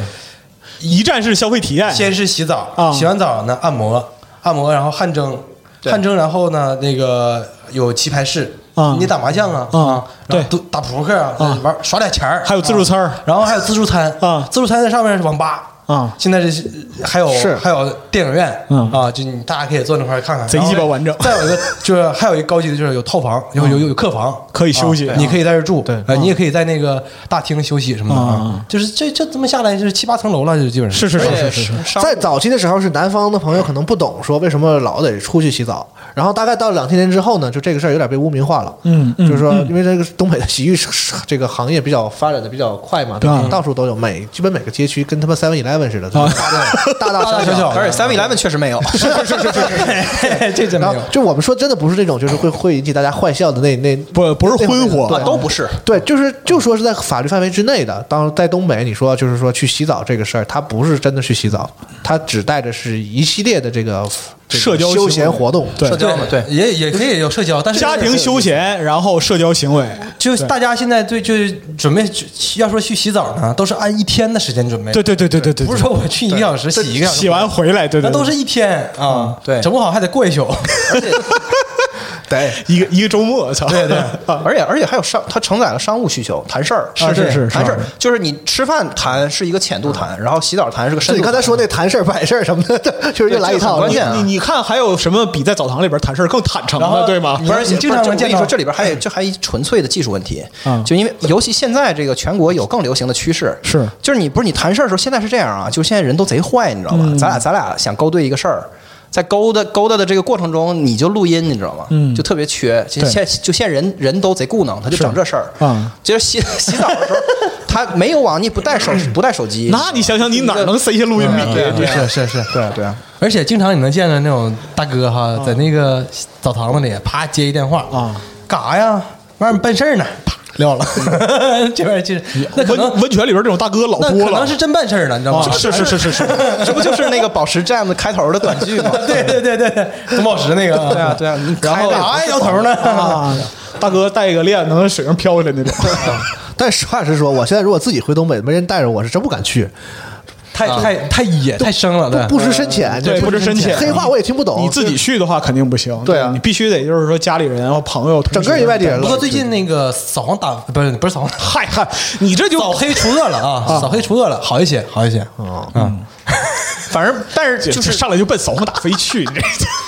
Speaker 3: 一站式消费体验，
Speaker 9: 先是洗澡，
Speaker 3: 啊
Speaker 9: 洗完澡呢按摩，按摩然后汗蒸，汗蒸然后呢那个有棋牌室。
Speaker 3: 啊
Speaker 9: 你打麻将啊，
Speaker 3: 啊，
Speaker 9: 对，都打扑克啊，玩耍点钱儿，
Speaker 3: 还有自助餐儿
Speaker 9: 啊然后还有自助餐啊，自助餐在上面是网吧
Speaker 3: 啊，
Speaker 9: 现在这是还有
Speaker 3: 是
Speaker 9: 还有电影院
Speaker 3: 嗯
Speaker 9: 啊，就你大家可以坐那块儿看看，
Speaker 3: 贼
Speaker 9: 然后
Speaker 3: 鸡巴完整
Speaker 9: 再有一个就是还有一个高级的就是有套房，有有有有客房，
Speaker 3: 可以休息
Speaker 9: 啊
Speaker 3: 啊
Speaker 9: 你可以在这住，
Speaker 3: 对
Speaker 9: 呃你也可以在那个大厅休息什么的
Speaker 3: 啊
Speaker 9: 啊，就是这这这么下来就是七八层楼了，就基本上
Speaker 3: 是是是
Speaker 9: 而且
Speaker 3: 是是是
Speaker 10: 在早期的时候，是南方的朋友可能不懂，说为什么老得出去洗澡。然后大概到两千年之后呢，就这个事儿有点被污名化了。
Speaker 3: 嗯嗯
Speaker 10: 就是说，
Speaker 3: 嗯
Speaker 10: 因为这个东北的洗浴 是是这个行业比较发展的比较快嘛，对吧？
Speaker 3: 对
Speaker 10: 到处都有，每基本每个街区跟他们 Seven Eleven 似的，
Speaker 3: 啊
Speaker 10: 大大小小。
Speaker 11: 而且 Seven Eleven 确实没有，是是是是，
Speaker 9: 这真
Speaker 10: 然后，就我们说真的不是这种，就是会会引起大家坏笑的那那
Speaker 3: 不不是
Speaker 10: 婚火
Speaker 11: 啊，都不是。
Speaker 10: 对，就是就说是在法律范围之内的。当然在东北，你说就是说去洗澡这个事儿，他不是真的去洗澡，他只带着是一系列的这个这个
Speaker 3: 社交
Speaker 10: 休
Speaker 3: 行为
Speaker 10: 闲活动，
Speaker 3: 对社交
Speaker 9: 嘛 对也也可以有社交，但是
Speaker 3: 家庭休闲，然后社交行为，
Speaker 9: 就是大家现在对就是准备去要说去洗澡呢，都是按一天的时间准备。
Speaker 3: 对对对对对对，
Speaker 9: 不是说我去一个小时洗一个小时，
Speaker 3: 洗完回来，对对，嗯
Speaker 9: 那
Speaker 3: 对
Speaker 9: 都是一天啊，对，整不好还得 过一宿。
Speaker 10: 对
Speaker 3: 一个一个周末，操，
Speaker 9: 对对，
Speaker 11: 而且而且还有商，它承载了商务需求，谈事儿啊
Speaker 3: 是是是
Speaker 11: 谈事儿
Speaker 3: 是，
Speaker 11: 就是你吃饭谈是一个浅度谈，然后洗澡谈是个深
Speaker 10: 就
Speaker 11: 度
Speaker 10: 你
Speaker 11: 谈。
Speaker 10: 刚才说那谈事儿、摆事儿什么的， 就
Speaker 11: 对
Speaker 10: 是又来
Speaker 11: 这
Speaker 10: 一
Speaker 11: 个很
Speaker 10: 套。
Speaker 11: 关键啊
Speaker 3: 你你看还有什么比在澡堂里边谈事儿更坦诚
Speaker 9: 然后
Speaker 3: 的，啊对吗？
Speaker 11: 不是，
Speaker 9: 你经常能
Speaker 11: 不是我跟
Speaker 9: 见
Speaker 11: 啊你
Speaker 9: 到嗯
Speaker 11: 说，这里边还有这还一纯粹的技术问题
Speaker 3: 嗯，
Speaker 11: 就因为尤其现在这个全国有更流行的趋势，
Speaker 3: 是
Speaker 11: 就是你不是你谈事儿的时候，现在是这样啊，就现在人都贼坏，你知道吧？
Speaker 3: 嗯
Speaker 11: 咱俩咱俩想勾兑一个事儿。在勾搭勾搭的这个过程中，你就录音，你知道吗？
Speaker 3: 嗯
Speaker 11: 就特别缺。就
Speaker 3: 对
Speaker 11: 现就现在人人都贼固能，他就是整这事儿。
Speaker 3: 啊，
Speaker 11: 就是洗洗澡的时候，他没有网，你不带手不带手机，
Speaker 3: 那你想想，你哪能塞下录音笔？
Speaker 11: 对啊对啊
Speaker 9: 是是是，
Speaker 10: 对啊对啊，
Speaker 9: 而且经常你能见着那种大哥哈，
Speaker 10: 啊
Speaker 9: 在那个澡堂子里啪接一电话
Speaker 3: 啊，
Speaker 9: 干啥呀？外面办事儿呢，啪撂了。
Speaker 10: 嗯
Speaker 9: 这边其实那可能
Speaker 3: 温温泉里边这种大哥老
Speaker 9: 那
Speaker 3: 多
Speaker 9: 可能
Speaker 3: 了，
Speaker 9: 是真办事儿呢，你知道吗？
Speaker 3: 啊是是是是是，
Speaker 11: 这不就是那个宝石 jam 开头的短剧吗？
Speaker 9: 对对对对，董宝石那 个，
Speaker 11: 对啊对啊，你
Speaker 9: 然后
Speaker 11: 开的也
Speaker 9: 哎，
Speaker 11: 不
Speaker 9: 摇
Speaker 11: 是
Speaker 9: 头呢？
Speaker 3: 啊，大哥带一个链能在水上飘下来那种，
Speaker 10: 但实话实说，我现在如果自己回东北，没人带着我，是真不敢去，啊
Speaker 9: 太太太野太生了，对
Speaker 10: 不知深浅，
Speaker 3: 对
Speaker 10: 就
Speaker 3: 不知深浅
Speaker 10: 黑话我也听不懂。
Speaker 3: 你自己去的话肯定不行，
Speaker 10: 对啊
Speaker 3: 你必须得就是说家里人、然后朋友、
Speaker 10: 整个一外地人了
Speaker 9: 不过最近那个扫黄打不是不是扫黄，
Speaker 3: 嗨嗨，你这就
Speaker 9: 扫黑除恶了啊，扫黑除恶了，好一些，好一些。嗯，
Speaker 11: 反正但 是就是
Speaker 3: 上来就奔扫黄打非去，你这
Speaker 9: 啊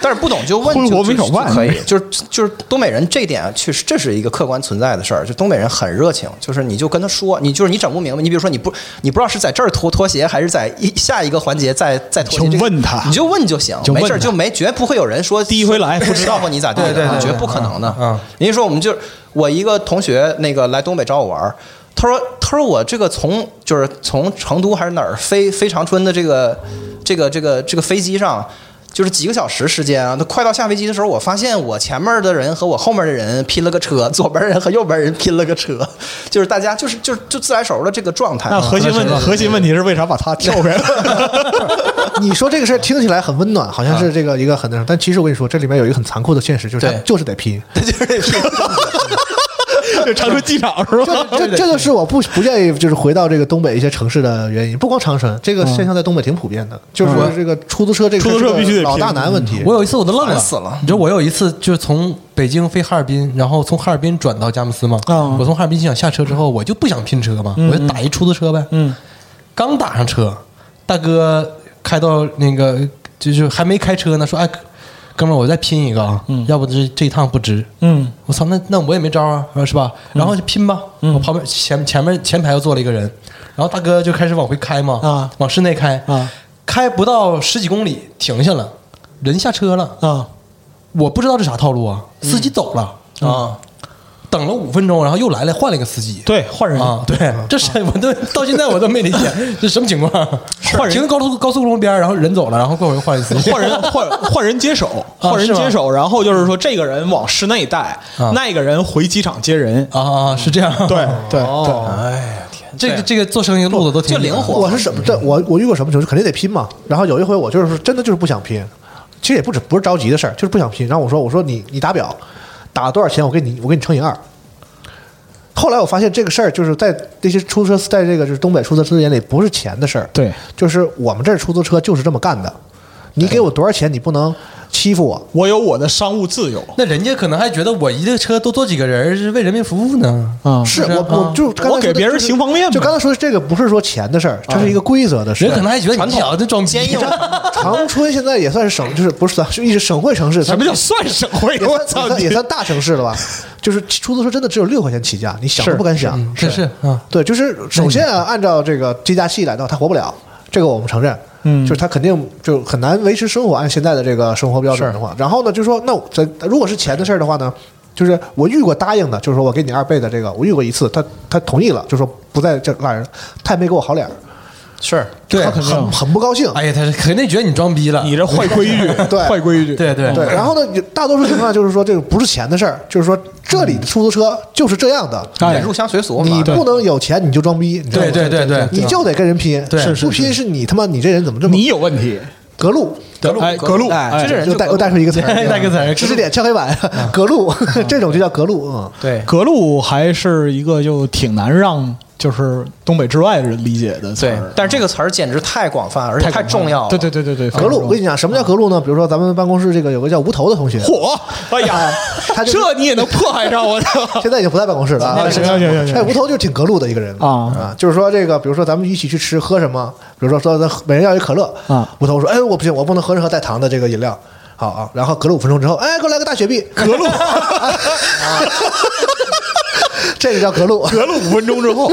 Speaker 11: 但是不懂 就问
Speaker 3: 挥
Speaker 11: 就
Speaker 3: 霍
Speaker 11: 就
Speaker 3: 没少办
Speaker 11: 就可以，就是就是东北人这点啊确实这是一个客观存在的事儿，就东北人很热情，就是你就跟他说，你就是你整不明白，你比如说你不你不知道是在这儿脱拖鞋，还是在一下一个环节再再脱鞋，
Speaker 3: 就
Speaker 11: 这个
Speaker 3: 问他
Speaker 11: 你就问就行
Speaker 3: 就，问
Speaker 11: 没
Speaker 3: 他
Speaker 11: 事儿就没绝不会有人说
Speaker 3: 第一回来不知道
Speaker 11: 笑话你咋地
Speaker 9: 对对
Speaker 11: 的，
Speaker 9: 对
Speaker 11: 绝不可能的。
Speaker 9: 嗯嗯
Speaker 11: 人家说我们就是我一个同学那个来东北找我玩儿，他说他说我这个从就是从成都还是哪儿飞飞长春的这个这个这个这个飞机上。就是几个小时时间啊，他快到下飞机的时候，我发现我前面的人和我后面的人拼了个车，左边人和右边人拼了个车，就是大家就是就是就自来熟的这个状态啊。
Speaker 3: 那核心问核心问题是为啥把他跳开了？
Speaker 10: 你说这个事儿听起来很温暖，好
Speaker 3: 啊
Speaker 10: 像是这个一个很那什么，但其实我跟你说，这里面有一个很残酷的现实，就是他
Speaker 11: 对
Speaker 10: 就是得 拼，
Speaker 3: 就长春机场是 吧？
Speaker 10: 这这个是我不不建议就是回到这个东北一些城市的原因，不光长春，这个现象在东北挺普遍的，就是说这个出租车这
Speaker 3: 嗯
Speaker 10: 个
Speaker 3: 出租车
Speaker 10: 是个
Speaker 3: 必须得
Speaker 10: 老大
Speaker 3: 拼
Speaker 10: 难问题。
Speaker 9: 嗯我有一次我都愣了，
Speaker 11: 烦死了
Speaker 9: 你知道我有一次就是从北京飞哈尔滨，然后从哈尔滨转到佳木斯嘛。
Speaker 3: 嗯
Speaker 9: 我从哈尔滨机场下车之后，我就不想拼车嘛，
Speaker 3: 嗯
Speaker 9: 我就打一出租车呗。
Speaker 3: 嗯，
Speaker 9: 刚打上车，大哥开到那个就是还没开车呢，说哎，哥们儿，我再拼一个啊，要不这这一趟不值。
Speaker 3: 嗯
Speaker 9: 我操，那那我也没招啊，是吧？然后就拼吧。我旁边前前面前排又坐了一个人，然后大哥就开始往回开嘛，
Speaker 3: 啊
Speaker 9: 往室内开，
Speaker 3: 啊
Speaker 9: 开不到十几公里停下了，人下车了，
Speaker 3: 啊，
Speaker 9: 我不知道这啥套路啊，司
Speaker 3: 嗯
Speaker 9: 机走了、啊，等了五分钟，然后又来了换了一个司机。
Speaker 3: 对，换人
Speaker 9: 啊，对，这是我都到现在我都没理解这什么情况，
Speaker 3: 换人
Speaker 9: 停在高速高速公路边儿，然后人走了，然后过会儿又换一司机，
Speaker 3: 换人换 换人接手，
Speaker 9: 啊
Speaker 3: 换人
Speaker 9: 是吗
Speaker 3: 接手，然后就是说这个人往室内带
Speaker 9: 啊，
Speaker 3: 那个人回机场接人。
Speaker 9: 啊啊啊是这样，
Speaker 3: 对，对
Speaker 9: 哎呀天，这个这个做生意路子都挺
Speaker 11: 就灵活
Speaker 10: 我是什么？这我我遇过什么就是肯定得拼嘛。然后有一回我就是真的就是不想拼，其实也不止不是着急的事儿，就是不想拼。然后我说我说你你打表，打了多少钱我给你我给你乘以二。后来我发现这个事儿就是在那些出租车司在这个就是东北出租车司机眼里不是钱的事儿，
Speaker 3: 对，
Speaker 10: 就是我们这儿出租车就是这么干的。你给我多少钱，你不能欺负我。
Speaker 3: 我有我的商务自由
Speaker 9: 那人家可能还觉得我一个车多坐几个人是为人民服务呢。
Speaker 3: 啊，
Speaker 10: 是
Speaker 9: 是
Speaker 10: 我
Speaker 9: 啊
Speaker 10: 我就刚才
Speaker 3: 我给
Speaker 10: 说的
Speaker 3: 别人
Speaker 10: 就是
Speaker 3: 行方便嘛啊
Speaker 10: 就刚才说的这个不是说钱的事儿，这是一个规则的事儿。
Speaker 9: 人可能还觉得你小子装逼，
Speaker 10: 长春现在也算是省，就是不是算是一直省会城市。
Speaker 3: 什么叫算省会？
Speaker 10: 也
Speaker 3: 我
Speaker 10: 算
Speaker 3: 操
Speaker 10: 也算
Speaker 3: 你
Speaker 10: 也！算大城市了吧？就是出租车真的只有六块钱起价，你想都
Speaker 3: 是
Speaker 10: 不敢想。
Speaker 9: 这是啊，
Speaker 10: 对，就是首先啊，按照这个计价器来的话，它活不了，这个我们承认。
Speaker 3: 嗯
Speaker 10: 就是它肯定就很难维持生活，按现在的这个生活标准的话，然后呢，就说那我这如果是钱的事儿的话呢，就是我遇过答应的，就是说我给你二倍的这个，我遇过一次，他他同意了，就说不在这拉人，他也没给我好脸儿，
Speaker 9: 是对
Speaker 10: 他，很
Speaker 3: 嗯
Speaker 10: 很很不高兴。
Speaker 9: 哎呀，他是肯定觉得你装逼了，
Speaker 3: 你这坏规矩，
Speaker 10: 对
Speaker 3: 坏规矩，嗯
Speaker 9: 对对
Speaker 10: 对，然后呢，也大多数情况下就是说，这个不是钱的事儿，就是说这里的出租车就是这样的，
Speaker 3: 哎，
Speaker 11: 入乡随俗嘛
Speaker 10: 你。不能有钱你就装逼，你知道吗
Speaker 9: 对对对对
Speaker 10: 你就得跟人拼，
Speaker 9: 对是是
Speaker 10: 不拼是你他妈你这人怎么这么
Speaker 3: 你有问题，
Speaker 11: 嗯
Speaker 10: 格路？
Speaker 3: 格路，哎，格路，
Speaker 10: 哎，
Speaker 3: 哎，
Speaker 10: 这人就带又带出一个词儿，
Speaker 9: 带个词儿
Speaker 10: 知识点敲黑板， 格路，这种就叫格路，嗯，
Speaker 9: 对，
Speaker 3: 格路还是一个就挺难让就是东北之外人理解的词
Speaker 11: 对
Speaker 3: 儿，，
Speaker 11: 但是这个词儿简直太广泛，而且
Speaker 3: 太
Speaker 11: 太
Speaker 3: 广泛
Speaker 11: 重要了。
Speaker 3: 对对对对对，
Speaker 10: 格路，我跟
Speaker 3: 你
Speaker 10: 你讲，什么叫格路呢？比如说咱们办公室这个有个叫无头的同学，
Speaker 3: 火，哎呀，
Speaker 10: 他就
Speaker 3: 这你也能迫害上我操！
Speaker 10: 现在已经不在办公室 了啊。
Speaker 3: 行行行行
Speaker 10: 哎，无头就是挺格路的一个人
Speaker 3: 啊
Speaker 10: 就是说这个，比如说咱们一起去吃喝什么，比如说说咱每人要一可乐
Speaker 3: 啊，
Speaker 10: 无头说，哎，我不行，我不能喝任何带糖的这个饮料。好啊，然后隔了五分钟之后，哎，给我来个大 雪碧，格路， 这个叫格路，
Speaker 3: 隔了五分钟之后，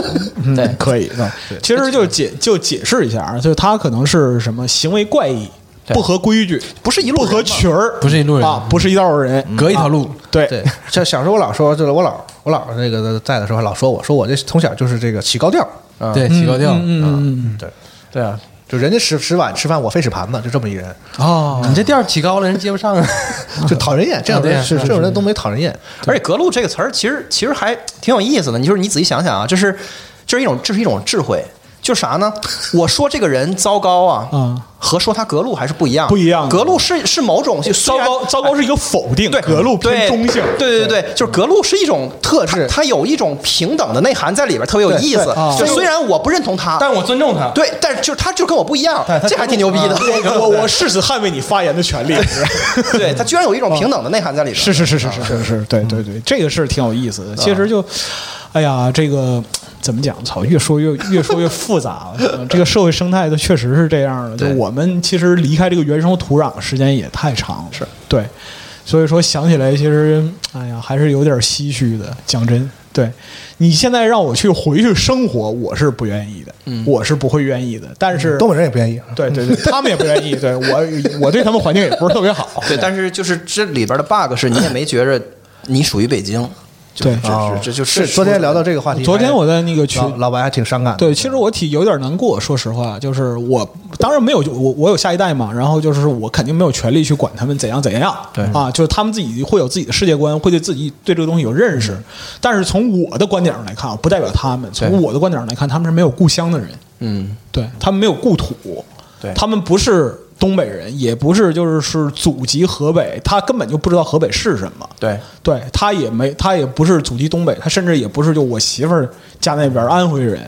Speaker 11: 对
Speaker 3: 嗯，可以。嗯其实就解就解释一下啊，就是他可能是什么行为怪异、不合规矩，不是一路不合群儿，
Speaker 9: 不是一路人
Speaker 3: 啊，不是一道人，
Speaker 9: 隔一条路
Speaker 3: 啊对
Speaker 10: 对，像小时候我老说，就是我姥我姥那个在的时候还老说我，说我这从小就是这个起高调，啊，
Speaker 9: 对，起高调
Speaker 3: 嗯嗯
Speaker 10: 对，
Speaker 9: 对啊。
Speaker 10: 就人家使使碗吃饭，我非使盘子，就这么一人，
Speaker 3: 嗯
Speaker 9: 哦，你这调儿起高了，人接不上啊。
Speaker 10: 就讨人厌。这样的
Speaker 9: 啊
Speaker 10: 人
Speaker 9: 对
Speaker 10: 是
Speaker 9: 是
Speaker 10: 这种人都没讨人厌，
Speaker 11: 而且“格路”这个词儿，其实其实还挺有意思的。你就是你仔细想想啊，这是这是一种这是一种智慧，就是啥 呢？我说这个人糟糕啊，
Speaker 3: 嗯
Speaker 11: 和说他格路还是不一样的，
Speaker 3: 不一样的
Speaker 11: 格路是是某种就
Speaker 3: 糟
Speaker 11: 虽然
Speaker 3: 糕，糟糕是一个否定，
Speaker 11: 对
Speaker 3: 格路偏
Speaker 11: 对
Speaker 3: 中性，
Speaker 11: 对对对，就是格路是一种特质，它有一种平等的内涵在里边，特别有意思
Speaker 10: 对啊。
Speaker 11: 就虽然我不认同他，
Speaker 9: 但我尊重他。
Speaker 11: 对，但是就是他就跟我不一样
Speaker 9: 对，他
Speaker 11: 这还挺牛逼的。
Speaker 3: 我我誓死捍卫你发言的权利。
Speaker 11: 对他居然有一种平等的内涵在里边。
Speaker 3: 嗯是是是是
Speaker 11: 啊
Speaker 3: 是是是，对对
Speaker 11: 嗯
Speaker 3: 对，这个是挺有意思的。其实就，哎呀，这个怎么讲？操，越说越越说越复杂了。这个社会生态它确实是这样的。就我们其实离开这个原生土壤时间也太长了，是对，所以说想起来，其实哎呀，还是有点唏嘘的。讲真，对你现在让我去回去生活，我是不愿意的，
Speaker 11: 嗯
Speaker 3: 我是不会愿意的。但是
Speaker 10: 东北人也不愿意。啊
Speaker 3: 对对对，他们也不愿意。对我，我对他们环境也不是特别好。
Speaker 11: 对，但是就是这里边的 bug 是你也没觉着你属于北京，就
Speaker 3: 对
Speaker 11: 是这这就是
Speaker 10: 哦是昨天聊到这个话题，
Speaker 3: 昨天我在那个群
Speaker 11: 啊
Speaker 10: 老老白还挺伤感的。
Speaker 3: 对，其实我挺有点难过，说实话，就是我当然没有我我有下一代嘛，然后就是我肯定没有权利去管他们怎样怎样，对啊，就是他们自己会有自己的世界观，会对自己对这个东西有认识，但是从我的观点上来看，啊，不代表他们，从我的观点上来看，他们是没有故乡的人，
Speaker 11: 嗯，
Speaker 3: 对他们没有故土，对他们不是东北人，也不是就是是祖籍河北，他根本就不知道河北是什么。
Speaker 11: 对
Speaker 3: 对，他也没他也不是祖籍东北，他甚至也不是就我媳妇儿家那边儿安徽人，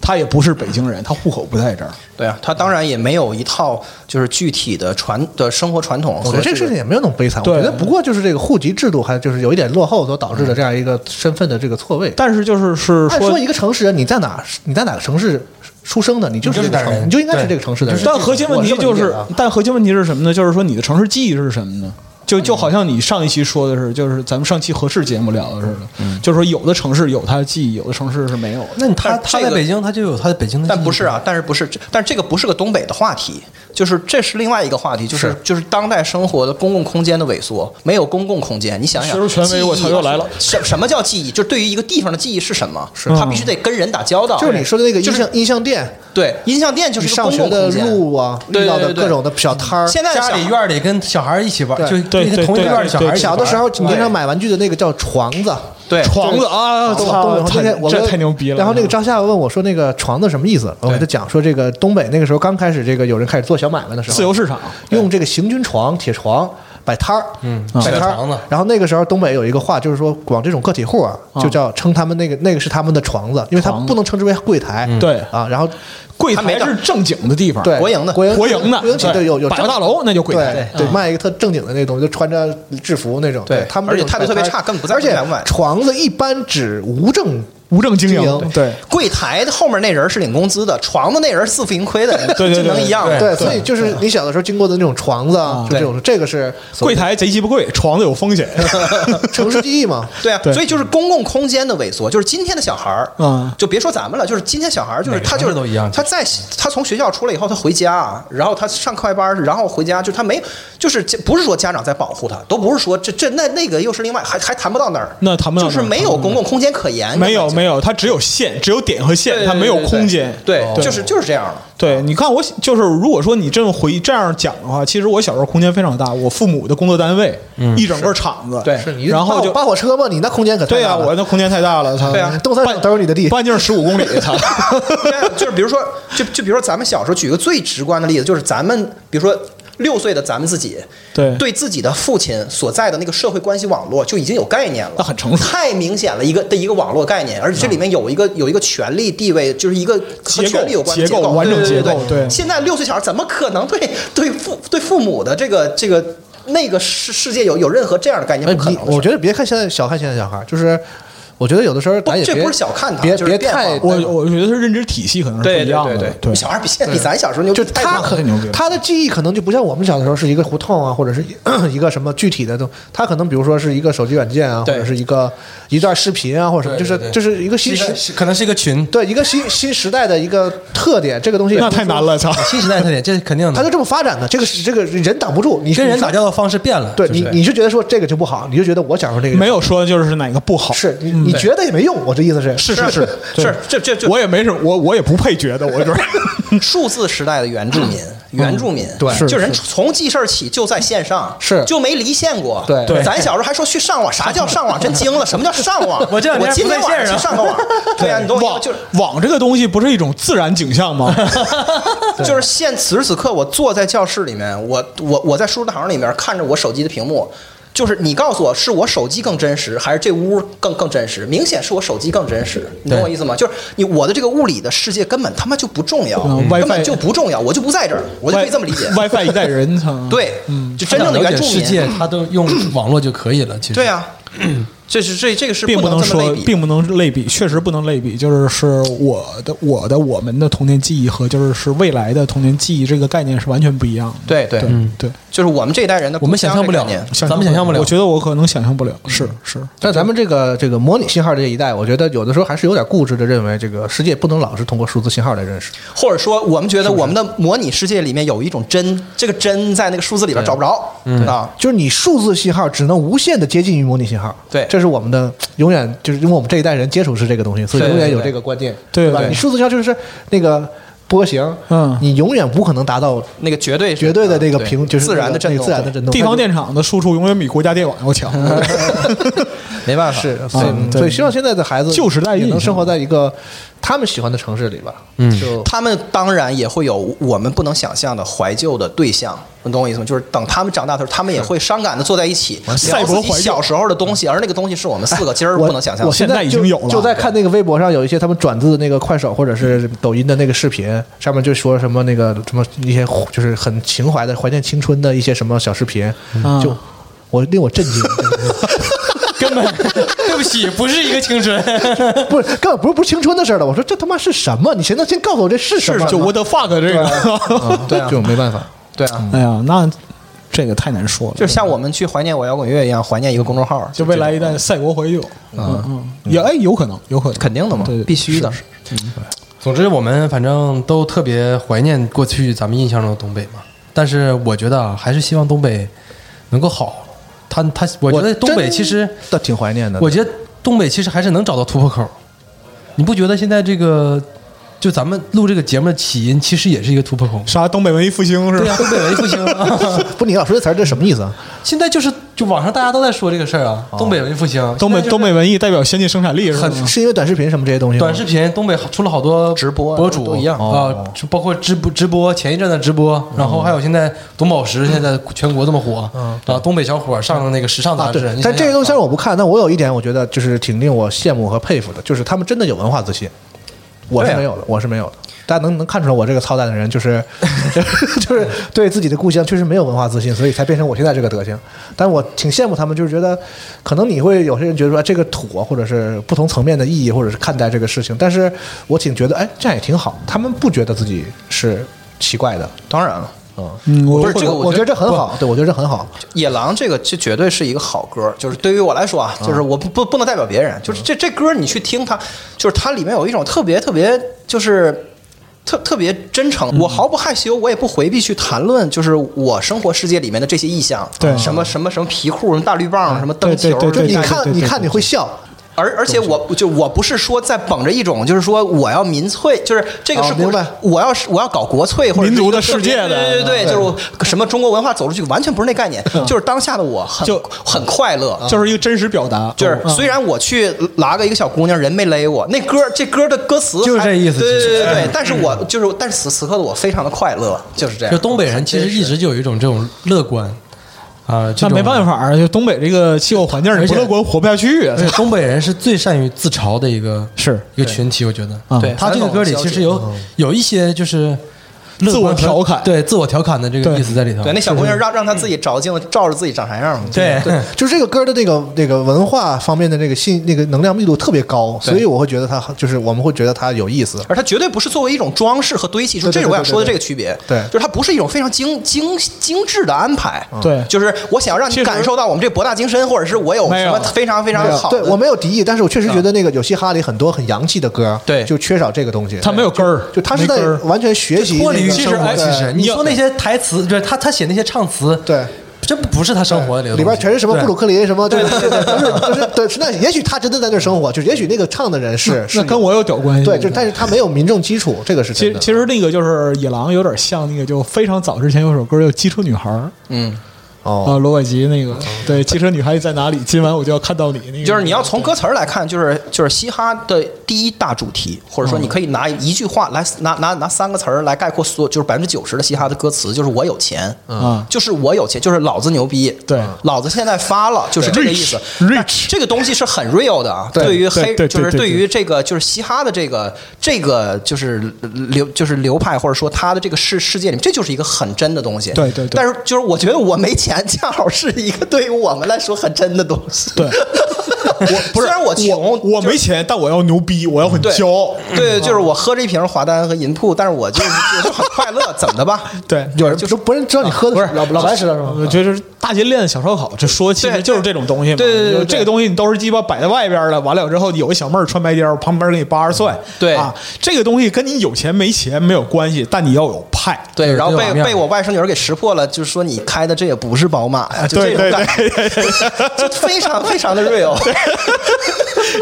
Speaker 3: 他也不是北京人，他户口不在这儿。
Speaker 11: 对啊，他当然也没有一套就是具体的传的生活传统和
Speaker 10: 我觉得这个事情也没有那么悲惨，我觉得不过就是这个户籍制度还就是有一点落后所导致的这样一个身份的这个错位。
Speaker 3: 但是就是是嗯
Speaker 10: 按
Speaker 3: 说
Speaker 10: 说一个城市人你在哪你在哪个城市出生的，你就是这个城，你就应该是这个城市的人。
Speaker 3: 但核心问题
Speaker 10: 我
Speaker 3: 就
Speaker 10: 这么理
Speaker 3: 是
Speaker 10: 解的啊，
Speaker 3: 但核心问题是什么呢？就是说你的城市记忆是什么呢？就就好像你上一期说的是，就是咱们上期合适节目聊的似的，
Speaker 10: 嗯
Speaker 3: 就是说有的城市有它的记忆，有的城市是没有的。
Speaker 9: 那他
Speaker 11: 但
Speaker 9: 他
Speaker 11: 是这个
Speaker 9: 在北京，他就有他在北京的记忆。
Speaker 11: 但不是啊，但是不是这，但这个不是个东北的话题，就是这是另外一个话题，就是就是当代生活的公共空间的萎缩，没有公共空间。你想想，
Speaker 3: 实如权威
Speaker 11: 记忆啊
Speaker 3: 我操又来了
Speaker 11: 什什么叫记忆？就是对于一个地方的记忆是什么？
Speaker 10: 是嗯
Speaker 11: 它必须得跟人打交道。
Speaker 10: 就是你说的那个音
Speaker 11: 就是
Speaker 10: 像音像店，
Speaker 11: 对音像店就是
Speaker 10: 你
Speaker 11: 一个
Speaker 10: 上
Speaker 11: 公
Speaker 10: 学
Speaker 11: 共
Speaker 10: 的
Speaker 11: 空间。
Speaker 10: 路啊，
Speaker 11: 对
Speaker 10: 遇到的
Speaker 11: 对对
Speaker 10: 各种的小摊儿。
Speaker 11: 现在的
Speaker 9: 家
Speaker 11: 小
Speaker 9: 里院儿里跟小孩儿一起玩，就
Speaker 3: 对
Speaker 9: 跟
Speaker 3: 对
Speaker 9: 同一个院
Speaker 3: 对
Speaker 9: 儿里小孩儿一起
Speaker 10: 小
Speaker 9: 玩
Speaker 10: 的时候，你经常买玩具的那个叫床子，
Speaker 11: 对
Speaker 3: 床子啊，
Speaker 10: 东
Speaker 3: 操
Speaker 10: 北，那天我
Speaker 3: 这
Speaker 10: 跟
Speaker 3: 太牛逼了！嗯
Speaker 10: 然后那个张夏问我说：“那个床子什么意思？”我给他讲说：“这个东北那个时候刚开始，这个有人开始做小买卖的时候，
Speaker 3: 自由市场，
Speaker 10: 用这个行军床、铁床摆摊儿，嗯，摆摊
Speaker 9: 小床
Speaker 10: 儿
Speaker 9: 子。
Speaker 10: 然后那个时候东北有一个话，就是说管这种个体户啊，
Speaker 3: 嗯
Speaker 10: 就叫称他们那个那个是他们的床子，因为他不能称之为柜台，
Speaker 3: 嗯对
Speaker 10: 啊。然后
Speaker 3: 柜
Speaker 11: 他没
Speaker 3: 台
Speaker 11: 的
Speaker 3: 是正经的地方，
Speaker 10: 对
Speaker 11: 国营的
Speaker 10: 国营
Speaker 3: 国营的
Speaker 10: 国营企业
Speaker 3: 对
Speaker 10: 有有
Speaker 3: 百货
Speaker 10: 正
Speaker 3: 大楼那就柜台
Speaker 10: 对对，卖一个特正经的那个东西，就穿着制服那种，
Speaker 11: 嗯对
Speaker 10: 他们
Speaker 11: 而且
Speaker 10: 这种
Speaker 11: 态度特别
Speaker 10: 摆摊儿
Speaker 11: 差根本不在
Speaker 10: 而且
Speaker 11: 柜台买
Speaker 10: 床子一般指无证
Speaker 3: 无证经
Speaker 10: 经营
Speaker 3: 营，对
Speaker 11: 柜台的后面那人是领工资的，床的那人是自负盈亏的，
Speaker 3: 对对
Speaker 11: 这能一样吗？
Speaker 10: 对，所以就是你小的时候经过的那种床子
Speaker 11: 嗯
Speaker 10: 啊，就这种，这个是所谓
Speaker 3: 柜
Speaker 10: 的
Speaker 3: 台贼鸡巴贵，床子有风 险。
Speaker 10: 城市记 忆嘛。
Speaker 11: 对啊，
Speaker 3: 对
Speaker 11: 所以就是公共空间的萎缩，就是今天的小孩儿，
Speaker 3: 嗯
Speaker 11: 就别说咱们了，就是今天小孩儿，就是
Speaker 9: 每个
Speaker 11: 他就
Speaker 9: 城
Speaker 11: 是
Speaker 9: 市都一样
Speaker 11: 他在他从学校出来以后，他回家，然后他上课外班儿，然后回家，就他没有，就是这不是说家长在保护他，都不是说这这那那个又是另外，还还谈不到那儿，
Speaker 3: 那谈不到
Speaker 11: 就是
Speaker 3: 那儿
Speaker 11: 没有公共空间可言，
Speaker 3: 没有
Speaker 11: 根
Speaker 3: 没有，它只有线，只有点和
Speaker 11: 本
Speaker 3: 线，
Speaker 11: 就
Speaker 3: 它没有
Speaker 11: 对对
Speaker 3: 空间。
Speaker 11: 对，
Speaker 3: 对
Speaker 11: 就是就是这样了。
Speaker 3: 对，你看我就是，如果说你这么回这样讲的话，其实我小时候空间非常大，我父母的工作单位、一整个厂子，
Speaker 11: 对
Speaker 10: 是你
Speaker 3: 然后
Speaker 10: 扒
Speaker 3: 就
Speaker 10: 扒火车嘛，你那空间可
Speaker 3: 对
Speaker 10: 呀，
Speaker 3: 呀，我那空间太大了，操，
Speaker 11: 啊对啊
Speaker 10: 动三手都是你的地，
Speaker 3: 半径十五公里，操，
Speaker 11: 对啊 就是比如说，就就比如说咱们小时候，举个最直观的例子，就是咱们比如说六岁的咱们自己，
Speaker 3: 对
Speaker 11: 对自己的父亲所在的那个社会关系网络就已经有概念 了，
Speaker 3: 那很成熟
Speaker 11: 太明显了一个的一个网络概念，而且这里面有一个有一个权力地位，就是一个
Speaker 3: 结
Speaker 11: 和
Speaker 3: 构
Speaker 11: 权力有关的
Speaker 3: 结构完整
Speaker 11: 对对
Speaker 3: 结构
Speaker 11: 对
Speaker 3: 对
Speaker 11: 现在六岁小孩怎么可能对对父对父母的这个这个那个世世界有有任何这样的概念？
Speaker 10: 哎
Speaker 11: 不可
Speaker 10: 你
Speaker 11: 能的事儿。
Speaker 10: 我觉得别看现在小看现在小孩儿，就是我觉得有的时候咱也
Speaker 11: 这
Speaker 10: 别
Speaker 11: 不是小看他
Speaker 10: 别
Speaker 11: 就是
Speaker 10: 别
Speaker 11: 变化
Speaker 10: 太
Speaker 3: 我我觉得是认知体系可能是不一样的，
Speaker 11: 对
Speaker 3: 对
Speaker 11: 小孩比现比咱小时候牛，
Speaker 10: 就
Speaker 11: 太
Speaker 10: 他
Speaker 11: 多了
Speaker 10: 可
Speaker 3: 太牛逼了
Speaker 10: 他的记忆可能就不像我们小的时候是一个胡同啊，或者是一一 个什么具体的东，他可能比如说是一个手机软件啊，或
Speaker 11: 对
Speaker 10: 者是一个一段视频啊，或者什么，就
Speaker 9: 对
Speaker 10: 是
Speaker 9: 对对
Speaker 10: 就是一个
Speaker 9: 是
Speaker 10: 新
Speaker 9: 一
Speaker 10: 时
Speaker 9: 个是可能是一个群，
Speaker 10: 对一个新新时代的一个特点，这个东西
Speaker 3: 那太难了，操，
Speaker 9: 新时代特点，这是肯定的。
Speaker 10: 他就这么发展的，这个是这个人挡不住，你
Speaker 9: 你跟人打
Speaker 10: 架，
Speaker 9: 交道方式变了，
Speaker 10: 对
Speaker 9: 就是
Speaker 10: 你你就觉得说这个就不好，你就觉得我小时候那个
Speaker 3: 没有说就是哪个不好，
Speaker 10: 是你你觉得也没用，我这意思是
Speaker 3: 是是 是对
Speaker 11: 是这这这
Speaker 3: 我也没什么，我我也不配觉得，我觉得
Speaker 11: 数字时代的原住民，原住民，
Speaker 10: 嗯对是
Speaker 11: 就人从记事儿起就在线上，
Speaker 10: 是
Speaker 11: 就没离线过。
Speaker 10: 对对
Speaker 11: 咱小时候还说去上网，啥叫上网？真惊了，什么叫上网？
Speaker 9: 我这两天
Speaker 11: 今天
Speaker 9: 不在线
Speaker 11: 晚上
Speaker 9: 上
Speaker 11: 去上个 网，对呀，你懂我
Speaker 3: 网
Speaker 11: 就是。
Speaker 3: 网这个东西不是一种自然景象吗？
Speaker 11: 就是现此时此刻，我坐在教室里面，我我我在书堂里面看着我手机的屏幕，就是你告诉我是我手机更真实，还是这屋更更真实？明显是我手机更真实，你懂我意思吗？就是你我的这个物理的世界根本他妈就不重要，
Speaker 3: 嗯
Speaker 11: 根
Speaker 3: WiFi
Speaker 11: 本就不重要，我就不在这儿，我就可以这么理解。
Speaker 3: ，WiFi 一代人，操，
Speaker 11: 对，就真正的
Speaker 9: 他想
Speaker 11: 原
Speaker 9: 了
Speaker 11: 住
Speaker 9: 解世界
Speaker 11: 民，
Speaker 9: 他都用网络就可以了。其实
Speaker 11: 对，啊，这是这这个是
Speaker 3: 并
Speaker 11: 不
Speaker 3: 不
Speaker 11: 能这么
Speaker 3: 说
Speaker 11: 类，比。
Speaker 3: 并不能类比，确实不能类比。就是是我的、我的、我们的童年记忆和就是是未来的童年记忆这个概念是完全不一样的。
Speaker 11: 对对
Speaker 3: 对、对，
Speaker 11: 就是我们这一代人的，
Speaker 9: 我们想象不了咱们想象不了
Speaker 3: 我觉得我可能想象不了。是是，
Speaker 10: 但咱们这个这个模拟信号这一代，我觉得有的时候还是有点固执的，认为这个世界不能老是通过数字信号来认识。
Speaker 11: 或者说我们觉得我们的模拟世界里面有一种真，这个真在那个数字里边找不着啊。
Speaker 10: 就是你数字信号只能无限的接近于模拟信号，
Speaker 11: 对
Speaker 10: 这是我们的永远就是因为我们这一代人接触是这个东西，所以
Speaker 11: 对
Speaker 10: 永远
Speaker 11: 对
Speaker 10: 有
Speaker 11: 对
Speaker 10: 这个观念，
Speaker 3: 对
Speaker 10: 吧？
Speaker 3: 对
Speaker 10: 你数字信号就是那个波形，
Speaker 3: 嗯啊
Speaker 10: 你永远不可能达到
Speaker 11: 那个绝对是啊
Speaker 10: 绝对的那个
Speaker 11: 对
Speaker 10: 平，就是
Speaker 11: 自然
Speaker 10: 那
Speaker 11: 的
Speaker 10: 个
Speaker 11: 震
Speaker 10: 那
Speaker 11: 动，
Speaker 10: 个自然的震动。
Speaker 3: 地方
Speaker 10: 它就
Speaker 3: 电厂的输出永远比国家电网要强。
Speaker 11: 没办法，
Speaker 10: 是，所以
Speaker 3: 嗯对
Speaker 10: 所以希望现在的孩子
Speaker 3: 旧时代
Speaker 10: 也
Speaker 3: 印
Speaker 10: 能
Speaker 3: 象
Speaker 10: 生活在一个他们喜欢的城市里吧。
Speaker 7: 嗯
Speaker 10: 就
Speaker 11: 他们当然也会有我们不能想象的怀旧的对象，你懂我意思吗？就是等他们长大的时候，他们也会伤感的坐在一起，
Speaker 10: 赛
Speaker 11: 聊
Speaker 10: 博
Speaker 11: 自
Speaker 10: 怀旧
Speaker 11: 己小时候的东西，而那个东西是我们四个今儿
Speaker 10: 哎我
Speaker 11: 不能想象的。
Speaker 10: 我就就在看那个微博上有一些他们转自那个快手或者是抖音的那个视频，上面就说什么那个什么一些就是很情怀的怀念青春的一些什么小视频，
Speaker 3: 嗯
Speaker 10: 就我令我震惊，
Speaker 9: 根本对不起，不是一个青春，
Speaker 10: 不是根本不是不是青春的事儿了。我说这他妈是什么？你现在先告诉我这是什么？
Speaker 3: 就 what the fuck 这个，
Speaker 10: 对啊，就没办法。
Speaker 11: 对啊，
Speaker 3: 哎呀，那这个太难说了，
Speaker 11: 就像我们去怀念我摇滚乐一样，怀念一个公众号，
Speaker 3: 就未来一代赛国怀旧，嗯嗯，也哎有可能，有可能，
Speaker 11: 肯定的嘛，必须的。
Speaker 9: 总之，我们反正都特别怀念过去咱们印象中的东北嘛。但是我觉得啊，还是希望东北能够好。他他，我觉得东北其实
Speaker 10: 倒挺怀念的。
Speaker 9: 我觉得东北其实还是能找到突破口。你不觉得现在这个，就咱们录这个节目的起因，其实也是一个突破口吗？
Speaker 3: 啥东北文艺复兴是吧？
Speaker 9: 对 呀、东
Speaker 10: 啊
Speaker 9: 北文艺复兴、啊
Speaker 10: 不，你老说这词儿这什么意思啊？哦
Speaker 9: 现在就是，就网上大家都在说这个事儿啊，东北文艺复兴，
Speaker 3: 东北东北文艺代表先进生产力是吗？
Speaker 10: 是因为短视频什么这些东西吗？
Speaker 9: 短视频，东北出了好多直播博主
Speaker 10: 都一样嗯
Speaker 9: 啊，就包括直播直播，前一阵的直播，然后还有现在董宝石现在全国这么火，啊，东北小伙上了那个时尚杂
Speaker 10: 啊，对
Speaker 9: 志，你，
Speaker 10: 但
Speaker 9: 想
Speaker 10: 这些
Speaker 9: 想
Speaker 10: 东西虽然我不看，但我有一点我觉得就是挺令我羡慕和佩服的，就是他们真的有文化自信，我是
Speaker 9: 对啊
Speaker 10: 没有的，我是没有的。大家能能看出来，我这个操蛋的人，就是 就是对自己的故乡确实没有文化自信，所以才变成我现在这个德行。但我挺羡慕他们，就是觉得可能你会有些人觉得说哎这个土啊，或者是不同层面的意义，或者是看待这个事情，但是我挺觉得哎这样也挺好，他们不觉得自己是奇怪的。
Speaker 11: 当然了，
Speaker 3: 嗯，
Speaker 11: 不
Speaker 10: 我
Speaker 11: 是这个，
Speaker 10: 我觉得这很好，对我觉得这很好。
Speaker 11: 野狼这个这绝对是一个好歌，就是对于我来说啊，
Speaker 3: 嗯
Speaker 11: 就是我不不不能代表别人，就是这这歌你去听它，就是它里面有一种特别特别就是。特特别真
Speaker 3: 嗯
Speaker 11: 诚，我毫不害羞，我也不回避去谈论，就是我生活世界里面的这些意象，
Speaker 10: 对
Speaker 11: 什么什么什么皮裤，什么大绿棒，什么灯球，
Speaker 10: 就
Speaker 11: 这
Speaker 10: 你
Speaker 11: 些
Speaker 10: 看，你看你会笑，
Speaker 11: 而而且我就我不是说在捧着一种，就是说我要民粹，就是这个是、
Speaker 10: 哦明白，
Speaker 11: 我要是我要搞国粹或者
Speaker 3: 民族的
Speaker 11: 是一个
Speaker 3: 世界
Speaker 11: 特别
Speaker 3: 的
Speaker 11: 对对对，
Speaker 3: 对
Speaker 11: 就是我什么中国文化走出去，完全不是那概念，就是当下的我很很快乐，
Speaker 3: 就是一个真实表达，
Speaker 11: 啊就是
Speaker 3: 嗯
Speaker 11: 虽然我去拉个一个小姑娘，人没勒我，那歌这歌的歌词
Speaker 9: 就是
Speaker 11: 还
Speaker 9: 这意思
Speaker 11: 对
Speaker 9: 其实
Speaker 11: 对对对
Speaker 9: 嗯，
Speaker 11: 但是我就是但是此此刻的我非常的快乐，就是这样。
Speaker 9: 就东北人其实一直就有一种这种乐 观啊，
Speaker 3: 那没办法啊，就东北这个气候环境，你
Speaker 9: 而且
Speaker 3: 不乐观活不下去啊
Speaker 9: 而。且东北人是最善于自嘲的一个
Speaker 3: 是
Speaker 9: 一个群体，我觉得
Speaker 3: 嗯，
Speaker 9: 他这个歌里其实有
Speaker 10: 嗯
Speaker 9: 有一些就是乐
Speaker 3: 自我
Speaker 9: 观和
Speaker 3: 调侃
Speaker 9: 对自我调侃的这个
Speaker 3: 对
Speaker 9: 意思在里头。
Speaker 11: 对，那小姑娘
Speaker 9: 是
Speaker 11: 让让她自己照镜子，照着自己长啥样嘛。
Speaker 9: 对
Speaker 10: 嗯对，就是这个歌的那个那个文化方面的那个信那个能量密度特别高，所以我会觉得它就是我们会觉得它有意思。
Speaker 11: 而它绝对不是作为一种装饰和堆砌，就
Speaker 10: 对对
Speaker 11: 这是我想
Speaker 10: 对对
Speaker 11: 说的这
Speaker 10: 对
Speaker 11: 个区别。
Speaker 10: 对
Speaker 11: 就是它不是一种非常精精精致的安排。
Speaker 3: 对
Speaker 11: 就是我想让
Speaker 3: 其实
Speaker 11: 你感受到我们这博大精深，或者是我有
Speaker 3: 没
Speaker 11: 什
Speaker 3: 有
Speaker 11: 么非常非常好
Speaker 10: 对
Speaker 11: 的。
Speaker 10: 我没有敌意，但是我确实觉
Speaker 9: 嗯
Speaker 10: 得那个有嘻哈里很多很洋气的歌，
Speaker 11: 对
Speaker 10: 就缺少这个东西。
Speaker 3: 他没有根儿，
Speaker 10: 就他是
Speaker 3: 没
Speaker 10: 在
Speaker 3: 根儿
Speaker 10: 完全学习
Speaker 9: 脱
Speaker 10: 那
Speaker 9: 离于
Speaker 10: 个
Speaker 9: 其
Speaker 10: 生
Speaker 9: 实
Speaker 10: 活
Speaker 9: 哎，其实
Speaker 10: 的，
Speaker 9: 你说那些台词，就是他他写那些唱词，
Speaker 10: 对，
Speaker 9: 这不是他生活里的东西
Speaker 10: 里边全是什么
Speaker 9: 对
Speaker 10: 布鲁克林什么，就是就是就是对，是那也许他真的在那儿生活，就是也许那个唱的人是是
Speaker 3: 那跟我有屌关系。
Speaker 10: 对，就但是他没有民众基础，这个是
Speaker 3: 哎其
Speaker 10: 真
Speaker 3: 实
Speaker 10: 的。
Speaker 3: 其实那个就是野狼，有点像那个就非常早之前有首歌叫《机车女孩》儿
Speaker 11: 嗯，
Speaker 10: 哦，
Speaker 3: 啊，罗百吉那个对《机车女孩在哪里》，今晚我就要看到你那个，
Speaker 11: 就是你要从歌词儿来看，就是就是嘻哈的第一大主题，或者
Speaker 3: 嗯
Speaker 11: 说你可以拿一句话来拿拿拿三个词儿来概括所有，就是百分之九十的嘻哈的歌词，就是我有钱，
Speaker 3: 啊，
Speaker 11: 就是我有钱，就是老子牛逼，
Speaker 3: 对
Speaker 11: 老子现在发了，就是这个意思。
Speaker 3: ，rich，
Speaker 11: 这个东西是很 real 的啊，
Speaker 3: 对对
Speaker 11: 于黑
Speaker 3: 对对
Speaker 11: 就是
Speaker 3: 对对
Speaker 11: 对于这个就是嘻哈的这个这个就是流就是流派或者说他的这个世世界里面，这就是一个很真的东西。
Speaker 3: 对对对
Speaker 11: 但是就是我觉得我没钱，恰好是一个对于我们来说很真的东西。
Speaker 3: 对
Speaker 11: 我不是虽然我穷，
Speaker 3: 我我没嗯钱，但我要牛逼，我要很
Speaker 11: 对嗯
Speaker 3: 骄傲，
Speaker 11: 对，就是我喝这一瓶华丹和银铺，但是我就是就是很快乐，怎么的吧？
Speaker 3: 对。啊
Speaker 10: 有人就不认知道你喝的是老老白知道是吗？
Speaker 3: 我觉得是大金链子小烧烤，这说其实就是这种东西嘛。
Speaker 11: 对对对对
Speaker 3: 就这个东西你都是鸡巴摆在外边了，完了之后有一小妹儿穿白貂，旁边给你扒着蒜。
Speaker 11: 对
Speaker 3: 啊，这个东西跟你有钱没钱没有关系，但你要有派。
Speaker 11: 对，然后
Speaker 9: 这
Speaker 11: 被
Speaker 9: 个网面
Speaker 11: 被我外甥女儿给识破了，就是说你开的这也不是宝马呀，啊就这
Speaker 3: 对对
Speaker 11: 种感觉，
Speaker 3: 对，对对
Speaker 11: 就非常非常的 real。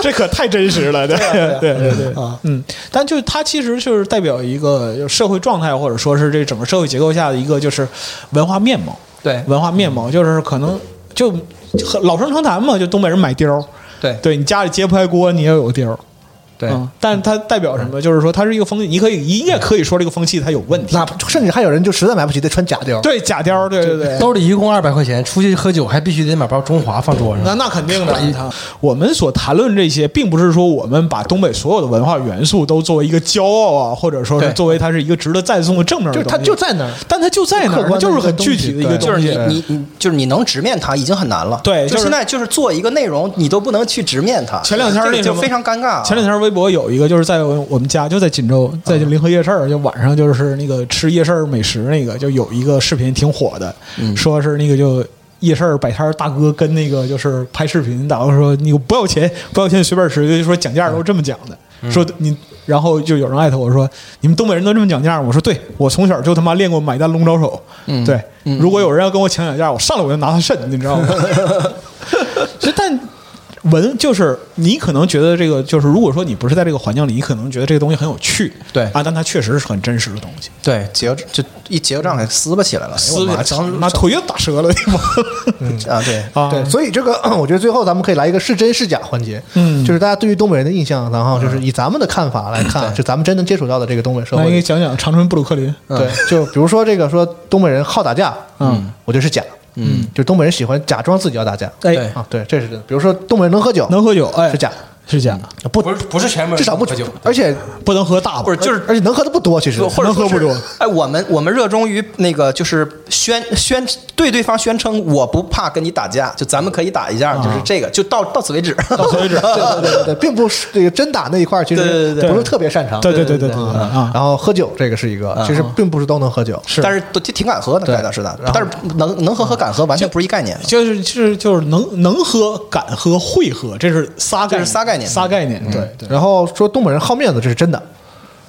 Speaker 3: 这可太真实了，对
Speaker 11: 啊
Speaker 3: 对对对啊，嗯，但就是它其实就是代表一个就是社会状态，或者说是这整个社会结构下的一个就是文化面貌，
Speaker 11: 对
Speaker 3: 文化面貌就是可能就就很老生常谈嘛，就东北人买貂儿，
Speaker 11: 对
Speaker 3: 对你家里揭不开锅，你要有貂儿。
Speaker 9: 对
Speaker 3: 嗯但它代表什么？就是说它是一个风，你可以你也可以说这个风气它有问题，
Speaker 10: 哪怕甚至还有人就实在买不起，得穿假貂。
Speaker 3: 嗯对假貂，对对对，
Speaker 9: 兜里一共二百块钱，出去喝酒还必须得买包中华放桌上。
Speaker 3: 那那肯定的。啊我们所谈论这些，并不是说我们把东北所有的文化元素都作为一个骄傲啊，或者说是
Speaker 10: 对
Speaker 3: 作为它是一个值得赞颂的正面的
Speaker 10: 就
Speaker 3: 东
Speaker 10: 是
Speaker 3: 西。
Speaker 10: 它就在那儿，
Speaker 3: 但它就在那儿它就是很具体的一个
Speaker 11: 就
Speaker 3: 东
Speaker 11: 是
Speaker 3: 西哎
Speaker 11: 你你你就是你能直面它已经很难了。
Speaker 3: 对
Speaker 11: 就
Speaker 3: 就是
Speaker 11: 现在就是做一个内容，你都不能去直面它。
Speaker 3: 前两天
Speaker 11: 这
Speaker 3: 那
Speaker 11: 个
Speaker 3: 什
Speaker 11: 就
Speaker 3: 么
Speaker 11: 非常尴尬。啊嗯
Speaker 3: 前两天微博有一个，就是在我们家，就在锦州，在临河夜市儿，就晚上就是那个吃夜市儿美食那个，就有一个视频挺火的，
Speaker 11: 嗯
Speaker 3: 说是那个就夜市儿摆摊儿大哥跟那个就是拍视频，然后说那个不要钱， 不要钱随便吃，就说讲价儿都这么讲的，
Speaker 11: 嗯
Speaker 3: 说你。然后就有人艾特我说：“你们东北人都这么讲价儿吗？”我说：“对，我从小就他妈练过买单龙爪手。
Speaker 11: 嗯
Speaker 3: 对，如果有人要跟我抢讲价儿，我上来我就拿他肾，你知道 吗？所以但文就是你可能觉得这个就是，如果说你不是在这个环境里，你可能觉得这个东西很有趣，
Speaker 11: 对
Speaker 3: 啊，但它确实是很真实的东西，
Speaker 11: 对结个就一结个账给撕巴起来了，
Speaker 3: 撕
Speaker 11: 哎
Speaker 3: 吧
Speaker 11: 我妈整
Speaker 3: 拿腿就打折了，那帮
Speaker 11: 啊对
Speaker 3: 啊
Speaker 10: 对，所以这个 我觉得最后咱们可以来一个是真是假环节，
Speaker 3: 嗯
Speaker 10: 就是大家对于东北人的印象，然后就是以咱们的看法来看，就咱们真能接触到的这个东北社
Speaker 3: 那应该
Speaker 10: 会，嗯
Speaker 3: 讲讲长春布鲁克林，
Speaker 10: 对，就比如说这个说东北人好打架，
Speaker 3: 嗯，
Speaker 10: 我觉得是假，
Speaker 11: 嗯，
Speaker 10: 就东北人喜欢假装自己要打架，
Speaker 3: 哎
Speaker 10: 啊，对，这是真的。比如说东北人能喝酒，
Speaker 3: 能喝酒，哎，
Speaker 10: 是假，嗯
Speaker 3: 是假，
Speaker 10: 不
Speaker 9: 不是不是全部人
Speaker 10: 至少不
Speaker 9: 喝酒，
Speaker 10: 而且
Speaker 3: 不能喝大吧，
Speaker 11: 不是就是
Speaker 10: 而且能喝的不多，其实
Speaker 11: 或者
Speaker 3: 能喝
Speaker 11: 说
Speaker 3: 不
Speaker 11: 是
Speaker 3: 多，
Speaker 11: 哎，我们我们热衷于那个就是宣宣对对方宣称我不怕跟你打架，就咱们可以打一架，就是这个，就到到此为止。
Speaker 3: 啊到此为 止，
Speaker 10: 对对对对对，并不是这个真打那一块儿，其
Speaker 11: 对
Speaker 10: 实
Speaker 11: 对对
Speaker 3: 对
Speaker 10: 不是特别擅长。
Speaker 3: 对对对对对对啊，
Speaker 10: 然后喝酒这个是一个，其实并不是都能喝酒，
Speaker 3: 是
Speaker 11: 但是都挺挺敢喝的，该打是打，但是能能喝和敢喝完全不是一概念。
Speaker 3: 就是是就是能能喝、敢喝、会喝，这是仨概
Speaker 11: 这
Speaker 3: 念，
Speaker 11: 是仨概念
Speaker 3: 仨概念，
Speaker 10: 嗯
Speaker 3: 对嗯对。
Speaker 10: 然后说东北人好面子，这是真的。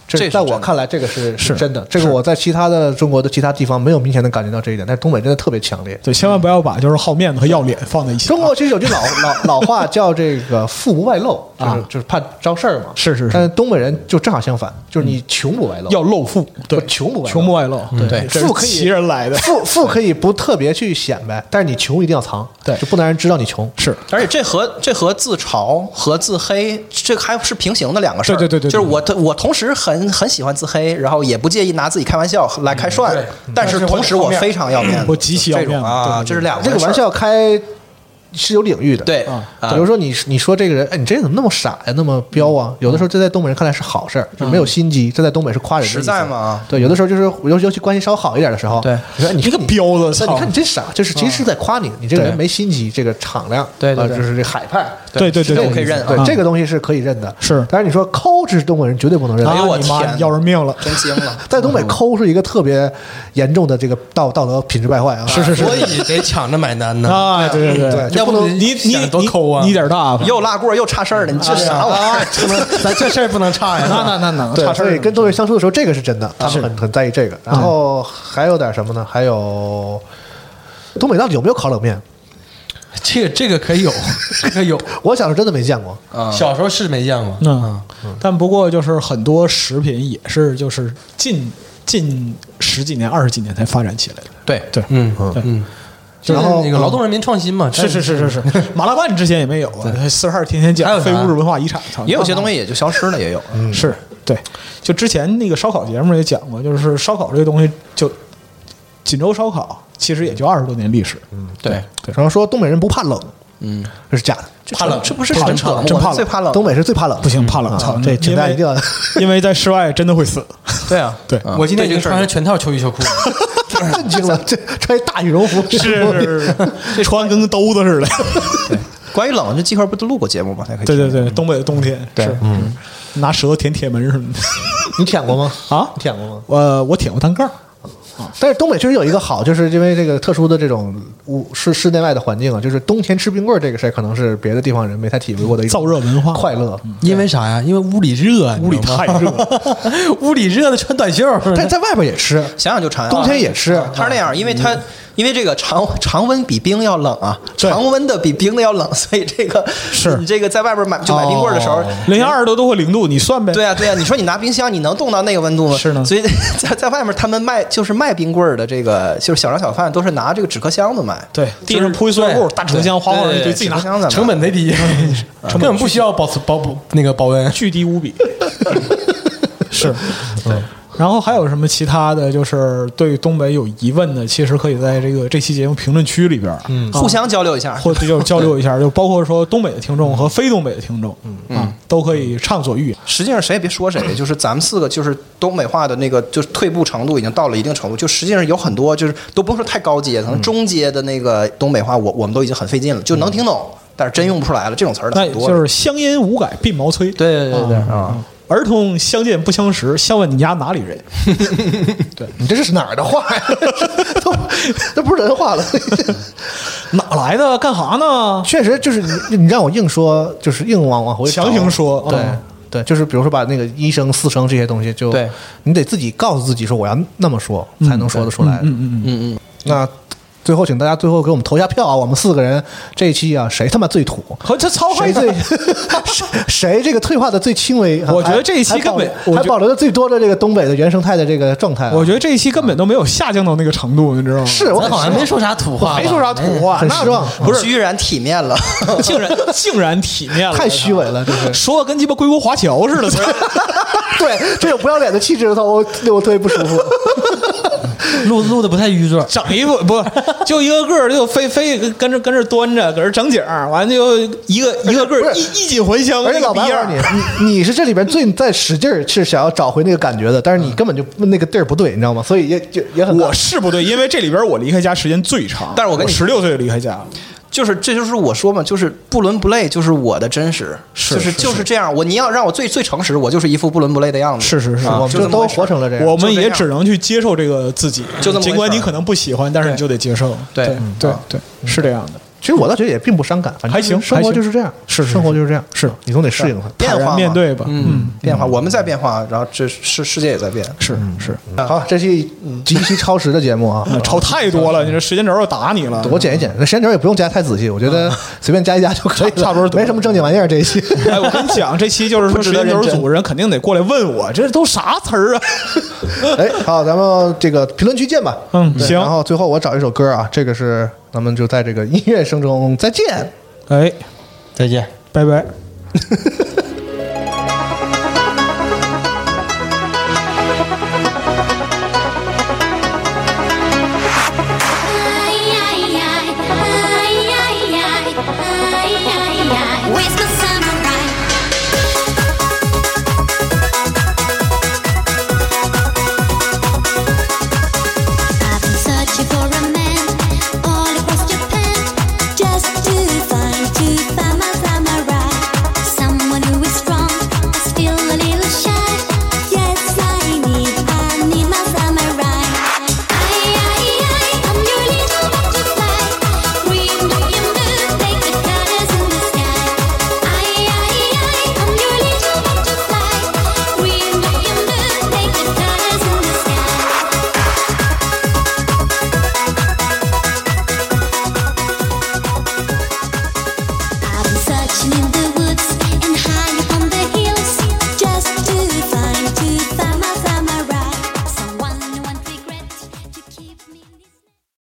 Speaker 11: 这
Speaker 10: 这
Speaker 11: 是
Speaker 10: 在我
Speaker 11: 真的
Speaker 10: 看来，这个是
Speaker 3: 是
Speaker 10: 真的。这个我在其他的中国的其他地方没有明显的感觉到这一点，但是东北真的特别强烈。
Speaker 3: 对，千万不要把就是好面子和要脸放在一起啊。
Speaker 10: 中国其实有句老老老话叫这个“富不外露”，就 是、
Speaker 3: 啊
Speaker 10: 就是怕招事儿嘛。
Speaker 3: 是是是
Speaker 10: 但是东北人就正好相反，就是你穷不外露，
Speaker 3: 要露富，对，
Speaker 10: 不穷不外露
Speaker 3: 穷不外露，
Speaker 10: 对
Speaker 3: 这是
Speaker 10: 富可以
Speaker 3: 奇人来的，
Speaker 10: 富富可以不特别去显摆，但是你穷一定要藏，
Speaker 3: 对
Speaker 10: 就不能让人知道你穷。
Speaker 3: 是
Speaker 11: 而且这和这和自嘲和自黑，这还是平行的两个事儿。
Speaker 3: 对对对对对
Speaker 11: 就是我我同时很很喜欢自黑，然后也不介意拿自己开玩笑来开涮，但是同时我非常要面子，
Speaker 3: 我极其要面子
Speaker 11: 这
Speaker 3: 对
Speaker 11: 种
Speaker 3: 对
Speaker 11: 啊，
Speaker 3: 对
Speaker 11: 这是两回
Speaker 10: 这
Speaker 11: 事儿
Speaker 10: 个玩笑开是有领域的，
Speaker 11: 对
Speaker 3: 啊
Speaker 11: 啊
Speaker 10: 比如说你你说这个人，哎，你这人怎么那么傻呀，那么彪啊？有的时候这在东北人看来是好事儿，就没有心机，这在东北是夸人的意思。
Speaker 11: 实在嘛
Speaker 10: 对，有的时候就是尤尤其关系稍好一点的时候，
Speaker 11: 对
Speaker 10: 你说哎你
Speaker 3: 这个彪子
Speaker 10: 那
Speaker 3: 操
Speaker 10: 你看你真傻，就是其实是在夸你，你这个人
Speaker 3: 对
Speaker 10: 没心机，这个敞亮，
Speaker 11: 对对
Speaker 10: 啊
Speaker 11: 对
Speaker 10: 就是这海派，
Speaker 3: 对对对
Speaker 11: 这
Speaker 3: 对，
Speaker 11: 我可以认啊
Speaker 10: 对
Speaker 3: 啊
Speaker 10: 这个东西是可以认的。
Speaker 3: 是
Speaker 10: 但是你说抠，这是东北人绝对不能认
Speaker 9: 啊
Speaker 10: 的。
Speaker 11: 哎呦我
Speaker 3: 你妈
Speaker 11: 天哪
Speaker 3: 要人命了，
Speaker 11: 真惊了。
Speaker 10: 在东北，抠是一个特别严重的这个道道德品质败坏啊！
Speaker 3: 是是是
Speaker 9: 所以得抢着买单呢。
Speaker 3: 啊，对对对，
Speaker 9: 要不
Speaker 3: 你你
Speaker 9: 想
Speaker 3: 你
Speaker 9: 多抠啊
Speaker 3: 你点大方，
Speaker 11: 又拉锅又差事儿了，你这啥玩意儿？
Speaker 9: 不能， 咱这事儿不能差呀。
Speaker 3: 那那那能
Speaker 10: 对
Speaker 3: 差，事
Speaker 10: 所以
Speaker 3: 儿
Speaker 10: 跟东北相处的时候，这个是真的，他们很很在意这个。然后还有点什么呢？还有东北到底有没有烤冷面？
Speaker 9: 这个这个可以 有，这个有。啊
Speaker 10: 我小时候真的没见过。
Speaker 9: 小时候是没见过，
Speaker 3: 嗯，但不过就是很多食品也是就是近近十几年、二十几年才发展起来的，
Speaker 11: 对
Speaker 3: 对，
Speaker 9: 嗯
Speaker 3: 对
Speaker 9: 嗯，就
Speaker 10: 然
Speaker 9: 是
Speaker 10: 后
Speaker 9: 那个劳动人民创新嘛，
Speaker 3: 是是是是是，麻辣拌之前也没有啊，四十二天天
Speaker 9: 还
Speaker 3: 讲
Speaker 9: 有啥
Speaker 3: 非物质文化遗产，操
Speaker 11: 也有些东西也就消失了，也有。
Speaker 3: 是对，就之前那个烧烤节目也讲过，就是烧烤这个东西，就锦州烧烤其实也就二十多年历史，
Speaker 11: 对，
Speaker 10: 嗯然后说东北人不怕冷，
Speaker 11: 嗯，
Speaker 10: 这是假的。
Speaker 11: 这这这不是
Speaker 3: 怕
Speaker 11: 真
Speaker 3: 冷
Speaker 11: 扯吗？
Speaker 3: 真
Speaker 11: 我
Speaker 3: 怕
Speaker 11: 们
Speaker 3: 冷
Speaker 11: 最怕冷，
Speaker 10: 东北是最怕冷，
Speaker 3: 不行，怕冷，
Speaker 10: 啊
Speaker 3: 操、
Speaker 10: 这请
Speaker 3: 因
Speaker 10: 大家
Speaker 3: 为
Speaker 10: 一定要
Speaker 3: 因为在室外真的会死，
Speaker 11: 对啊，
Speaker 3: 对
Speaker 11: 啊
Speaker 9: 我今天已经
Speaker 11: 对这个事儿
Speaker 9: 穿上全套秋衣秋裤了，
Speaker 10: 震惊了，这穿一大羽 绒服，
Speaker 3: 是是，穿跟个兜子似 的，
Speaker 11: 关于冷，这季哥不都录过节目吗？才可以
Speaker 3: 对对对，东北的冬天，对，嗯，拿舌头舔铁门什么的
Speaker 10: 你舔过吗？
Speaker 3: 啊
Speaker 10: 你，舔过吗？
Speaker 3: 我我舔过单盖儿，
Speaker 10: 但是东北确实有一个好，就是因为这个特殊的这种屋室室内外的环境啊，就是冬天吃冰棍儿这个事儿，可能是别的地方人没太体会过的一种
Speaker 3: 燥热文化
Speaker 10: 快乐。
Speaker 9: 因为啥呀？因为屋里热，啊
Speaker 3: 屋里
Speaker 9: 你知道
Speaker 3: 太
Speaker 9: 吗
Speaker 3: 热了，
Speaker 9: 屋里热的穿短袖儿，
Speaker 10: 但是在外边也吃，
Speaker 11: 想想就馋啊。
Speaker 10: 冬天也吃嗯
Speaker 11: 他是那样，因为他因因为这个常常温比冰要冷啊，常温的比冰的要冷，所以这个是 你这个在外边买
Speaker 10: 哦
Speaker 11: 就买冰棍儿的时候，
Speaker 3: 零下二十多度或零度，你算呗。
Speaker 11: 对啊呀、对呀、你说你拿冰箱，你能冻到那个温度吗？是呢。所以 在在外面，他们卖就是卖冰棍儿的，这个就是小商小贩都是拿这个纸壳箱子卖。
Speaker 3: 对，地上铺一塑料布，大成箱花花，
Speaker 11: 对
Speaker 3: 就自己拿
Speaker 11: 纸壳箱子，
Speaker 9: 成本贼低，根本不需要保持保保那个保温，
Speaker 3: 巨低无比。 是，嗯然后还有什么其他的就是对东北有疑问的，其实可以在这个这期节目评论区里边，嗯
Speaker 11: 互相交流一下
Speaker 3: 或者就交流一下，就包括说东北的听众和非东北的听众，嗯啊，都可以畅所欲言。
Speaker 11: 实际上谁也别说谁，就是咱们四个，就是东北话的那个，就是退步程度已经到了一定程度。就实际上有很多，就是都不用说太高阶，可能中阶的那个东北话，我我们都已经很费劲了，就能听懂，但是真用不出来了。这种词儿的
Speaker 3: 那
Speaker 11: 很多，
Speaker 3: 就是乡音无改鬓毛衰。
Speaker 11: 对对对
Speaker 3: 啊。儿童相见不相识，笑问你家哪里人？对
Speaker 10: 你这是哪儿的话呀？都都不是人话了，
Speaker 3: 哪来的？干啥呢？
Speaker 10: 确实就是你，你让我硬说，就是硬往往回找
Speaker 3: 强行说
Speaker 10: 对。
Speaker 3: 嗯
Speaker 10: 对，就是比如说把那个一声、四声这些东西就，
Speaker 11: 对
Speaker 10: 你得自己告诉自己说我要那么说才能说得出来。
Speaker 3: 嗯嗯嗯
Speaker 11: 嗯嗯。
Speaker 10: 那最后请大家最后给我们投下票啊！我们四个人这一期啊，谁他妈最土？
Speaker 3: 和这操
Speaker 10: 谁最 谁谁这个退化的最轻微？
Speaker 3: 我觉得这一期
Speaker 10: 还还
Speaker 3: 根本
Speaker 10: 保
Speaker 3: 我觉
Speaker 10: 还保留着最多的这个东北的原生态的这个状态啊、
Speaker 3: 我觉得这一期根本都没有下降到那个程度，你知道吗？
Speaker 10: 是我
Speaker 9: 咱
Speaker 10: 很
Speaker 9: 好像
Speaker 10: 失望
Speaker 9: 没说啥土话吧
Speaker 10: 没说啥土话，
Speaker 3: 很失望不是
Speaker 11: 居然体面了，
Speaker 3: 竟然竟然体面了，
Speaker 10: 太虚伪了，这是。
Speaker 3: 说的跟鸡巴归国华侨似的。
Speaker 10: 对，这种不要脸的气质，操，我对我特别不舒 服。
Speaker 9: 录录的不太愚拙，
Speaker 3: 整一副不就一个个儿就非非跟着跟着端着，搁这整景儿，完就一个一个个儿
Speaker 10: 不
Speaker 3: 衣
Speaker 10: 是
Speaker 3: 衣锦还乡
Speaker 10: 而且
Speaker 3: 那
Speaker 10: 老
Speaker 3: 个
Speaker 10: 白
Speaker 3: 逼样
Speaker 10: 告
Speaker 3: 儿
Speaker 10: 诉你，你你是这里边最在使劲儿是想要找回那个感觉的，但是你根本就那个地儿不对，你知道吗？所以也就也很
Speaker 3: 嗯我是不对，因为这里边我离开家时间最长，
Speaker 11: 但是我跟你
Speaker 3: 十六岁就离开家了。
Speaker 11: 就是这就是我说嘛，就是不伦不类，就是我的真实，
Speaker 3: 是
Speaker 11: 就是
Speaker 3: 是
Speaker 11: 就是这样。我你要让我最最诚实，我就是一副不伦不类的样子。
Speaker 3: 是是是
Speaker 11: 啊
Speaker 10: 我们
Speaker 11: 就这
Speaker 10: 就
Speaker 11: 么
Speaker 10: 都
Speaker 11: 回事
Speaker 10: 活成了这样。
Speaker 3: 我们
Speaker 11: 就这
Speaker 3: 也
Speaker 11: 样
Speaker 3: 只能去接啊受这个自己，
Speaker 11: 就这么回事儿
Speaker 3: 尽管你可能不喜欢，但是你就得接受。
Speaker 11: 对
Speaker 3: 对
Speaker 11: 嗯
Speaker 3: 对
Speaker 11: 啊
Speaker 3: 对，是这样的，
Speaker 10: 其实我倒觉得也并不伤感，反正
Speaker 3: 还行
Speaker 10: 生
Speaker 3: 还
Speaker 10: 活
Speaker 3: 行
Speaker 10: 就是这样，
Speaker 3: 是是
Speaker 10: 生活就是这样，
Speaker 3: 是
Speaker 10: 你总得适应它。
Speaker 11: 变
Speaker 3: 坦
Speaker 11: 化
Speaker 3: 然
Speaker 11: 嘛
Speaker 3: 面对吧。嗯，
Speaker 11: 变化，我们在变化，然后这世世界也在变。
Speaker 3: 是是，
Speaker 10: 嗯好，这期极其啊超时的节目啊，
Speaker 3: 超太多
Speaker 11: 嗯
Speaker 3: 了，你这时间轴要打你了。
Speaker 10: 我剪一剪，那时间轴也不用加太仔细，我觉得 随便加一加就可以嗯 了，差不多，没什么正经玩意儿这一 期。
Speaker 3: 哎，我跟你讲，这期就是说
Speaker 11: 不
Speaker 3: 时
Speaker 11: 值得
Speaker 3: 间轴
Speaker 11: 认真
Speaker 3: 组人肯定得过来问我，这都啥词儿啊？
Speaker 10: 哎，好，咱们这个评论区见吧。
Speaker 3: 嗯
Speaker 10: 对
Speaker 3: 行
Speaker 10: 然后最后我找一首歌啊，这个是咱们就在这个音乐声中再见。
Speaker 3: 哎，
Speaker 9: 再见。
Speaker 3: 拜拜。